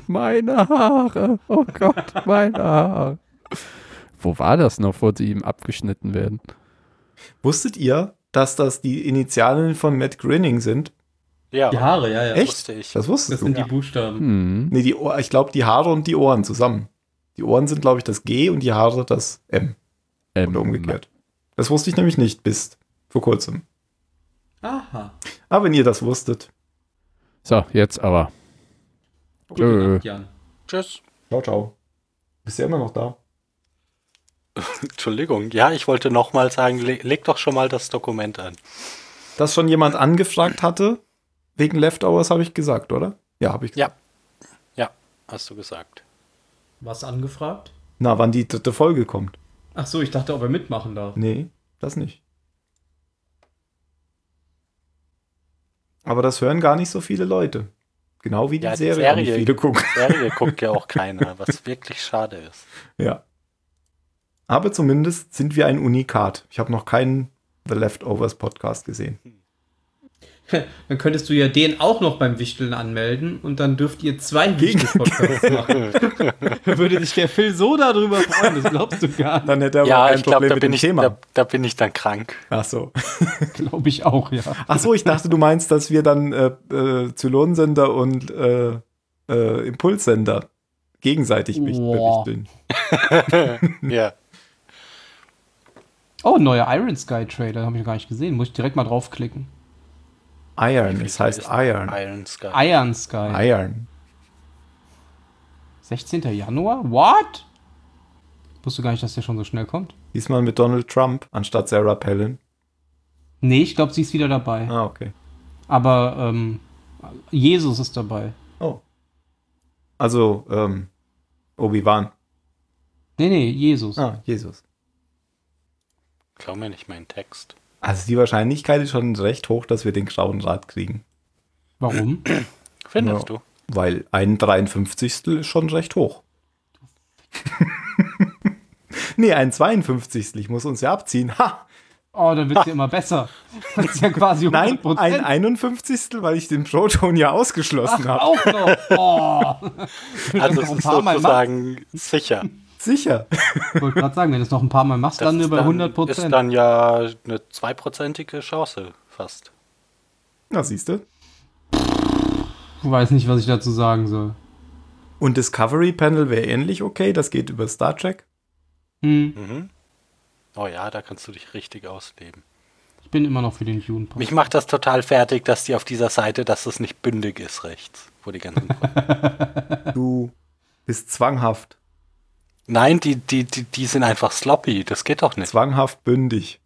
[SPEAKER 1] meine Haare. Oh Gott, meine Haare. Wo war das noch, wo die ihm abgeschnitten werden?
[SPEAKER 2] Wusstet ihr, dass das die Initialen von Matt Grinning sind?
[SPEAKER 4] Ja,
[SPEAKER 3] Die Haare, ja, ja.
[SPEAKER 4] das
[SPEAKER 2] Echt?
[SPEAKER 4] wusste ich.
[SPEAKER 2] Das
[SPEAKER 3] Das
[SPEAKER 2] wusstest du.
[SPEAKER 3] sind die Buchstaben.
[SPEAKER 1] Hm.
[SPEAKER 2] Nee, die Ohr, ich glaube, die Haare und die Ohren zusammen. Die Ohren sind, glaube ich, das G und die Haare das M
[SPEAKER 1] Ähm,
[SPEAKER 2] oder umgekehrt. Das wusste ich nämlich nicht bis vor kurzem.
[SPEAKER 3] Aha.
[SPEAKER 2] Aber wenn ihr das wusstet.
[SPEAKER 1] So, jetzt aber.
[SPEAKER 3] Gute
[SPEAKER 1] Äh.
[SPEAKER 3] Nacht, Jan.
[SPEAKER 4] Tschüss.
[SPEAKER 2] Ciao, ciao. Bist ja immer noch da.
[SPEAKER 4] Entschuldigung. Ja, ich wollte nochmal sagen, le leg doch schon mal das Dokument an.
[SPEAKER 2] Dass schon jemand angefragt hatte, wegen Leftovers, habe ich gesagt, oder? Ja, habe ich gesagt.
[SPEAKER 4] Ja. Ja, hast du gesagt.
[SPEAKER 3] Was angefragt?
[SPEAKER 2] Na, wann die dritte Folge kommt.
[SPEAKER 3] Ach so, ich dachte, ob er mitmachen darf.
[SPEAKER 2] Nee, das nicht. Aber das hören gar nicht so viele Leute. Genau wie die
[SPEAKER 4] Ja, die
[SPEAKER 2] Serie, auch nicht
[SPEAKER 4] Serie.
[SPEAKER 2] viele gucken.
[SPEAKER 4] Serie guckt ja auch keiner, was wirklich schade ist.
[SPEAKER 2] Ja. Aber zumindest sind wir ein Unikat. Ich habe noch keinen The Leftovers Podcast gesehen.
[SPEAKER 3] Dann könntest du ja den auch noch beim Wichteln anmelden und dann dürft ihr zwei Wichtel-Podcasts machen. da würde sich der Phil so darüber freuen, das glaubst du gar nicht.
[SPEAKER 2] Dann hätte er aber
[SPEAKER 4] Ja,
[SPEAKER 2] kein
[SPEAKER 4] ich glaube,
[SPEAKER 2] Problem
[SPEAKER 4] da,
[SPEAKER 2] mit
[SPEAKER 4] bin
[SPEAKER 2] dem
[SPEAKER 4] ich-
[SPEAKER 2] Thema.
[SPEAKER 4] da, da bin ich dann krank.
[SPEAKER 2] Ach so.
[SPEAKER 3] Glaube ich auch, ja.
[SPEAKER 2] Ach so, ich dachte, du meinst, dass wir dann äh, äh, Zylonensender und äh, äh, Impulssender gegenseitig wicht-
[SPEAKER 3] Boah.
[SPEAKER 2] bewichteln. Hm.
[SPEAKER 4] Ja.
[SPEAKER 3] Oh, neuer Iron Sky Trailer, habe ich gar nicht gesehen. Muss ich direkt mal draufklicken.
[SPEAKER 2] Iron, es heißt Iron.
[SPEAKER 4] Iron Sky.
[SPEAKER 3] Iron Sky.
[SPEAKER 2] Iron.
[SPEAKER 3] 16. Januar? What? Wusste gar nicht, dass der schon so schnell kommt.
[SPEAKER 2] Diesmal mit Donald Trump anstatt Sarah Palin.
[SPEAKER 3] Nee, ich glaube, sie ist wieder dabei.
[SPEAKER 2] Ah, okay.
[SPEAKER 3] Aber ähm, Jesus ist dabei.
[SPEAKER 2] Oh. Also, ähm, Obi-Wan.
[SPEAKER 3] Nee, nee, Jesus.
[SPEAKER 2] Ah, Jesus.
[SPEAKER 4] Klau mir nicht meinen Text.
[SPEAKER 2] Also die Wahrscheinlichkeit ist schon recht hoch, dass wir den grauen Rat kriegen.
[SPEAKER 3] Warum?
[SPEAKER 4] Findest
[SPEAKER 2] Ja.
[SPEAKER 4] du?
[SPEAKER 2] Weil ein 53. ist schon recht hoch. nee, ein 52. Ich muss uns ja abziehen. Ha!
[SPEAKER 3] Oh, dann wird sie immer besser. Das ist ja quasi 100%.
[SPEAKER 2] Nein, ein 51. weil ich den Proton ja ausgeschlossen habe.
[SPEAKER 3] auch noch. Oh.
[SPEAKER 4] Also
[SPEAKER 3] Wenn du
[SPEAKER 4] es
[SPEAKER 3] noch
[SPEAKER 4] ist
[SPEAKER 3] Mal machst,
[SPEAKER 4] sozusagen sicher.
[SPEAKER 2] Sicher.
[SPEAKER 3] ich wollte gerade sagen, wenn du es noch ein paar Mal machst, dann
[SPEAKER 4] ist
[SPEAKER 3] nur bei 100
[SPEAKER 4] Ist
[SPEAKER 3] Prozent.
[SPEAKER 4] dann ja eine zweiprozentige Chance fast.
[SPEAKER 2] Na, siehst du.
[SPEAKER 3] Ich weiß nicht, was ich dazu sagen soll.
[SPEAKER 2] Und Discovery Panel wäre ähnlich okay. Das geht über Star Trek.
[SPEAKER 3] Hm,
[SPEAKER 4] Mhm. Oh ja, da kannst du dich richtig ausleben.
[SPEAKER 3] ich bin immer noch für den June.
[SPEAKER 4] Mich macht das total fertig, dass die auf dieser Seite, dass das nicht bündig ist rechts, wo die ganzen.
[SPEAKER 2] Du bist zwanghaft.
[SPEAKER 4] Nein, die, die, die, die sind einfach sloppy. Das geht doch nicht.
[SPEAKER 2] Zwanghaft bündig.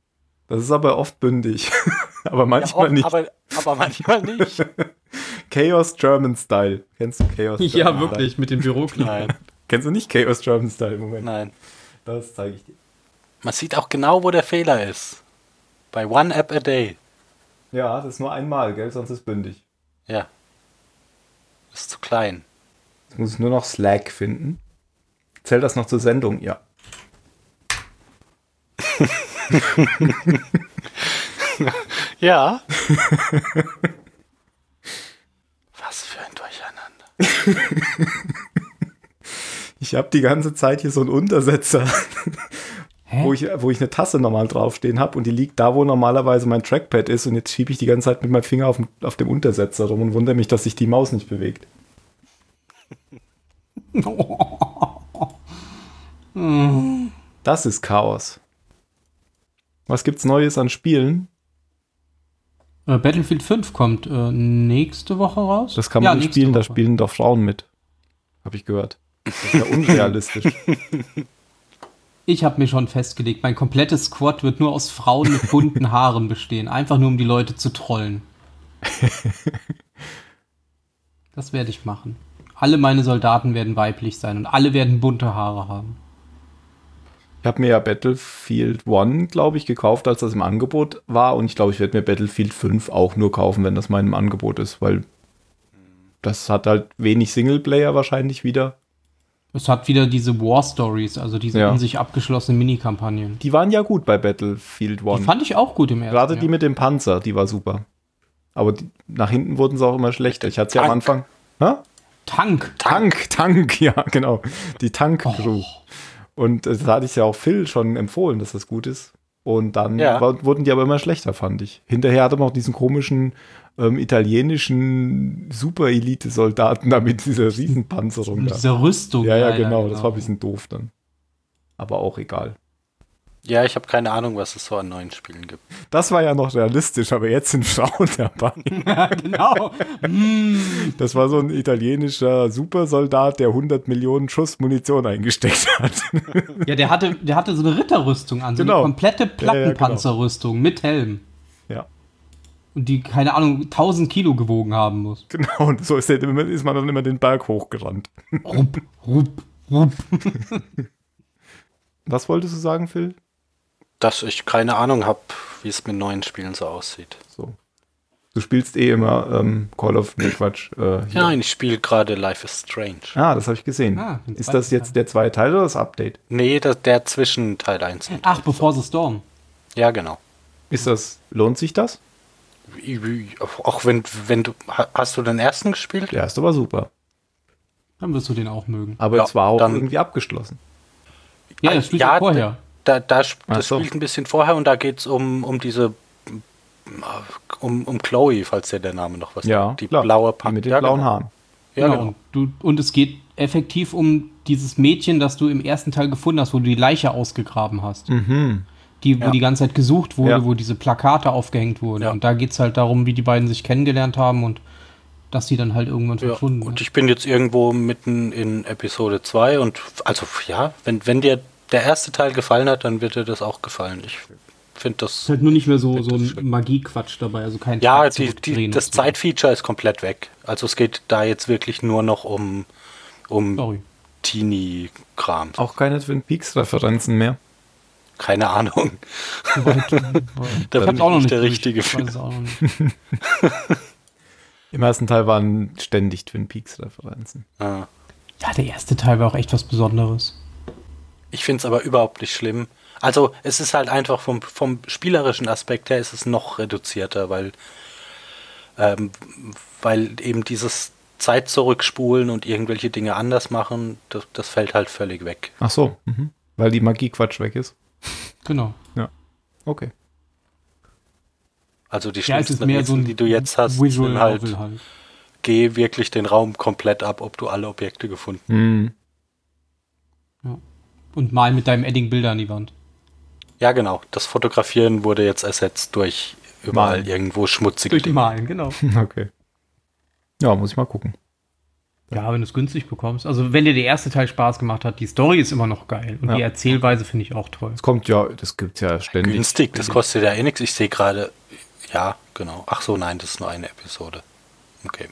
[SPEAKER 2] Das ist aber oft bündig. aber manchmal
[SPEAKER 4] Ja,
[SPEAKER 2] nicht.
[SPEAKER 4] Aber, aber manchmal nicht.
[SPEAKER 2] Chaos German Style. Kennst du Chaos German
[SPEAKER 6] Ja, wirklich,
[SPEAKER 2] Style?
[SPEAKER 6] mit dem Büroknall.
[SPEAKER 4] Nein,
[SPEAKER 2] Kennst du nicht Chaos German Style? Moment,
[SPEAKER 4] nein.
[SPEAKER 2] das zeige ich dir.
[SPEAKER 4] Man sieht auch genau, wo der Fehler ist. Bei One App a Day.
[SPEAKER 2] Ja, das ist nur einmal, gell? Sonst ist bündig.
[SPEAKER 4] Ja. Ist zu klein.
[SPEAKER 2] Jetzt muss ich nur noch Slack finden. Zählt das noch zur Sendung? Ja.
[SPEAKER 4] Ja. Was für ein Durcheinander.
[SPEAKER 2] Ich habe die ganze Zeit hier so einen Untersetzer,
[SPEAKER 3] Hä?
[SPEAKER 2] wo ich, wo ich eine Tasse normal draufstehen habe und die liegt da, wo normalerweise mein Trackpad ist und jetzt schiebe ich die ganze Zeit mit meinem Finger auf dem, auf dem Untersetzer rum und wundere mich, dass sich die Maus nicht bewegt. Das ist Chaos. Was gibt's Neues an Spielen?
[SPEAKER 3] Äh, Battlefield 5 kommt äh, nächste Woche raus.
[SPEAKER 2] Das kann man nicht
[SPEAKER 3] nächste
[SPEAKER 2] spielen, da
[SPEAKER 3] Woche.
[SPEAKER 2] spielen doch Frauen mit. Habe ich gehört. Das ist ja unrealistisch.
[SPEAKER 3] Ich habe mir schon festgelegt, mein komplettes Squad wird nur aus Frauen mit bunten Haaren bestehen. Einfach nur, um die Leute zu trollen. Das werde ich machen. Alle meine Soldaten werden weiblich sein und alle werden bunte Haare haben.
[SPEAKER 2] Ich habe mir ja Battlefield 1, glaube ich, gekauft, als das im Angebot war. Und ich glaube, ich werde mir Battlefield 5 auch nur kaufen, wenn das mal im Angebot ist, weil das hat halt wenig Singleplayer wahrscheinlich wieder.
[SPEAKER 3] Es hat wieder diese War Stories, also diese
[SPEAKER 2] Ja.
[SPEAKER 3] in sich abgeschlossenen Minikampagnen.
[SPEAKER 2] Die waren ja gut bei Battlefield
[SPEAKER 3] Die
[SPEAKER 2] 1.
[SPEAKER 3] fand ich auch gut im ersten.
[SPEAKER 2] Gerade die
[SPEAKER 3] ja.
[SPEAKER 2] mit dem Panzer, die war super. Aber die, nach hinten wurden sie auch immer schlechter. Ich hatte ja am
[SPEAKER 4] Tank.
[SPEAKER 2] Anfang. Hä?
[SPEAKER 3] Tank.
[SPEAKER 2] Tank, Oh. Tank, ja, genau. Die Tank-Crew. Und äh, das hatte ich ja auch Phil schon empfohlen, dass das gut ist. Und dann
[SPEAKER 4] Ja.
[SPEAKER 2] war, wurden die aber immer schlechter, fand ich. Hinterher hatte man auch diesen komischen ähm, italienischen Super-Elite-Soldaten da mit dieser Riesenpanzerung
[SPEAKER 3] Mit
[SPEAKER 2] da.
[SPEAKER 3] dieser Rüstung.
[SPEAKER 2] Ja, ja, genau. Das war ein bisschen doof dann. Aber auch egal.
[SPEAKER 4] Ja, ich habe keine Ahnung, was es so an neuen Spielen gibt.
[SPEAKER 2] Das war ja noch realistisch, aber jetzt sind Frauen dabei.
[SPEAKER 3] Ja, genau.
[SPEAKER 2] Das war so ein italienischer Supersoldat, der 100 Millionen Schuss Munition eingesteckt hat.
[SPEAKER 3] Ja, der hatte, der hatte so eine Ritterrüstung an, so
[SPEAKER 2] Genau.
[SPEAKER 3] eine komplette
[SPEAKER 2] Ja, ja, genau.
[SPEAKER 3] Plattenpanzerrüstung mit Helm.
[SPEAKER 2] ja.
[SPEAKER 3] Und die, keine Ahnung, 1000 Kilo gewogen haben muss.
[SPEAKER 2] Genau, und so ist, der, ist man dann immer den Berg hochgerannt.
[SPEAKER 3] Rupp, rupp, rupp.
[SPEAKER 2] Was wolltest du sagen, Phil?
[SPEAKER 4] Dass ich keine Ahnung habe, wie es mit neuen Spielen so aussieht.
[SPEAKER 2] So. Du spielst eh immer ähm, Call of nee, Quatsch. Äh, hier.
[SPEAKER 4] Nein, ich spiele gerade Life is Strange.
[SPEAKER 2] Ah, das habe ich gesehen.
[SPEAKER 3] Ah, den
[SPEAKER 2] ist
[SPEAKER 3] zweiten
[SPEAKER 2] das jetzt der zweite Teil oder das Update?
[SPEAKER 4] Nee, das, der zwischen Teil 1 und
[SPEAKER 3] Ach, bevor the Storm.
[SPEAKER 4] Ja, genau.
[SPEAKER 2] Ist das, lohnt sich das?
[SPEAKER 4] Auch wenn, wenn du. ha- Hast du den ersten gespielt?
[SPEAKER 2] Der erste war super.
[SPEAKER 3] Dann wirst du den auch mögen.
[SPEAKER 2] Aber
[SPEAKER 4] Ja,
[SPEAKER 2] es war auch
[SPEAKER 4] dann-
[SPEAKER 2] irgendwie abgeschlossen.
[SPEAKER 3] Ja, das spielt
[SPEAKER 4] ja,
[SPEAKER 3] ja vorher.
[SPEAKER 4] Da, da, sp-
[SPEAKER 2] Ach
[SPEAKER 4] das
[SPEAKER 2] so.
[SPEAKER 4] spielt ein bisschen vorher und da geht es um, um diese. Um, um Chloe, falls dir der Name noch was sagt. Die
[SPEAKER 2] klar.
[SPEAKER 4] blaue
[SPEAKER 2] Die
[SPEAKER 4] Pack.
[SPEAKER 2] Mit den
[SPEAKER 4] ja,
[SPEAKER 2] blauen
[SPEAKER 4] genau.
[SPEAKER 2] Haaren.
[SPEAKER 4] Ja,
[SPEAKER 3] genau.
[SPEAKER 4] genau.
[SPEAKER 3] Und, du, und es geht effektiv um dieses Mädchen, das du im ersten Teil gefunden hast, wo du die Leiche ausgegraben hast. Die, wo
[SPEAKER 4] Mhm. Ja.
[SPEAKER 3] die ganze Zeit gesucht wurde,
[SPEAKER 2] Ja.
[SPEAKER 3] wo diese Plakate aufgehängt wurden.
[SPEAKER 4] Ja.
[SPEAKER 3] Und da geht es halt darum, wie die beiden sich kennengelernt haben und dass sie dann halt irgendwann
[SPEAKER 4] Ja,
[SPEAKER 3] verschwunden
[SPEAKER 4] und
[SPEAKER 2] ne?
[SPEAKER 3] ist.
[SPEAKER 4] ich bin jetzt irgendwo mitten in Episode 2 und f- also f- ja, wenn, wenn dir der erste Teil gefallen hat, dann wird dir das auch gefallen. Ich finde
[SPEAKER 3] Ist
[SPEAKER 4] das.
[SPEAKER 3] halt nur nicht mehr so, so
[SPEAKER 4] das
[SPEAKER 3] ein
[SPEAKER 4] schön.
[SPEAKER 3] Magiequatsch dabei, also kein
[SPEAKER 4] Ja, die,
[SPEAKER 3] Zeit
[SPEAKER 4] die,
[SPEAKER 3] zurückdrehen
[SPEAKER 4] das
[SPEAKER 3] und so.
[SPEAKER 4] Zeitfeature ist komplett weg. Also es geht da jetzt wirklich nur noch um,
[SPEAKER 2] Oh.
[SPEAKER 4] um
[SPEAKER 3] Sorry.
[SPEAKER 4] Teenie-Kram.
[SPEAKER 2] Auch keine Twin Peaks-Referenzen mehr.
[SPEAKER 4] Keine Ahnung. da bin
[SPEAKER 3] hab's
[SPEAKER 4] ich auch noch nicht der Richtige
[SPEAKER 3] Ich
[SPEAKER 4] für.
[SPEAKER 3] weiß es auch noch nicht.
[SPEAKER 2] Im ersten Teil waren ständig Twin Peaks-Referenzen.
[SPEAKER 4] Ja.
[SPEAKER 3] Ja, der erste Teil war auch echt was Besonderes.
[SPEAKER 4] Ich finde es aber überhaupt nicht schlimm. Also es ist halt einfach vom, vom spielerischen Aspekt her ist es noch reduzierter, weil, ähm, weil eben dieses Zeit zurückspulen und irgendwelche Dinge anders machen, das, das fällt halt völlig weg.
[SPEAKER 2] Ach so, mhm. weil die Magie Quatsch weg ist.
[SPEAKER 3] Genau.
[SPEAKER 2] Okay.
[SPEAKER 4] Also die
[SPEAKER 3] Ja, es ist
[SPEAKER 4] schlimmsten
[SPEAKER 3] mehr so
[SPEAKER 4] Rätsel,
[SPEAKER 3] ein
[SPEAKER 4] die du jetzt hast,
[SPEAKER 3] Visual
[SPEAKER 4] sind halt,
[SPEAKER 3] Novel halt.
[SPEAKER 4] geh wirklich den Raum komplett ab, ob du alle Objekte gefunden
[SPEAKER 2] Mhm.
[SPEAKER 3] Und mal mit deinem Edding-Bilder an die Wand.
[SPEAKER 4] Ja, genau. Das Fotografieren wurde jetzt ersetzt durch überall
[SPEAKER 2] Malen.
[SPEAKER 4] irgendwo schmutzige
[SPEAKER 3] Durch die
[SPEAKER 4] Dinge.
[SPEAKER 3] Malen, genau.
[SPEAKER 2] Okay. Ja, muss ich mal gucken.
[SPEAKER 3] Ja, wenn du es günstig bekommst. Also wenn dir der erste Teil Spaß gemacht hat, die Story ist immer noch geil. Und
[SPEAKER 2] Ja.
[SPEAKER 3] die Erzählweise finde ich auch toll.
[SPEAKER 2] Das kommt ja, das gibt's ja ständig.
[SPEAKER 4] Günstig,
[SPEAKER 3] Mhm.
[SPEAKER 4] das kostet ja eh nichts. Ich sehe gerade, ja, genau. Ach so, nein, das ist nur eine Episode. Okay.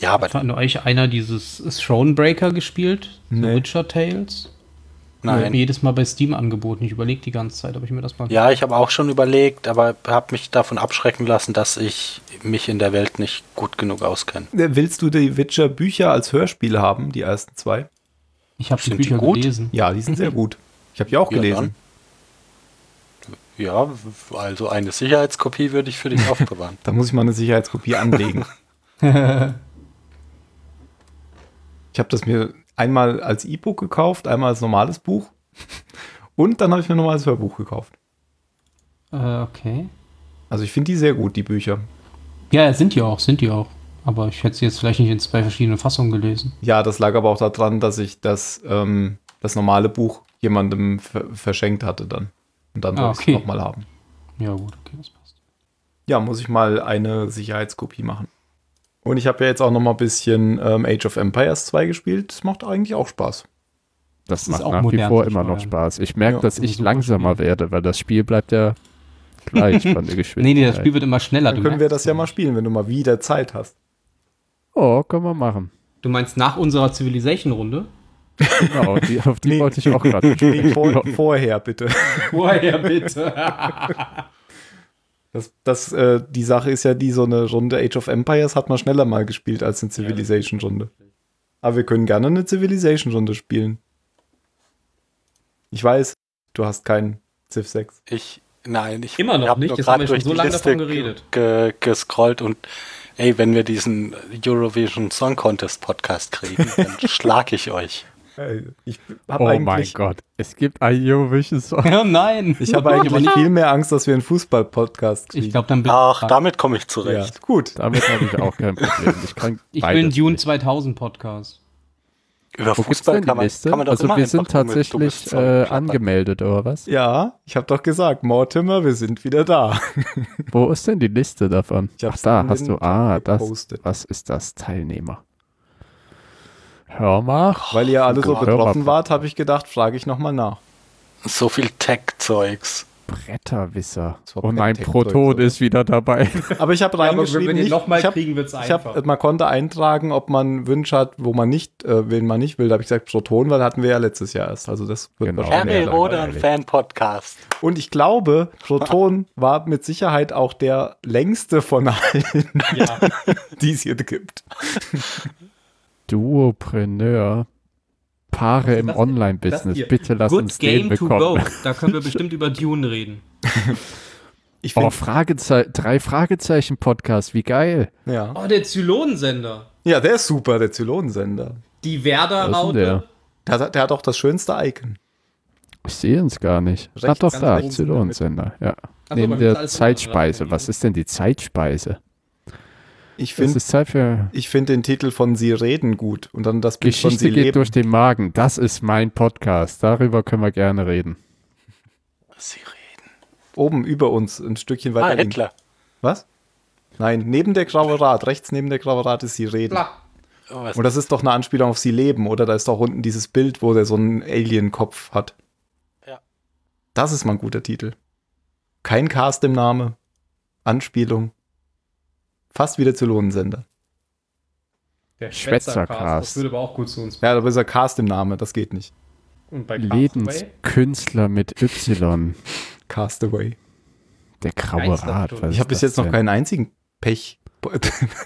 [SPEAKER 4] Ja, aber
[SPEAKER 3] Hat von euch einer dieses Thronebreaker gespielt? So
[SPEAKER 2] Nee.
[SPEAKER 3] Witcher Tales? Ich habe
[SPEAKER 4] nein.
[SPEAKER 3] jedes Mal bei Steam angeboten. Ich überlege die ganze Zeit, ob ich mir das mal.
[SPEAKER 4] Ja, ich habe auch schon überlegt, aber habe mich davon abschrecken lassen, dass ich mich in der Welt nicht gut genug auskenne.
[SPEAKER 2] Äh, Willst du die Witcher Bücher als Hörspiel haben, die ersten zwei?
[SPEAKER 3] Ich habe die
[SPEAKER 4] Sind die
[SPEAKER 3] Bücher
[SPEAKER 4] gut?
[SPEAKER 3] gelesen.
[SPEAKER 2] Ja, die sind sehr gut. Ich habe die auch
[SPEAKER 4] Ja,
[SPEAKER 2] gelesen.
[SPEAKER 4] Ja, also eine Sicherheitskopie würde ich für dich aufbewahren.
[SPEAKER 2] Da muss ich mal eine Sicherheitskopie anlegen. ich habe das mir einmal als E-Book gekauft, einmal als normales Buch und dann habe ich mir nochmal als Hörbuch gekauft.
[SPEAKER 3] Äh, okay.
[SPEAKER 2] Also ich finde die sehr gut, die Bücher.
[SPEAKER 3] Ja, ja, sind die auch, sind die auch. Aber ich hätte sie jetzt vielleicht nicht in zwei verschiedenen Fassungen gelesen.
[SPEAKER 2] Ja, das lag aber auch daran, dass ich das, ähm, das normale Buch jemandem ver verschenkt hatte dann. Und dann
[SPEAKER 3] Ah,
[SPEAKER 2] wollte ich
[SPEAKER 3] okay.
[SPEAKER 2] es nochmal haben.
[SPEAKER 3] Ja, gut, okay, das passt.
[SPEAKER 2] Ja, muss ich mal eine Sicherheitskopie machen. Und ich habe ja jetzt auch noch mal ein bisschen ähm, Age of Empires 2 gespielt. Das macht eigentlich auch Spaß.
[SPEAKER 1] Das,
[SPEAKER 3] ist
[SPEAKER 1] macht
[SPEAKER 3] auch
[SPEAKER 1] nach wie
[SPEAKER 3] modern
[SPEAKER 1] vor
[SPEAKER 3] zu
[SPEAKER 1] immer noch
[SPEAKER 3] steuern.
[SPEAKER 1] Spaß. Ich merke,
[SPEAKER 2] Ja,
[SPEAKER 1] dass
[SPEAKER 3] das ist
[SPEAKER 1] ich
[SPEAKER 3] ein
[SPEAKER 1] langsamer werde, weil das Spiel bleibt ja gleich von der Geschwindigkeit.
[SPEAKER 3] Nee, nee, das Spiel wird immer schneller.
[SPEAKER 2] Dann
[SPEAKER 3] du
[SPEAKER 2] können wir
[SPEAKER 3] merkst
[SPEAKER 2] das ja mal spielen, wenn du mal wieder Zeit hast.
[SPEAKER 1] Oh, können wir machen.
[SPEAKER 3] Du meinst nach unserer Civilization-Runde?
[SPEAKER 1] Genau, die, auf die
[SPEAKER 2] Nee.
[SPEAKER 1] wollte ich auch gerade
[SPEAKER 2] Nee, vor,
[SPEAKER 1] spielen.
[SPEAKER 2] vorher bitte.
[SPEAKER 3] Vorher bitte.
[SPEAKER 2] Das, das, äh, die Sache ist ja die, so eine Runde Age of Empires hat man schneller mal gespielt als eine Civilization-Runde. Aber wir können gerne eine Civilization-Runde spielen. Ich weiß, du hast keinen Civ 6.
[SPEAKER 4] Ich, nein, ich
[SPEAKER 3] Immer noch
[SPEAKER 4] hab
[SPEAKER 3] nicht,
[SPEAKER 4] nur
[SPEAKER 3] jetzt
[SPEAKER 4] grad
[SPEAKER 3] haben wir schon
[SPEAKER 4] durch
[SPEAKER 3] so
[SPEAKER 4] die
[SPEAKER 3] lange
[SPEAKER 4] Liste
[SPEAKER 3] davon geredet.
[SPEAKER 4] Ge gescrollt und ey, wenn wir diesen Eurovision Song Contest Podcast kriegen, dann schlag ich euch.
[SPEAKER 2] Äh, Ich habe
[SPEAKER 1] Oh mein
[SPEAKER 2] eigentlich,
[SPEAKER 1] Gott, es gibt ein Eurovision Song.
[SPEAKER 3] oh nein.
[SPEAKER 2] ich hab eigentlich viel mehr Angst, dass wir einen Fußball-Podcast kriegen.
[SPEAKER 3] Ich glaube, dann bin
[SPEAKER 4] Ach, damit komme ich zurecht.
[SPEAKER 2] Ja, gut.
[SPEAKER 1] Damit habe ich auch kein Problem. Ich kann
[SPEAKER 3] ich will einen
[SPEAKER 1] beides
[SPEAKER 3] Dune
[SPEAKER 1] nicht.
[SPEAKER 3] 2000 Podcast.
[SPEAKER 4] Über
[SPEAKER 1] Wo gibt's denn die Liste? also wir sind
[SPEAKER 4] einfach- du bist
[SPEAKER 1] tatsächlich
[SPEAKER 4] so
[SPEAKER 1] äh,
[SPEAKER 4] plappern.
[SPEAKER 1] angemeldet, oder was?
[SPEAKER 2] Ja, ich habe doch gesagt, Mortimer, wir sind wieder da.
[SPEAKER 1] Wo ist denn die Liste davon?
[SPEAKER 2] Ich
[SPEAKER 1] Ach,
[SPEAKER 2] hab's
[SPEAKER 1] da
[SPEAKER 2] in
[SPEAKER 1] hast
[SPEAKER 2] den
[SPEAKER 1] du, ah,
[SPEAKER 2] Chat
[SPEAKER 1] das,
[SPEAKER 2] gepostet.
[SPEAKER 1] was ist das? Teilnehmer. Hör mal.
[SPEAKER 2] Weil ihr alle so
[SPEAKER 1] Gott.
[SPEAKER 2] betroffen wart, habe ich gedacht, frage ich nochmal nach.
[SPEAKER 4] So viel Tech-Zeugs.
[SPEAKER 1] Bretterwisser. Oh
[SPEAKER 2] Das war
[SPEAKER 1] Und ein
[SPEAKER 2] Brett-Tech-Zeug,
[SPEAKER 1] Proton
[SPEAKER 2] oder?
[SPEAKER 1] ist wieder dabei.
[SPEAKER 2] Aber ich habe reingeschrieben, nicht, ich hab,
[SPEAKER 3] wird es
[SPEAKER 2] ich hab, man konnte eintragen, ob man Wünsche hat, wo man nicht, äh, wen man nicht will. Da habe ich gesagt, Proton, weil hatten wir ja letztes Jahr erst. Also das wird
[SPEAKER 1] Genau.
[SPEAKER 2] wahrscheinlich.
[SPEAKER 1] nee,
[SPEAKER 4] Harry Roder, ein
[SPEAKER 1] langweilig.
[SPEAKER 4] Fan-Podcast.
[SPEAKER 2] Und ich glaube, Proton war mit Sicherheit auch der längste von allen,
[SPEAKER 3] Ja.
[SPEAKER 2] die es hier gibt.
[SPEAKER 1] Duopreneur. Paare
[SPEAKER 2] Also
[SPEAKER 1] im
[SPEAKER 3] das- das
[SPEAKER 1] Online-Business.
[SPEAKER 3] hier.
[SPEAKER 1] Bitte lass
[SPEAKER 3] Good
[SPEAKER 1] uns den
[SPEAKER 3] Game to Go.
[SPEAKER 1] bekommen.
[SPEAKER 3] Da können wir bestimmt über Dune reden.
[SPEAKER 2] Ich
[SPEAKER 1] Oh,
[SPEAKER 2] finde,
[SPEAKER 1] Fragezei drei Fragezeichen-Podcast, wie geil.
[SPEAKER 2] ja.
[SPEAKER 3] Oh, der Zylonensender.
[SPEAKER 2] ja, der ist super, der Zylonensender.
[SPEAKER 1] Wo ist denn der?
[SPEAKER 3] Die Werder-Raute.
[SPEAKER 2] Der, hat- der hat auch das schönste Icon.
[SPEAKER 1] Ich sehe uns gar nicht.
[SPEAKER 2] Rechts,
[SPEAKER 1] Ach doch,
[SPEAKER 2] ganz
[SPEAKER 1] da,
[SPEAKER 2] rechts sind wir mit.
[SPEAKER 1] Zylonsender. Ja.
[SPEAKER 3] aber
[SPEAKER 1] Neben
[SPEAKER 3] man muss
[SPEAKER 1] der
[SPEAKER 3] alles
[SPEAKER 1] Zeitspeise.
[SPEAKER 3] andere
[SPEAKER 1] Was ist denn die Zeitspeise?
[SPEAKER 2] Ich
[SPEAKER 1] Es
[SPEAKER 2] finde
[SPEAKER 1] ist Zeit für
[SPEAKER 2] Ich finde den Titel von Sie reden gut und dann das Bild von
[SPEAKER 1] Geschichte
[SPEAKER 2] Sie
[SPEAKER 1] geht
[SPEAKER 2] leben.
[SPEAKER 1] durch den Magen. Das ist mein Podcast. Darüber können wir gerne reden.
[SPEAKER 4] Sie reden.
[SPEAKER 2] Oben über uns, ein Stückchen weiter.
[SPEAKER 4] Ah,
[SPEAKER 2] links.
[SPEAKER 4] Hitler.
[SPEAKER 2] Was? Nein, neben der graue Rat, rechts neben der graue Rat ist sie reden.
[SPEAKER 3] Klar.
[SPEAKER 4] Oh, was-
[SPEAKER 2] Und das ist doch eine Anspielung auf sie leben, oder? Da ist doch unten dieses Bild, wo der so einen Alien-Kopf hat.
[SPEAKER 4] Ja.
[SPEAKER 2] Das ist mal ein guter Titel. Kein Cast im Name. Anspielung. Fast wieder zu Lohnensender.
[SPEAKER 6] Der
[SPEAKER 1] Schwätzercast.
[SPEAKER 6] Das würde aber auch gut zu uns
[SPEAKER 2] Ja, aber ist ja Cast im Name, das geht nicht.
[SPEAKER 6] Und bei Castaway?
[SPEAKER 1] Lebenskünstler mit Y.
[SPEAKER 2] Castaway.
[SPEAKER 1] Der graue
[SPEAKER 6] Geister-
[SPEAKER 1] Rat. was
[SPEAKER 2] Ich habe
[SPEAKER 1] ist
[SPEAKER 2] bis
[SPEAKER 1] das
[SPEAKER 2] jetzt noch
[SPEAKER 1] denn?
[SPEAKER 2] keinen einzigen Pech.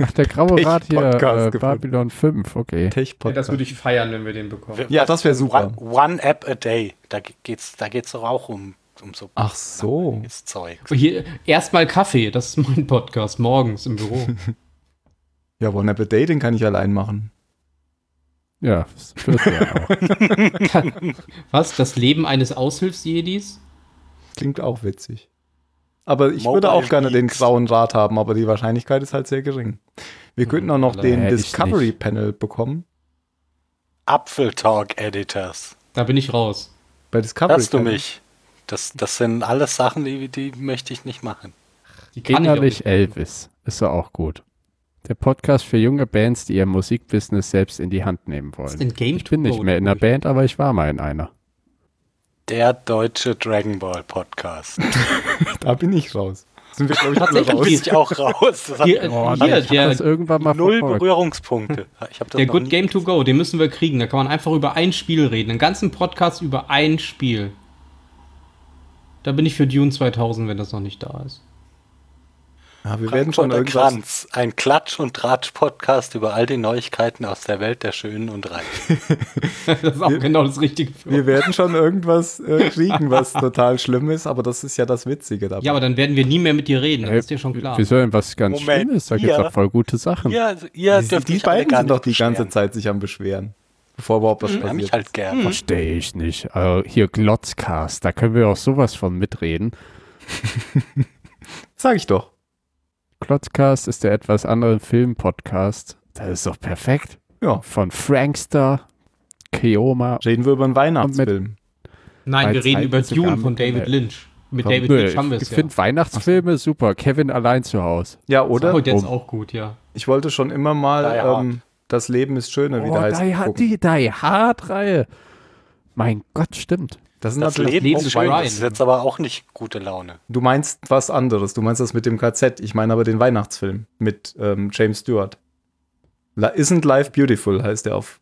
[SPEAKER 1] Ach, der graue Rat hier,
[SPEAKER 2] Pech-Podcast
[SPEAKER 1] äh,
[SPEAKER 2] gefunden.
[SPEAKER 1] Babylon 5, okay.
[SPEAKER 6] Ja, das
[SPEAKER 2] Tech-Podcast.
[SPEAKER 6] würde ich feiern, wenn wir den bekommen.
[SPEAKER 2] Ja, das wäre super.
[SPEAKER 4] One, one App a Day. Da ge- geht's, da geht's doch auch um, um so
[SPEAKER 2] Ach so.
[SPEAKER 4] ist Zeug.
[SPEAKER 3] Hier, erstmal Kaffee, das ist mein Podcast, morgens im Büro.
[SPEAKER 2] Ja, One-App a Day, den kann ich allein machen.
[SPEAKER 1] Ja, das wird ja auch.
[SPEAKER 3] Was? Das Leben eines Aushilfsjedis?
[SPEAKER 2] Klingt auch witzig. Aber ich
[SPEAKER 4] Mobile
[SPEAKER 2] würde auch gerne den
[SPEAKER 4] Geeks.
[SPEAKER 2] grauen Rad haben, aber die Wahrscheinlichkeit ist halt sehr gering. Wir
[SPEAKER 4] Hm,
[SPEAKER 2] könnten auch noch den
[SPEAKER 1] hätte ich's
[SPEAKER 2] Discovery
[SPEAKER 1] nicht.
[SPEAKER 2] Panel bekommen.
[SPEAKER 4] Apfel Talk Editors.
[SPEAKER 3] Da bin ich raus.
[SPEAKER 2] Bei Discovery
[SPEAKER 4] Hörst du
[SPEAKER 2] Panel.
[SPEAKER 4] mich? Das, das sind alles Sachen, die, die möchte ich nicht machen.
[SPEAKER 3] Die kann ich auch
[SPEAKER 1] Innerlich
[SPEAKER 3] nicht.
[SPEAKER 1] Elvis ist ja auch gut. Der Podcast für junge Bands, die ihr Musikbusiness selbst in die Hand nehmen
[SPEAKER 3] Was ist
[SPEAKER 1] wollen.
[SPEAKER 3] denn Game
[SPEAKER 1] Ich bin nicht mehr in einer Band, aber ich war mal in einer.
[SPEAKER 4] Der deutsche Dragon Ball Podcast.
[SPEAKER 2] Da bin ich raus. Sind wir, glaube ich, alle
[SPEAKER 4] Da
[SPEAKER 3] Tatsächlich.
[SPEAKER 2] raus.
[SPEAKER 4] bin ich auch raus. Das hat
[SPEAKER 2] äh,
[SPEAKER 3] Hier,
[SPEAKER 1] Oh,
[SPEAKER 3] hier der,
[SPEAKER 1] das irgendwann mal
[SPEAKER 2] oh,
[SPEAKER 4] null
[SPEAKER 1] verfolgt.
[SPEAKER 4] Berührungspunkte. Ich hab das
[SPEAKER 3] der
[SPEAKER 4] noch
[SPEAKER 3] Good
[SPEAKER 4] nie-
[SPEAKER 3] Game to Go, den müssen wir kriegen. Da kann man einfach über ein Spiel reden. Einen ganzen Podcast über ein Spiel. Da bin ich für Dune 2000, wenn das noch nicht da ist.
[SPEAKER 2] Ja, Ah, wir werden schon
[SPEAKER 4] Frankfurter
[SPEAKER 2] irgendwas.
[SPEAKER 4] Kranz, ein Klatsch- und Tratsch-Podcast über all die Neuigkeiten aus der Welt der Schönen und Reichen.
[SPEAKER 3] Das ist auch genau das Richtige für
[SPEAKER 2] Wir
[SPEAKER 3] uns.
[SPEAKER 2] werden schon irgendwas äh, kriegen, was total schlimm ist, aber das ist ja das Witzige dabei.
[SPEAKER 3] Ja, aber dann werden wir nie mehr mit dir reden. Das
[SPEAKER 1] Äh,
[SPEAKER 3] ist dir schon klar.
[SPEAKER 1] Wieso denn was ganz
[SPEAKER 4] Moment,
[SPEAKER 1] Schlimmes? Da gibt es
[SPEAKER 4] ihr-
[SPEAKER 1] doch voll gute Sachen.
[SPEAKER 4] Ihr, also ihr
[SPEAKER 2] die,
[SPEAKER 4] dürft
[SPEAKER 2] die
[SPEAKER 4] mich alle
[SPEAKER 2] beiden
[SPEAKER 4] gar
[SPEAKER 2] sind
[SPEAKER 4] nicht
[SPEAKER 2] doch die ganze
[SPEAKER 4] beschweren.
[SPEAKER 2] Zeit sich am Beschweren. Bevor überhaupt was
[SPEAKER 4] Ich beschwere
[SPEAKER 2] passiert. Hm,
[SPEAKER 4] mich halt gern.
[SPEAKER 1] Verstehe ich nicht. Also hier Glotzcast, da können wir auch sowas von mitreden.
[SPEAKER 2] Sag ich doch.
[SPEAKER 1] Glotzcast ist der etwas andere Film-Podcast. Das ist doch perfekt.
[SPEAKER 2] Ja.
[SPEAKER 1] Von Frankster, Keoma.
[SPEAKER 2] Reden wir über einen Weihnachtsfilm.
[SPEAKER 3] Nein, wir
[SPEAKER 1] Als
[SPEAKER 3] reden über
[SPEAKER 1] Zeit sogar
[SPEAKER 3] Dune von
[SPEAKER 1] mit-
[SPEAKER 3] David
[SPEAKER 1] äh,
[SPEAKER 3] Lynch. Mit David
[SPEAKER 1] Nö,
[SPEAKER 3] Lynch haben wir
[SPEAKER 1] ich
[SPEAKER 3] es ja.
[SPEAKER 1] finde Weihnachtsfilme super. Kevin allein zu Hause.
[SPEAKER 2] Ja,
[SPEAKER 3] Oder?
[SPEAKER 2] oder?
[SPEAKER 3] Oh, der ist
[SPEAKER 1] Um.
[SPEAKER 3] auch gut, ja.
[SPEAKER 2] Ich wollte schon immer mal
[SPEAKER 4] Die Hard.
[SPEAKER 2] ähm, Das Leben ist schöner, wie der heißt.
[SPEAKER 1] Oh, die, Ha-
[SPEAKER 2] gucken.
[SPEAKER 1] die Die Hard-Reihe. Mein Gott, stimmt.
[SPEAKER 2] Das, sind
[SPEAKER 4] Das
[SPEAKER 2] natürlich
[SPEAKER 4] Leben ist schön,
[SPEAKER 3] Brian.
[SPEAKER 4] das ist jetzt aber auch nicht gute Laune.
[SPEAKER 2] Du meinst was anderes. Du meinst das mit dem KZ. Ich meine aber den Weihnachtsfilm mit ähm, James Stewart. La Isn't Life Beautiful heißt der auf,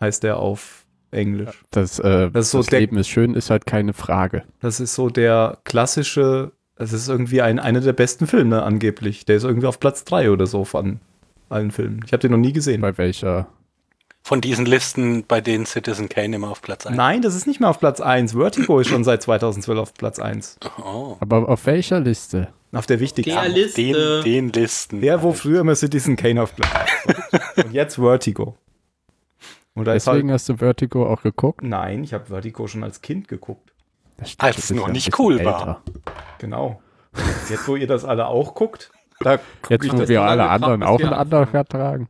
[SPEAKER 2] heißt der auf Englisch.
[SPEAKER 1] Das, äh,
[SPEAKER 2] Das
[SPEAKER 1] das,
[SPEAKER 2] ist so der-
[SPEAKER 1] Leben ist schön, ist halt keine Frage.
[SPEAKER 2] Das ist so der klassische, es ist irgendwie ein, einer der besten Filme angeblich. Der ist irgendwie auf Platz 3 oder so von allen Filmen. Ich habe den noch nie gesehen.
[SPEAKER 1] Bei welcher.
[SPEAKER 4] Von diesen Listen, bei denen Citizen Kane immer auf Platz 1
[SPEAKER 2] Nein, das ist nicht mehr auf Platz 1. Vertigo ist schon seit 2012 auf Platz 1.
[SPEAKER 4] Oh,
[SPEAKER 1] Aber auf welcher Liste?
[SPEAKER 2] Auf der wichtigsten.
[SPEAKER 3] Der
[SPEAKER 4] auf den,
[SPEAKER 3] Liste.
[SPEAKER 4] den Listen.
[SPEAKER 2] Der, wo früher immer Citizen Kane auf Platz 1 war. Und jetzt Vertigo. Und da ist halt
[SPEAKER 1] Deswegen hast du Vertigo auch geguckt?
[SPEAKER 2] Nein, ich habe Vertigo schon als Kind geguckt.
[SPEAKER 1] Das stimmt,
[SPEAKER 4] Als
[SPEAKER 1] du
[SPEAKER 4] es
[SPEAKER 1] bist
[SPEAKER 4] noch
[SPEAKER 1] ein
[SPEAKER 4] nicht
[SPEAKER 1] bisschen
[SPEAKER 4] cool war.
[SPEAKER 2] Genau. Jetzt, wo ihr das alle auch guckt, da guck
[SPEAKER 1] Jetzt,
[SPEAKER 2] ich
[SPEAKER 1] wo
[SPEAKER 2] das.
[SPEAKER 1] wir
[SPEAKER 3] so
[SPEAKER 1] alle
[SPEAKER 3] lange
[SPEAKER 1] anderen
[SPEAKER 3] gebracht,
[SPEAKER 1] auch
[SPEAKER 3] bis
[SPEAKER 1] einen
[SPEAKER 3] wir
[SPEAKER 1] Undercut tragen.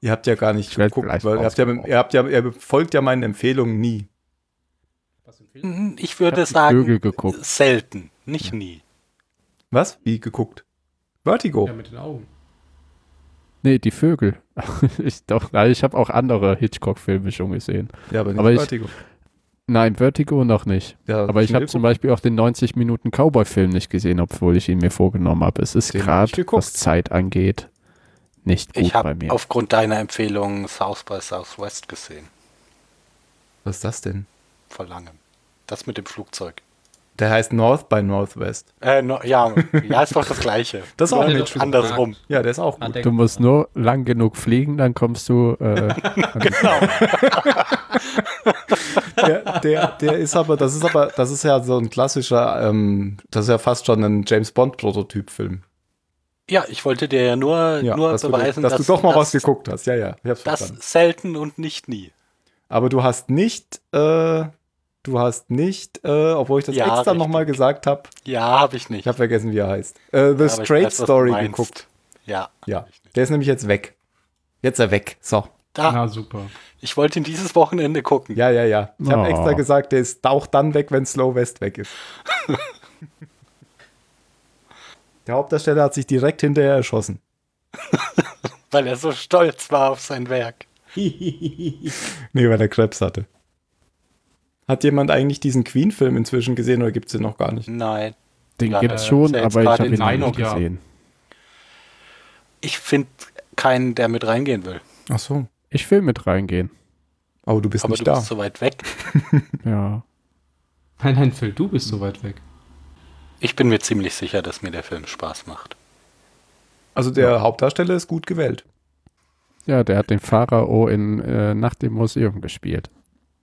[SPEAKER 2] Ihr habt ja gar nicht
[SPEAKER 1] Ich werd
[SPEAKER 2] geguckt,
[SPEAKER 1] gleich
[SPEAKER 2] weil ihr habt, ja, ihr habt ja, ihr folgt ja meinen Empfehlungen nie.
[SPEAKER 4] Hm, Ich
[SPEAKER 1] Ich
[SPEAKER 4] würde
[SPEAKER 1] hab die Vögel
[SPEAKER 4] sagen,
[SPEAKER 1] geguckt.
[SPEAKER 4] selten, nicht nie.
[SPEAKER 2] Was? Wie geguckt? Vertigo.
[SPEAKER 6] Ja, mit den Augen.
[SPEAKER 1] Nee, die Vögel. ich doch, nein, ich habe auch andere Hitchcock-Filme schon gesehen.
[SPEAKER 2] Ja, aber nicht
[SPEAKER 1] Aber ich-
[SPEAKER 2] Vertigo.
[SPEAKER 1] Nein, Vertigo noch nicht.
[SPEAKER 2] Ja,
[SPEAKER 1] Aber ich habe zum Beispiel auch den 90 Minuten Cowboy-Film nicht gesehen, obwohl ich ihn mir vorgenommen habe. Es ist
[SPEAKER 2] Den hab ich
[SPEAKER 1] gerade,
[SPEAKER 2] geguckt.
[SPEAKER 1] was Zeit angeht, nicht gut
[SPEAKER 4] Ich
[SPEAKER 1] bei
[SPEAKER 4] habe
[SPEAKER 1] mir.
[SPEAKER 4] aufgrund deiner Empfehlung South by Southwest gesehen,
[SPEAKER 2] Was ist das denn?
[SPEAKER 4] vor langem. Das mit dem Flugzeug.
[SPEAKER 2] Der heißt North by Northwest.
[SPEAKER 4] Äh, no, ja, ja, ist doch das Gleiche.
[SPEAKER 2] Das ist auch
[SPEAKER 4] Nur
[SPEAKER 2] nicht
[SPEAKER 4] andersrum.
[SPEAKER 2] Ja, Ah, der ist auch gut.
[SPEAKER 1] Du musst nur lang genug fliegen, dann kommst du. Äh,
[SPEAKER 4] Genau.
[SPEAKER 2] Der, der, der ist aber, das ist aber, das ist ja so ein klassischer, ähm, das ist ja fast schon ein James Bond-Prototyp-Film.
[SPEAKER 4] Ja, ich wollte dir ja nur,
[SPEAKER 2] Ja,
[SPEAKER 4] nur
[SPEAKER 2] dass,
[SPEAKER 4] beweisen,
[SPEAKER 2] du, dass,
[SPEAKER 4] dass
[SPEAKER 2] du doch mal was
[SPEAKER 4] dass,
[SPEAKER 2] geguckt hast. Ja, ja, ich hab's
[SPEAKER 4] dass
[SPEAKER 2] verstanden.
[SPEAKER 4] selten und nicht nie.
[SPEAKER 2] Aber du hast nicht, äh, du hast nicht, äh, obwohl ich das
[SPEAKER 4] Ja,
[SPEAKER 2] extra
[SPEAKER 4] richtig.
[SPEAKER 2] nochmal gesagt habe,
[SPEAKER 4] Ja, habe ich nicht.
[SPEAKER 2] ich habe vergessen, wie er heißt. Äh, The
[SPEAKER 4] Aber ich
[SPEAKER 2] Straight
[SPEAKER 4] weiß, was du
[SPEAKER 2] Story
[SPEAKER 4] meinst.
[SPEAKER 2] geguckt.
[SPEAKER 4] Ja.
[SPEAKER 2] Ja, der ist nämlich jetzt weg. Jetzt ist er weg. So.
[SPEAKER 4] Da,
[SPEAKER 6] Na super.
[SPEAKER 4] Ich wollte ihn dieses Wochenende gucken.
[SPEAKER 2] Ja, ja, ja. Ich habe
[SPEAKER 1] Oh.
[SPEAKER 2] extra gesagt, der ist auch dann weg, wenn Slow West weg ist. Der Hauptdarsteller hat sich direkt hinterher erschossen.
[SPEAKER 4] Weil er so stolz war auf sein Werk.
[SPEAKER 2] Nee, weil er Krebs hatte. Hat jemand eigentlich diesen Queen-Film inzwischen gesehen oder gibt es den noch gar nicht?
[SPEAKER 4] Nein.
[SPEAKER 1] Den
[SPEAKER 4] Ja,
[SPEAKER 1] gibt's
[SPEAKER 4] äh,
[SPEAKER 1] schon,
[SPEAKER 4] ist ja jetzt
[SPEAKER 1] aber ich
[SPEAKER 4] gerade
[SPEAKER 1] habe
[SPEAKER 4] in
[SPEAKER 1] ihn noch nicht
[SPEAKER 6] Neinung, ja.
[SPEAKER 1] gesehen.
[SPEAKER 4] Ich finde keinen, der mit reingehen will.
[SPEAKER 2] Ach so.
[SPEAKER 1] Ich will mit reingehen.
[SPEAKER 2] Aber du bist
[SPEAKER 4] Aber du
[SPEAKER 2] nicht da.
[SPEAKER 4] bist so weit weg.
[SPEAKER 1] Ja.
[SPEAKER 6] Nein, nein, Phil, du bist so weit weg.
[SPEAKER 4] Ich bin mir ziemlich sicher, dass mir der Film Spaß macht.
[SPEAKER 2] also der Hauptdarsteller ist gut gewählt.
[SPEAKER 1] Ja, der hat den Pharao in äh, Nacht im Museum gespielt.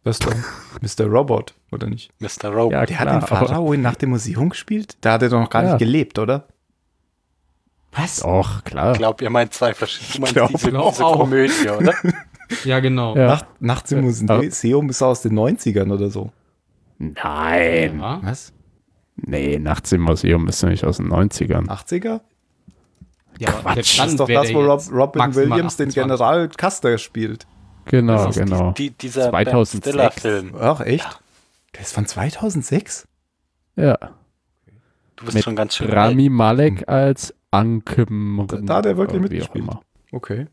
[SPEAKER 2] Das ist doch Mr. Robot, oder nicht?
[SPEAKER 4] Mr. Rowe.
[SPEAKER 1] Ja,
[SPEAKER 2] Der
[SPEAKER 1] klar,
[SPEAKER 2] hat den
[SPEAKER 1] aber-
[SPEAKER 2] Pharao in nach dem Museum gespielt? Da hat er doch noch gar
[SPEAKER 1] Ja.
[SPEAKER 2] nicht gelebt, oder?
[SPEAKER 3] Was?
[SPEAKER 1] Och, klar.
[SPEAKER 4] Ich glaube, ihr meint zwei verschiedene. Du meinst
[SPEAKER 2] glaub
[SPEAKER 4] diese,
[SPEAKER 1] genau.
[SPEAKER 6] auch.
[SPEAKER 4] diese Komödie, oder?
[SPEAKER 6] Ja, genau.
[SPEAKER 1] Ja.
[SPEAKER 2] Nacht, nachts im
[SPEAKER 1] Ja.
[SPEAKER 2] Museum ist aus den 90ern oder so.
[SPEAKER 1] Nein.
[SPEAKER 6] Ja.
[SPEAKER 2] Was?
[SPEAKER 1] Nee, Nachts im Museum ist nämlich aus den
[SPEAKER 4] Ah,
[SPEAKER 1] 90ern.
[SPEAKER 2] 80er?
[SPEAKER 6] Ja, aber
[SPEAKER 1] Quatsch.
[SPEAKER 6] selbst
[SPEAKER 2] Das ist doch
[SPEAKER 6] wär
[SPEAKER 2] das,
[SPEAKER 6] der
[SPEAKER 2] wo Rob,
[SPEAKER 6] jetzt
[SPEAKER 2] Robin
[SPEAKER 6] maximal
[SPEAKER 2] Williams den
[SPEAKER 6] 28.
[SPEAKER 2] General Custer spielt.
[SPEAKER 1] Genau,
[SPEAKER 4] Das ist
[SPEAKER 1] genau.
[SPEAKER 4] Die, die, dieser
[SPEAKER 1] 2006.
[SPEAKER 4] Stiller-Film.
[SPEAKER 2] Ach, echt? Der ist von 2006?
[SPEAKER 1] ja.
[SPEAKER 4] Du bist
[SPEAKER 1] Mit
[SPEAKER 4] schon ganz schön alt.
[SPEAKER 1] Rami Malek als Ankem.
[SPEAKER 2] Da hat er wirklich
[SPEAKER 1] oder wie auch
[SPEAKER 2] mitgespielt.
[SPEAKER 1] immer.
[SPEAKER 2] Okay.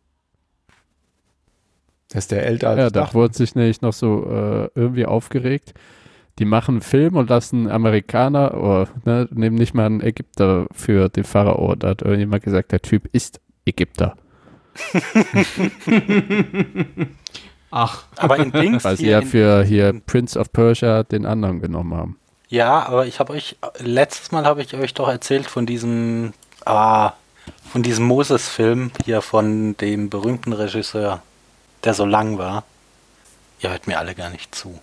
[SPEAKER 2] Der ist der älter als
[SPEAKER 1] Ja,
[SPEAKER 2] ich
[SPEAKER 1] da
[SPEAKER 2] dachte.
[SPEAKER 1] wurde sich nämlich noch so äh, irgendwie aufgeregt. Die machen einen Film und lassen Amerikaner, oder, ne, nehmen nicht mal einen Ägypter für den Pharao. Da hat irgendjemand gesagt, der Typ ist Ägypter.
[SPEAKER 6] Ach,
[SPEAKER 4] Aber in Dings
[SPEAKER 1] Weil sie
[SPEAKER 4] hier
[SPEAKER 1] ja
[SPEAKER 4] in-
[SPEAKER 1] für hier Prince of Persia den anderen genommen haben.
[SPEAKER 4] Ja, aber ich habe euch, letztes Mal habe ich euch doch erzählt von diesem, ah, von diesem Moses-Film hier von dem berühmten Regisseur, der so lang war. Ihr hört mir alle gar nicht zu.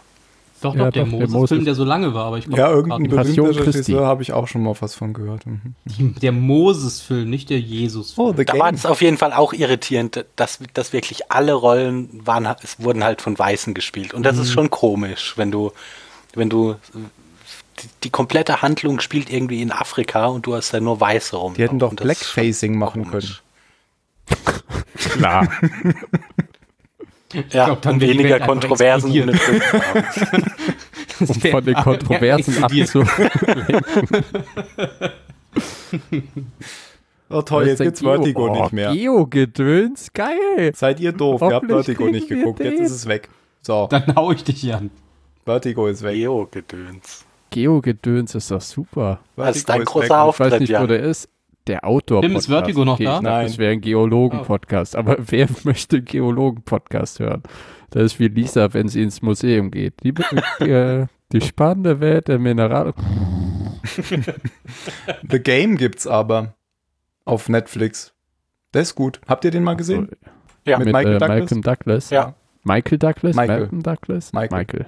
[SPEAKER 6] doch,
[SPEAKER 1] Ja,
[SPEAKER 6] doch, der
[SPEAKER 1] doch, der
[SPEAKER 6] Moses-Film,
[SPEAKER 1] Moses.
[SPEAKER 6] der so lange war, aber ich glaub,
[SPEAKER 2] Ja, irgendein
[SPEAKER 1] Die Passion
[SPEAKER 2] berühmter
[SPEAKER 1] Christi.
[SPEAKER 2] Regisseur habe ich auch schon mal was von gehört. Mhm.
[SPEAKER 6] die- der Moses-Film, nicht der Jesus-Film.
[SPEAKER 2] Oh,
[SPEAKER 1] Oh.
[SPEAKER 2] The
[SPEAKER 4] Da war es auf jeden Fall auch irritierend, dass, dass wirklich alle Rollen waren, es wurden halt von Weißen gespielt. Und das
[SPEAKER 2] Mhm.
[SPEAKER 4] ist schon komisch, wenn du, wenn du, die, die komplette Handlung spielt irgendwie in Afrika und du hast da nur Weiße rum.
[SPEAKER 2] Die hätten doch
[SPEAKER 4] Und das ist schon
[SPEAKER 2] Blackfacing machen können.
[SPEAKER 4] komisch.
[SPEAKER 1] Klar.
[SPEAKER 4] Ja,
[SPEAKER 6] glaub, dann
[SPEAKER 4] um
[SPEAKER 6] wäre die
[SPEAKER 4] weniger
[SPEAKER 6] Welt einfach
[SPEAKER 4] Kontroversen.
[SPEAKER 6] explodiert.
[SPEAKER 4] drin zu haben.
[SPEAKER 1] Um von den Kontroversen abzu.
[SPEAKER 2] Oh toll, jetzt gibt's Vertigo nicht mehr.
[SPEAKER 1] Oh, Geo-Gedöns, geil.
[SPEAKER 2] Seid ihr doof, ihr habt
[SPEAKER 1] Hoffentlich
[SPEAKER 2] Vertigo nicht
[SPEAKER 1] kriegen wir
[SPEAKER 2] geguckt, jetzt
[SPEAKER 1] den.
[SPEAKER 2] ist es weg. So,
[SPEAKER 6] Dann hau ich dich an.
[SPEAKER 2] Vertigo ist weg.
[SPEAKER 4] Geo-Gedöns.
[SPEAKER 1] Geo-Gedöns ist doch super.
[SPEAKER 4] Das ist ein
[SPEAKER 2] ist
[SPEAKER 4] großer
[SPEAKER 2] weg.
[SPEAKER 1] Ich weiß
[SPEAKER 4] Auftritt,
[SPEAKER 1] nicht,
[SPEAKER 4] ja.
[SPEAKER 1] wo der ist. Der Outdoor-Podcast.
[SPEAKER 6] Tim, ist Vertigo noch
[SPEAKER 1] okay,
[SPEAKER 6] da?
[SPEAKER 1] Ich dachte,
[SPEAKER 2] Nein.
[SPEAKER 1] es wäre ein Geologen-Podcast. Aber wer möchte einen Geologen-Podcast hören? Das ist wie Lisa, wenn sie ins Museum geht. Die, äh, die spannende Welt der Mineral.
[SPEAKER 2] The Game gibt's aber auf Netflix. Der ist gut. Habt ihr den mal gesehen?
[SPEAKER 4] Ja.
[SPEAKER 1] mit,
[SPEAKER 2] Mit Michael
[SPEAKER 1] äh,
[SPEAKER 2] Douglas?
[SPEAKER 1] Malcolm Douglas.
[SPEAKER 4] Ja.
[SPEAKER 1] Michael Douglas?
[SPEAKER 2] Michael.
[SPEAKER 1] Malcolm Douglas?
[SPEAKER 2] Michael.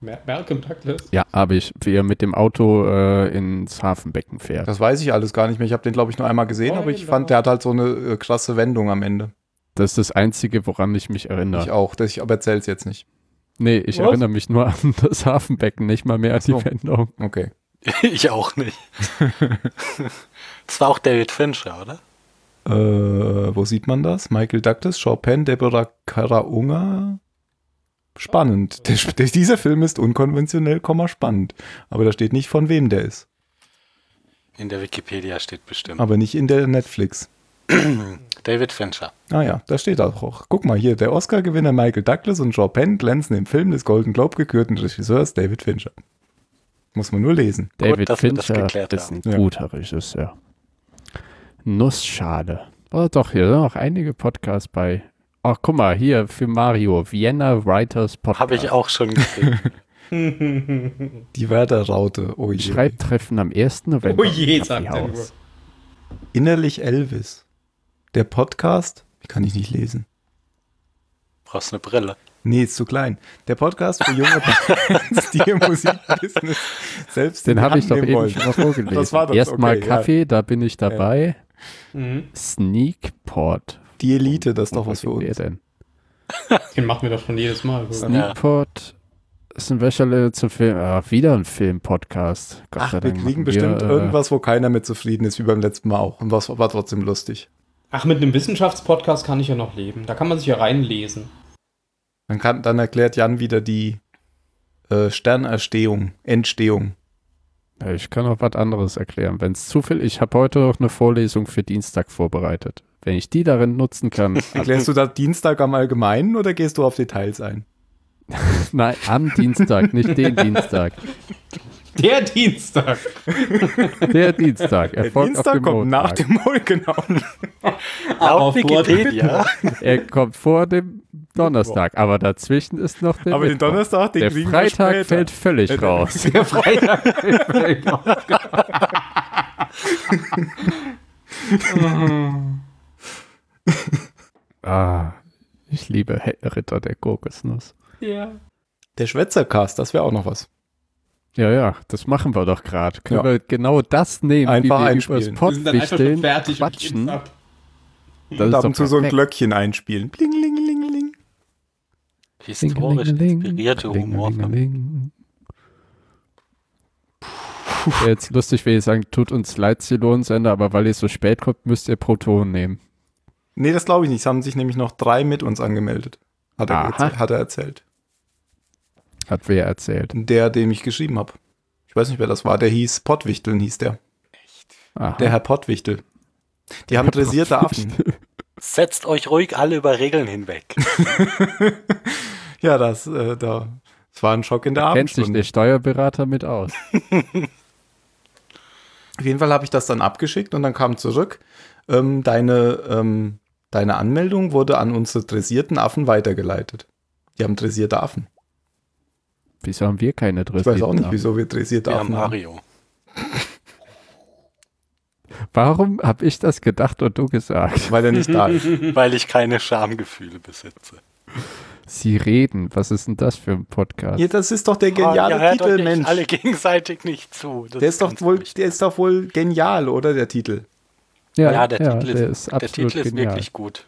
[SPEAKER 6] Mer Malcolm Douglas?
[SPEAKER 1] Ja, habe ich. Wie er mit dem Auto äh, ins Hafenbecken fährt.
[SPEAKER 2] Das weiß ich alles gar nicht mehr. Ich habe den, glaube ich, nur einmal gesehen, aber ich fand, der hat halt so eine äh, krasse Wendung am Ende.
[SPEAKER 1] Das ist das Einzige, woran ich mich erinnere.
[SPEAKER 2] Ich auch. Das, ich aber erzähl's jetzt nicht.
[SPEAKER 1] nee, ich
[SPEAKER 6] Was?
[SPEAKER 1] erinnere mich nur an das Hafenbecken, nicht mal mehr an
[SPEAKER 2] Ach so.
[SPEAKER 1] die Wendung.
[SPEAKER 2] Okay.
[SPEAKER 4] Ich auch nicht. das war auch David Fincher, oder?
[SPEAKER 2] Äh, wo sieht man das? Michael Douglas, Sean Penn, Deborah Karaunga. Spannend. Der, der, dieser Film ist unkonventionell, Komma, spannend. Aber da steht nicht, von wem der ist.
[SPEAKER 4] In der Wikipedia steht bestimmt.
[SPEAKER 2] Aber nicht in der Netflix.
[SPEAKER 4] David Fincher.
[SPEAKER 2] Ah ja, da steht auch. auch. Guck mal hier, der Oscar-Gewinner Michael Douglas und Sean Penn glänzen im Film des Golden Globe gekürten Regisseurs David Fincher. Muss man nur lesen.
[SPEAKER 1] David
[SPEAKER 4] dass wir das
[SPEAKER 1] Fincher
[SPEAKER 4] geklärt
[SPEAKER 1] ist ein
[SPEAKER 2] haben. Ja.
[SPEAKER 1] guter Regisseur. Nussschale. Oh, doch, hier sind noch einige Podcasts bei. Ach, guck mal, hier für Mario, Vienna Writers Podcast.
[SPEAKER 4] Habe ich auch schon gesehen.
[SPEAKER 2] Die Werder-Raute. Oh je.
[SPEAKER 1] Schreibtreffen am 1. November.
[SPEAKER 6] Oh je,
[SPEAKER 1] im
[SPEAKER 6] sagt er nur.
[SPEAKER 1] Kaffeehaus.
[SPEAKER 2] Innerlich Elvis. Der Podcast. Wie kann ich nicht lesen?
[SPEAKER 4] Brauchst eine Brille.
[SPEAKER 2] Nee, ist zu klein. Der Podcast für junge Bands, die im Musikbusiness selbst
[SPEAKER 1] Den
[SPEAKER 2] in die
[SPEAKER 1] habe ich
[SPEAKER 2] Hand
[SPEAKER 1] doch
[SPEAKER 2] nehmen
[SPEAKER 1] eben
[SPEAKER 2] wollen.
[SPEAKER 1] schon mal vorgelesen.
[SPEAKER 2] Das war das,
[SPEAKER 1] Erstmal
[SPEAKER 2] okay, ja.
[SPEAKER 1] Kaffee, da bin ich dabei.
[SPEAKER 6] Mhm.
[SPEAKER 1] Sneakport.
[SPEAKER 2] Die Elite, das ist doch was für
[SPEAKER 1] Wer
[SPEAKER 2] uns.
[SPEAKER 1] denn?
[SPEAKER 6] Den machen wir doch schon jedes Mal.
[SPEAKER 1] Sneakport ist ein Wäscherle zum Film. Ah, wieder ein Film-Podcast. Gott
[SPEAKER 2] Ach,
[SPEAKER 1] sei
[SPEAKER 2] wir
[SPEAKER 1] Dank
[SPEAKER 2] kriegen
[SPEAKER 1] machen
[SPEAKER 2] bestimmt
[SPEAKER 1] äh,
[SPEAKER 2] irgendwas, wo keiner mit zufrieden ist, wie beim letzten Mal auch. Und was war trotzdem lustig.
[SPEAKER 6] Ach, mit einem Wissenschaftspodcast kann ich ja noch leben. Da kann man sich ja reinlesen.
[SPEAKER 2] Dann, kann, dann erklärt Jan wieder die äh, Sternerstehung, Entstehung.
[SPEAKER 1] Ich kann auch was anderes erklären, wenn es zu viel. Ich habe heute auch eine Vorlesung für Dienstag vorbereitet. Wenn ich die darin nutzen kann.
[SPEAKER 2] Erklärst du das Dienstag am Allgemeinen oder gehst du auf Details ein?
[SPEAKER 1] Nein, am Dienstag, nicht den Dienstag.
[SPEAKER 6] Der Dienstag.
[SPEAKER 1] Der Dienstag. Er
[SPEAKER 2] Der
[SPEAKER 1] folgt auf
[SPEAKER 2] Dienstag
[SPEAKER 1] den
[SPEAKER 2] kommt nach
[SPEAKER 1] Montag.
[SPEAKER 2] dem Mond, genau.
[SPEAKER 4] Laut
[SPEAKER 6] auf
[SPEAKER 4] Wikipedia.
[SPEAKER 1] Er kommt vor dem Donnerstag, aber dazwischen ist noch der
[SPEAKER 2] Aber den
[SPEAKER 1] Mittwoch.
[SPEAKER 2] Donnerstag, den
[SPEAKER 1] Der
[SPEAKER 2] kriegen wir
[SPEAKER 1] Freitag
[SPEAKER 2] später.
[SPEAKER 1] fällt völlig raus.
[SPEAKER 6] Der Freitag.
[SPEAKER 1] Ah, ich liebe He- Ritter der Kokosnuss.
[SPEAKER 6] ja.
[SPEAKER 2] Der Schwätzercast, das wäre auch noch was.
[SPEAKER 1] Ja, ja, das machen wir doch gerade. Können
[SPEAKER 2] Ja.
[SPEAKER 1] wir genau das nehmen,
[SPEAKER 2] Einfach
[SPEAKER 1] wie wir übers
[SPEAKER 2] einspielen.
[SPEAKER 6] Wir sind dann
[SPEAKER 1] Pottwichteln
[SPEAKER 6] einfach schon fertig und
[SPEAKER 1] quatschen.
[SPEAKER 6] gehen's ab.
[SPEAKER 1] Das
[SPEAKER 2] Und ab und zu so ein
[SPEAKER 1] Also perfekt.
[SPEAKER 2] Glöckchen einspielen. Bling, ling, ling, ling.
[SPEAKER 4] Historisch inspirierte Humor.
[SPEAKER 1] Humor. Wäre jetzt lustig, wenn ihr sagen, tut uns leid, Zylonsender, aber weil ihr so spät kommt, müsst ihr Proton nehmen.
[SPEAKER 2] Nee, das glaube ich nicht. Es haben sich nämlich noch drei mit uns angemeldet. Hat er,
[SPEAKER 1] Aha.
[SPEAKER 2] erzählt, hat er erzählt.
[SPEAKER 1] Hat wer erzählt.
[SPEAKER 2] Der, dem ich geschrieben habe. Ich weiß nicht, wer das war. Der hieß Pottwichteln, hieß der.
[SPEAKER 1] Aha.
[SPEAKER 2] Der Herr Pottwichtel. Die haben dressierte Affen.
[SPEAKER 4] Setzt euch ruhig alle über Regeln hinweg.
[SPEAKER 2] Ja, das, äh, da, das war ein Schock in der
[SPEAKER 1] Kennt sich
[SPEAKER 2] Abendstunde.
[SPEAKER 1] der Steuerberater mit aus.
[SPEAKER 2] Auf jeden Fall habe ich das dann abgeschickt und dann kam zurück. Ähm, deine, ähm, deine Anmeldung wurde an unsere dressierten Affen weitergeleitet. Die haben dressierte Affen.
[SPEAKER 1] Wieso haben wir keine Dressur?
[SPEAKER 2] Ich weiß auch nicht, wieso wir dressierte
[SPEAKER 4] Ja,
[SPEAKER 2] Affen haben.
[SPEAKER 4] Mario.
[SPEAKER 1] Warum habe ich das gedacht und du gesagt?
[SPEAKER 2] Weil er nicht da ist.
[SPEAKER 4] Weil ich keine Schamgefühle besitze.
[SPEAKER 1] Sie reden. Was ist denn das für ein Podcast?
[SPEAKER 2] Ja, das ist doch
[SPEAKER 1] Ah,
[SPEAKER 2] der
[SPEAKER 4] ihr
[SPEAKER 2] geniale
[SPEAKER 4] hört euch
[SPEAKER 2] Titel,
[SPEAKER 4] nicht
[SPEAKER 2] Mensch.
[SPEAKER 4] alle gegenseitig nicht zu. Das
[SPEAKER 2] Der ist, doch
[SPEAKER 4] ganz
[SPEAKER 2] wohl,
[SPEAKER 4] furchtbar.
[SPEAKER 2] der ist doch wohl genial, oder der Titel?
[SPEAKER 1] Ja,
[SPEAKER 4] ja, der, Titel
[SPEAKER 1] der
[SPEAKER 4] ist,
[SPEAKER 1] ist
[SPEAKER 4] der
[SPEAKER 1] absolut
[SPEAKER 4] Titel ist
[SPEAKER 1] genial.
[SPEAKER 4] wirklich gut.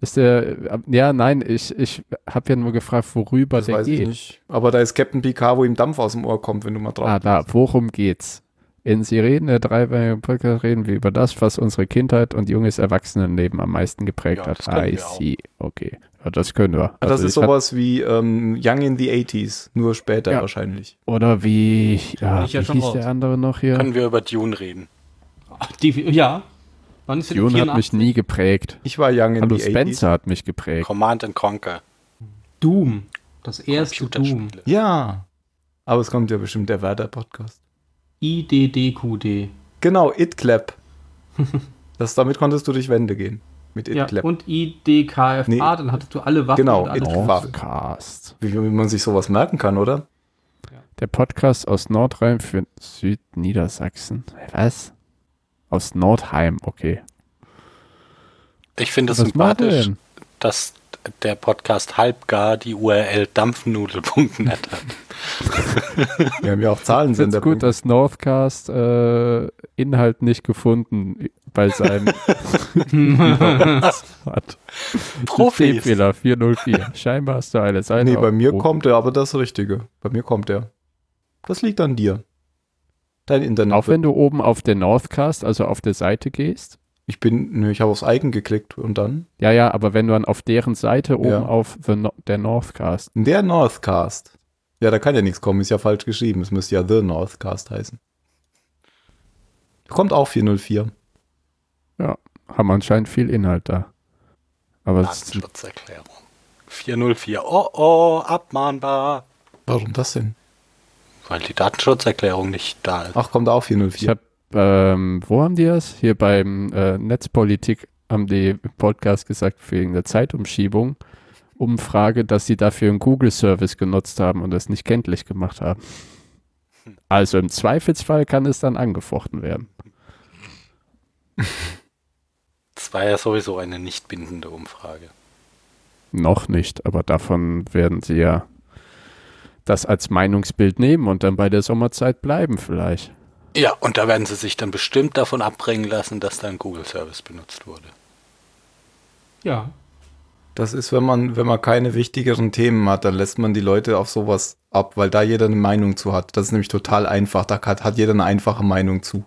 [SPEAKER 1] Ist der, äh, ja, nein, ich, ich habe ja nur gefragt, worüber der geht.
[SPEAKER 2] nicht. Aber da ist Captain Picard, wo ihm Dampf aus dem Ohr kommt, wenn du mal drauf
[SPEAKER 1] Ah, da, worum geht's? In Sie reden, der dreiwöchige Podcast reden wir über das, was unsere Kindheit und junges Erwachsenenleben am meisten geprägt
[SPEAKER 4] Ja, das
[SPEAKER 1] hat.
[SPEAKER 4] können
[SPEAKER 1] I
[SPEAKER 4] wir auch.
[SPEAKER 1] see. Okay. Ja, das können wir.
[SPEAKER 2] Das
[SPEAKER 1] Also
[SPEAKER 2] ist
[SPEAKER 1] ich hab-
[SPEAKER 2] sowas wie ähm, Young in the 80s, nur später
[SPEAKER 1] Ja.
[SPEAKER 2] wahrscheinlich.
[SPEAKER 1] oder wie, ja,
[SPEAKER 6] ich ja
[SPEAKER 1] wie
[SPEAKER 6] schon
[SPEAKER 1] hieß
[SPEAKER 6] raus.
[SPEAKER 1] der andere noch hier?
[SPEAKER 4] Können wir über Dune reden?
[SPEAKER 6] Ach, die, ja. Wann ist die
[SPEAKER 1] Dune hat mich
[SPEAKER 6] 84?
[SPEAKER 1] nie geprägt.
[SPEAKER 2] Ich war Young in
[SPEAKER 1] Hallo
[SPEAKER 2] the
[SPEAKER 1] Spencer hat mich geprägt.
[SPEAKER 4] Command and Conquer.
[SPEAKER 6] Doom. Das erste Doom.
[SPEAKER 4] Computerspiele.
[SPEAKER 2] 80s. Ja. Aber es kommt ja bestimmt der Werder-Podcast.
[SPEAKER 6] IDDQD.
[SPEAKER 2] Genau, It Clap. das, damit konntest du durch Wände gehen. Mit It
[SPEAKER 6] Ja,
[SPEAKER 2] Clap.
[SPEAKER 6] und IDKFA,
[SPEAKER 2] Nee.
[SPEAKER 6] dann hattest du alle Waffen.
[SPEAKER 2] Genau,
[SPEAKER 6] und alle
[SPEAKER 2] in-
[SPEAKER 6] Waffen.
[SPEAKER 1] Podcast.
[SPEAKER 2] Wie, wie man sich sowas merken kann, oder?
[SPEAKER 1] Der Podcast aus Nordrhein für Südniedersachsen. Was? Aus Nordheim, okay.
[SPEAKER 4] Ich finde es
[SPEAKER 1] Was macht er
[SPEAKER 4] sympathisch,
[SPEAKER 1] denn?
[SPEAKER 4] dass der Podcast halbgar die URL dampfnudel.net hat.
[SPEAKER 2] Wir haben ja auch
[SPEAKER 1] Ich finde
[SPEAKER 2] Zahlensender.
[SPEAKER 1] es gut, dass Northcast äh, Inhalt nicht gefunden bei seinem hat.
[SPEAKER 4] Profis.
[SPEAKER 1] Fehler 404. Scheinbar hast du eine Seite.
[SPEAKER 2] Ah, Nee, bei mir
[SPEAKER 1] aufgerufen.
[SPEAKER 2] kommt er aber das Richtige. Bei mir kommt er. Das liegt an dir. Dein Internet.
[SPEAKER 1] Auch wenn du oben auf den Northcast, also auf der Seite gehst.
[SPEAKER 2] ich bin, nö, ich habe aufs Eigen geklickt und dann.
[SPEAKER 1] Ja, ja, aber wenn du dann auf deren Seite oben
[SPEAKER 2] Ja.
[SPEAKER 1] auf the no der Northcast.
[SPEAKER 2] Der Northcast. Ja, da kann ja nichts kommen, ist ja falsch geschrieben. Es müsste ja The Northcast heißen. Kommt auch 404.
[SPEAKER 1] haben anscheinend viel Inhalt da. Aber es ist
[SPEAKER 4] Datenschutzerklärung. 404. Oh oh, abmahnbar.
[SPEAKER 2] Warum das denn?
[SPEAKER 4] Weil die Datenschutzerklärung nicht da ist.
[SPEAKER 2] Ach, kommt auch 404.
[SPEAKER 1] Ich habe, ähm, wo haben die das? Hier beim äh, Netzpolitik haben die im Podcast gesagt, wegen der Zeitumschiebung, Umfrage, dass sie dafür einen Google-Service genutzt haben und das nicht kenntlich gemacht haben. Also im Zweifelsfall kann es dann angefochten werden.
[SPEAKER 4] Das war ja sowieso eine nicht bindende Umfrage.
[SPEAKER 1] Noch nicht, aber davon werden sie ja das als Meinungsbild nehmen und dann bei der Sommerzeit bleiben vielleicht.
[SPEAKER 4] Ja, und da werden sie sich dann bestimmt davon abbringen lassen, dass da ein Google-Service benutzt wurde.
[SPEAKER 6] Ja.
[SPEAKER 2] Das ist, wenn man, wenn man keine wichtigeren Themen hat, dann lässt man die Leute auf sowas ab, weil da jeder eine Meinung zu hat. Das ist nämlich total einfach. Da hat, hat jeder eine einfache Meinung zu.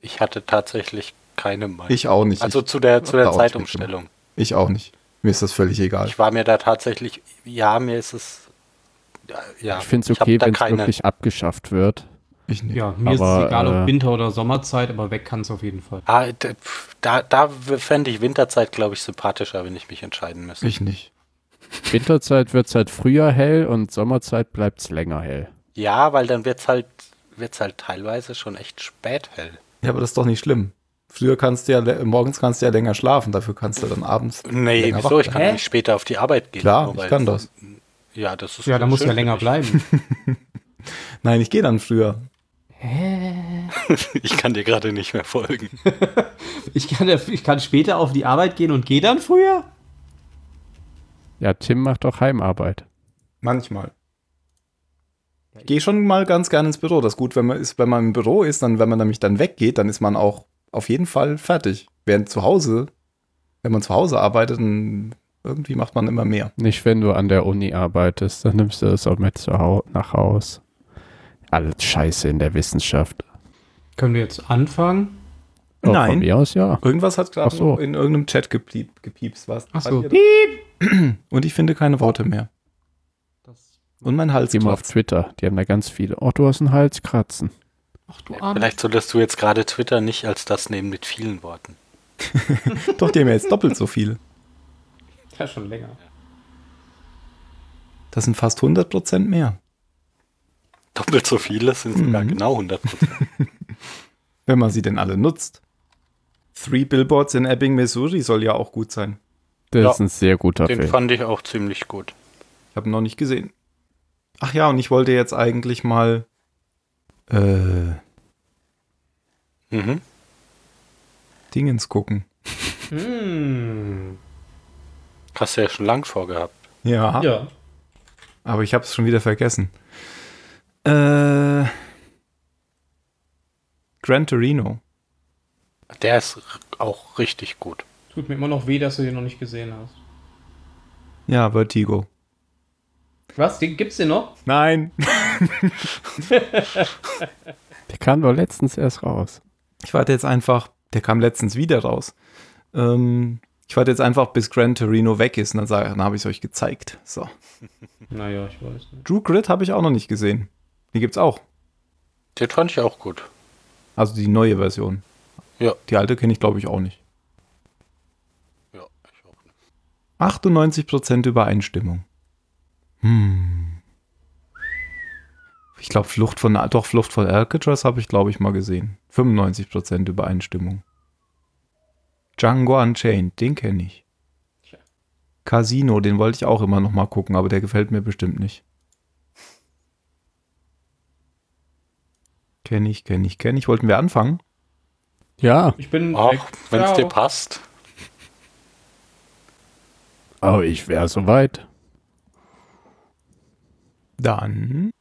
[SPEAKER 4] Ich hatte tatsächlich keine Meinung.
[SPEAKER 2] Ich auch nicht.
[SPEAKER 4] also
[SPEAKER 2] ich,
[SPEAKER 4] zu der,
[SPEAKER 2] hab
[SPEAKER 4] zu
[SPEAKER 2] da
[SPEAKER 4] der
[SPEAKER 2] auch nicht
[SPEAKER 4] Zeitumstellung.
[SPEAKER 2] ich auch nicht. Mir ist das völlig egal.
[SPEAKER 4] Ich war mir da tatsächlich, ja, mir ist es. Ja,
[SPEAKER 1] ich finde es
[SPEAKER 4] hab
[SPEAKER 1] okay,
[SPEAKER 4] da
[SPEAKER 1] wenn es
[SPEAKER 4] keine-
[SPEAKER 1] wirklich abgeschafft wird.
[SPEAKER 2] Ich nicht.
[SPEAKER 6] Ja, mir ist
[SPEAKER 1] Aber,
[SPEAKER 6] es egal,
[SPEAKER 1] äh,
[SPEAKER 6] ob Winter- oder Sommerzeit, aber weg kann es auf jeden Fall.
[SPEAKER 4] Ah, d- pf, da da fände ich Winterzeit, glaube ich, sympathischer, wenn ich mich entscheiden müsste.
[SPEAKER 2] Ich nicht.
[SPEAKER 1] Winterzeit wird es halt früher hell und Sommerzeit bleibt es länger hell.
[SPEAKER 4] Ja, weil dann wird's halt wird's halt teilweise schon echt spät hell.
[SPEAKER 2] Ja, aber das ist doch nicht schlimm. Früher kannst du ja, le- morgens kannst du ja länger schlafen, dafür kannst du dann abends.
[SPEAKER 4] Nee,
[SPEAKER 2] länger
[SPEAKER 4] wieso?
[SPEAKER 2] wach
[SPEAKER 4] Ich kann
[SPEAKER 2] bleiben.
[SPEAKER 4] nicht später auf die Arbeit gehen.
[SPEAKER 2] Klar,
[SPEAKER 4] nur weil-
[SPEAKER 2] ich kann das.
[SPEAKER 4] Ja, das ist
[SPEAKER 6] Ja, da
[SPEAKER 4] schon
[SPEAKER 6] muss
[SPEAKER 4] schön
[SPEAKER 6] ja länger
[SPEAKER 4] für mich.
[SPEAKER 6] bleiben.
[SPEAKER 2] Nein, ich gehe dann früher.
[SPEAKER 4] Ich kann dir gerade nicht mehr folgen.
[SPEAKER 6] Ich kann, ja- ich kann später auf die Arbeit gehen und gehe dann früher?
[SPEAKER 1] Ja, Tim macht auch Heimarbeit.
[SPEAKER 2] Manchmal. Ich gehe schon mal ganz gerne ins Büro. Das ist gut, wenn man, ist, wenn man im Büro ist, dann, wenn man nämlich dann weggeht, dann ist man auch auf jeden Fall fertig. Während zu Hause, wenn man zu Hause arbeitet, dann irgendwie macht man immer mehr.
[SPEAKER 1] Nicht, wenn du an der Uni arbeitest, dann nimmst du es auch mit zu Hau nach Haus. Alles Scheiße in der Wissenschaft.
[SPEAKER 6] Können wir jetzt anfangen?
[SPEAKER 1] Oh,
[SPEAKER 2] Nein.
[SPEAKER 1] Von mir aus ja.
[SPEAKER 2] Irgendwas hat gerade
[SPEAKER 1] Ach so.
[SPEAKER 2] in irgendeinem Chat gepiep, gepiepst. Was?
[SPEAKER 6] Ach so.
[SPEAKER 2] Hat ihr- Und ich finde keine Worte mehr.
[SPEAKER 6] Das,
[SPEAKER 2] Und mein Hals
[SPEAKER 1] Geh mal auf
[SPEAKER 2] klopft.
[SPEAKER 1] Twitter. Die haben da ganz viele. Oh, du hast einen Halskratzen.
[SPEAKER 6] ach du Arme.
[SPEAKER 4] Vielleicht solltest du jetzt gerade Twitter nicht als das nehmen mit vielen Worten.
[SPEAKER 2] Doch, die haben ja jetzt doppelt so viel.
[SPEAKER 6] Ja, schon länger.
[SPEAKER 2] Das sind fast 100% mehr.
[SPEAKER 4] Doppelt so viele sind sogar
[SPEAKER 2] Mhm.
[SPEAKER 4] genau 100 Prozent.
[SPEAKER 2] Wenn man sie denn alle nutzt. Three Billboards in Ebbing, Missouri soll ja auch gut sein.
[SPEAKER 1] Das
[SPEAKER 4] Ja.
[SPEAKER 1] ist ein sehr guter
[SPEAKER 4] Den
[SPEAKER 1] Film.
[SPEAKER 4] fand ich auch ziemlich gut.
[SPEAKER 2] Ich habe ihn noch nicht gesehen. Ach ja, und ich wollte jetzt eigentlich mal. Äh,
[SPEAKER 4] Mhm.
[SPEAKER 2] Dingens gucken.
[SPEAKER 6] Hm.
[SPEAKER 4] Hast du ja schon lang vorgehabt.
[SPEAKER 2] Ja,
[SPEAKER 6] Ja.
[SPEAKER 2] aber ich habe es schon wieder vergessen. Äh. Gran Torino.
[SPEAKER 4] Der ist r- auch richtig gut.
[SPEAKER 6] Tut mir immer noch weh, dass du den noch nicht gesehen hast.
[SPEAKER 2] Ja, Vertigo.
[SPEAKER 6] Was? Den gibt's den noch?
[SPEAKER 2] Nein.
[SPEAKER 1] Der kam doch letztens erst raus.
[SPEAKER 2] Ich warte jetzt einfach. Der kam letztens wieder raus. Ähm, ich warte jetzt einfach, bis Gran Torino weg ist. Und dann, sag- dann habe ich es euch gezeigt. So.
[SPEAKER 6] Naja, ich weiß nicht.
[SPEAKER 2] Drew Grid habe ich auch noch nicht gesehen. Die gibt's auch.
[SPEAKER 4] Den fand ich auch gut.
[SPEAKER 2] Also die neue Version.
[SPEAKER 4] Ja.
[SPEAKER 2] Die alte kenne ich, glaube ich, auch nicht.
[SPEAKER 4] Ja, ich auch nicht.
[SPEAKER 2] 98% Übereinstimmung. Hm. Ich glaube, Flucht von, doch, Flucht von Alcatraz habe ich, glaube ich, mal gesehen. 95% Übereinstimmung. Django Unchained, den kenne ich.
[SPEAKER 6] Tja.
[SPEAKER 2] Casino, den wollte ich auch immer noch mal gucken, aber der gefällt mir bestimmt nicht. Kenne ich, kenne ich, kenne ich. Wollten wir anfangen?
[SPEAKER 1] Ja.
[SPEAKER 6] Ich bin.
[SPEAKER 4] Auch wenn es dir passt.
[SPEAKER 1] Oh, ich wäre soweit.
[SPEAKER 2] Dann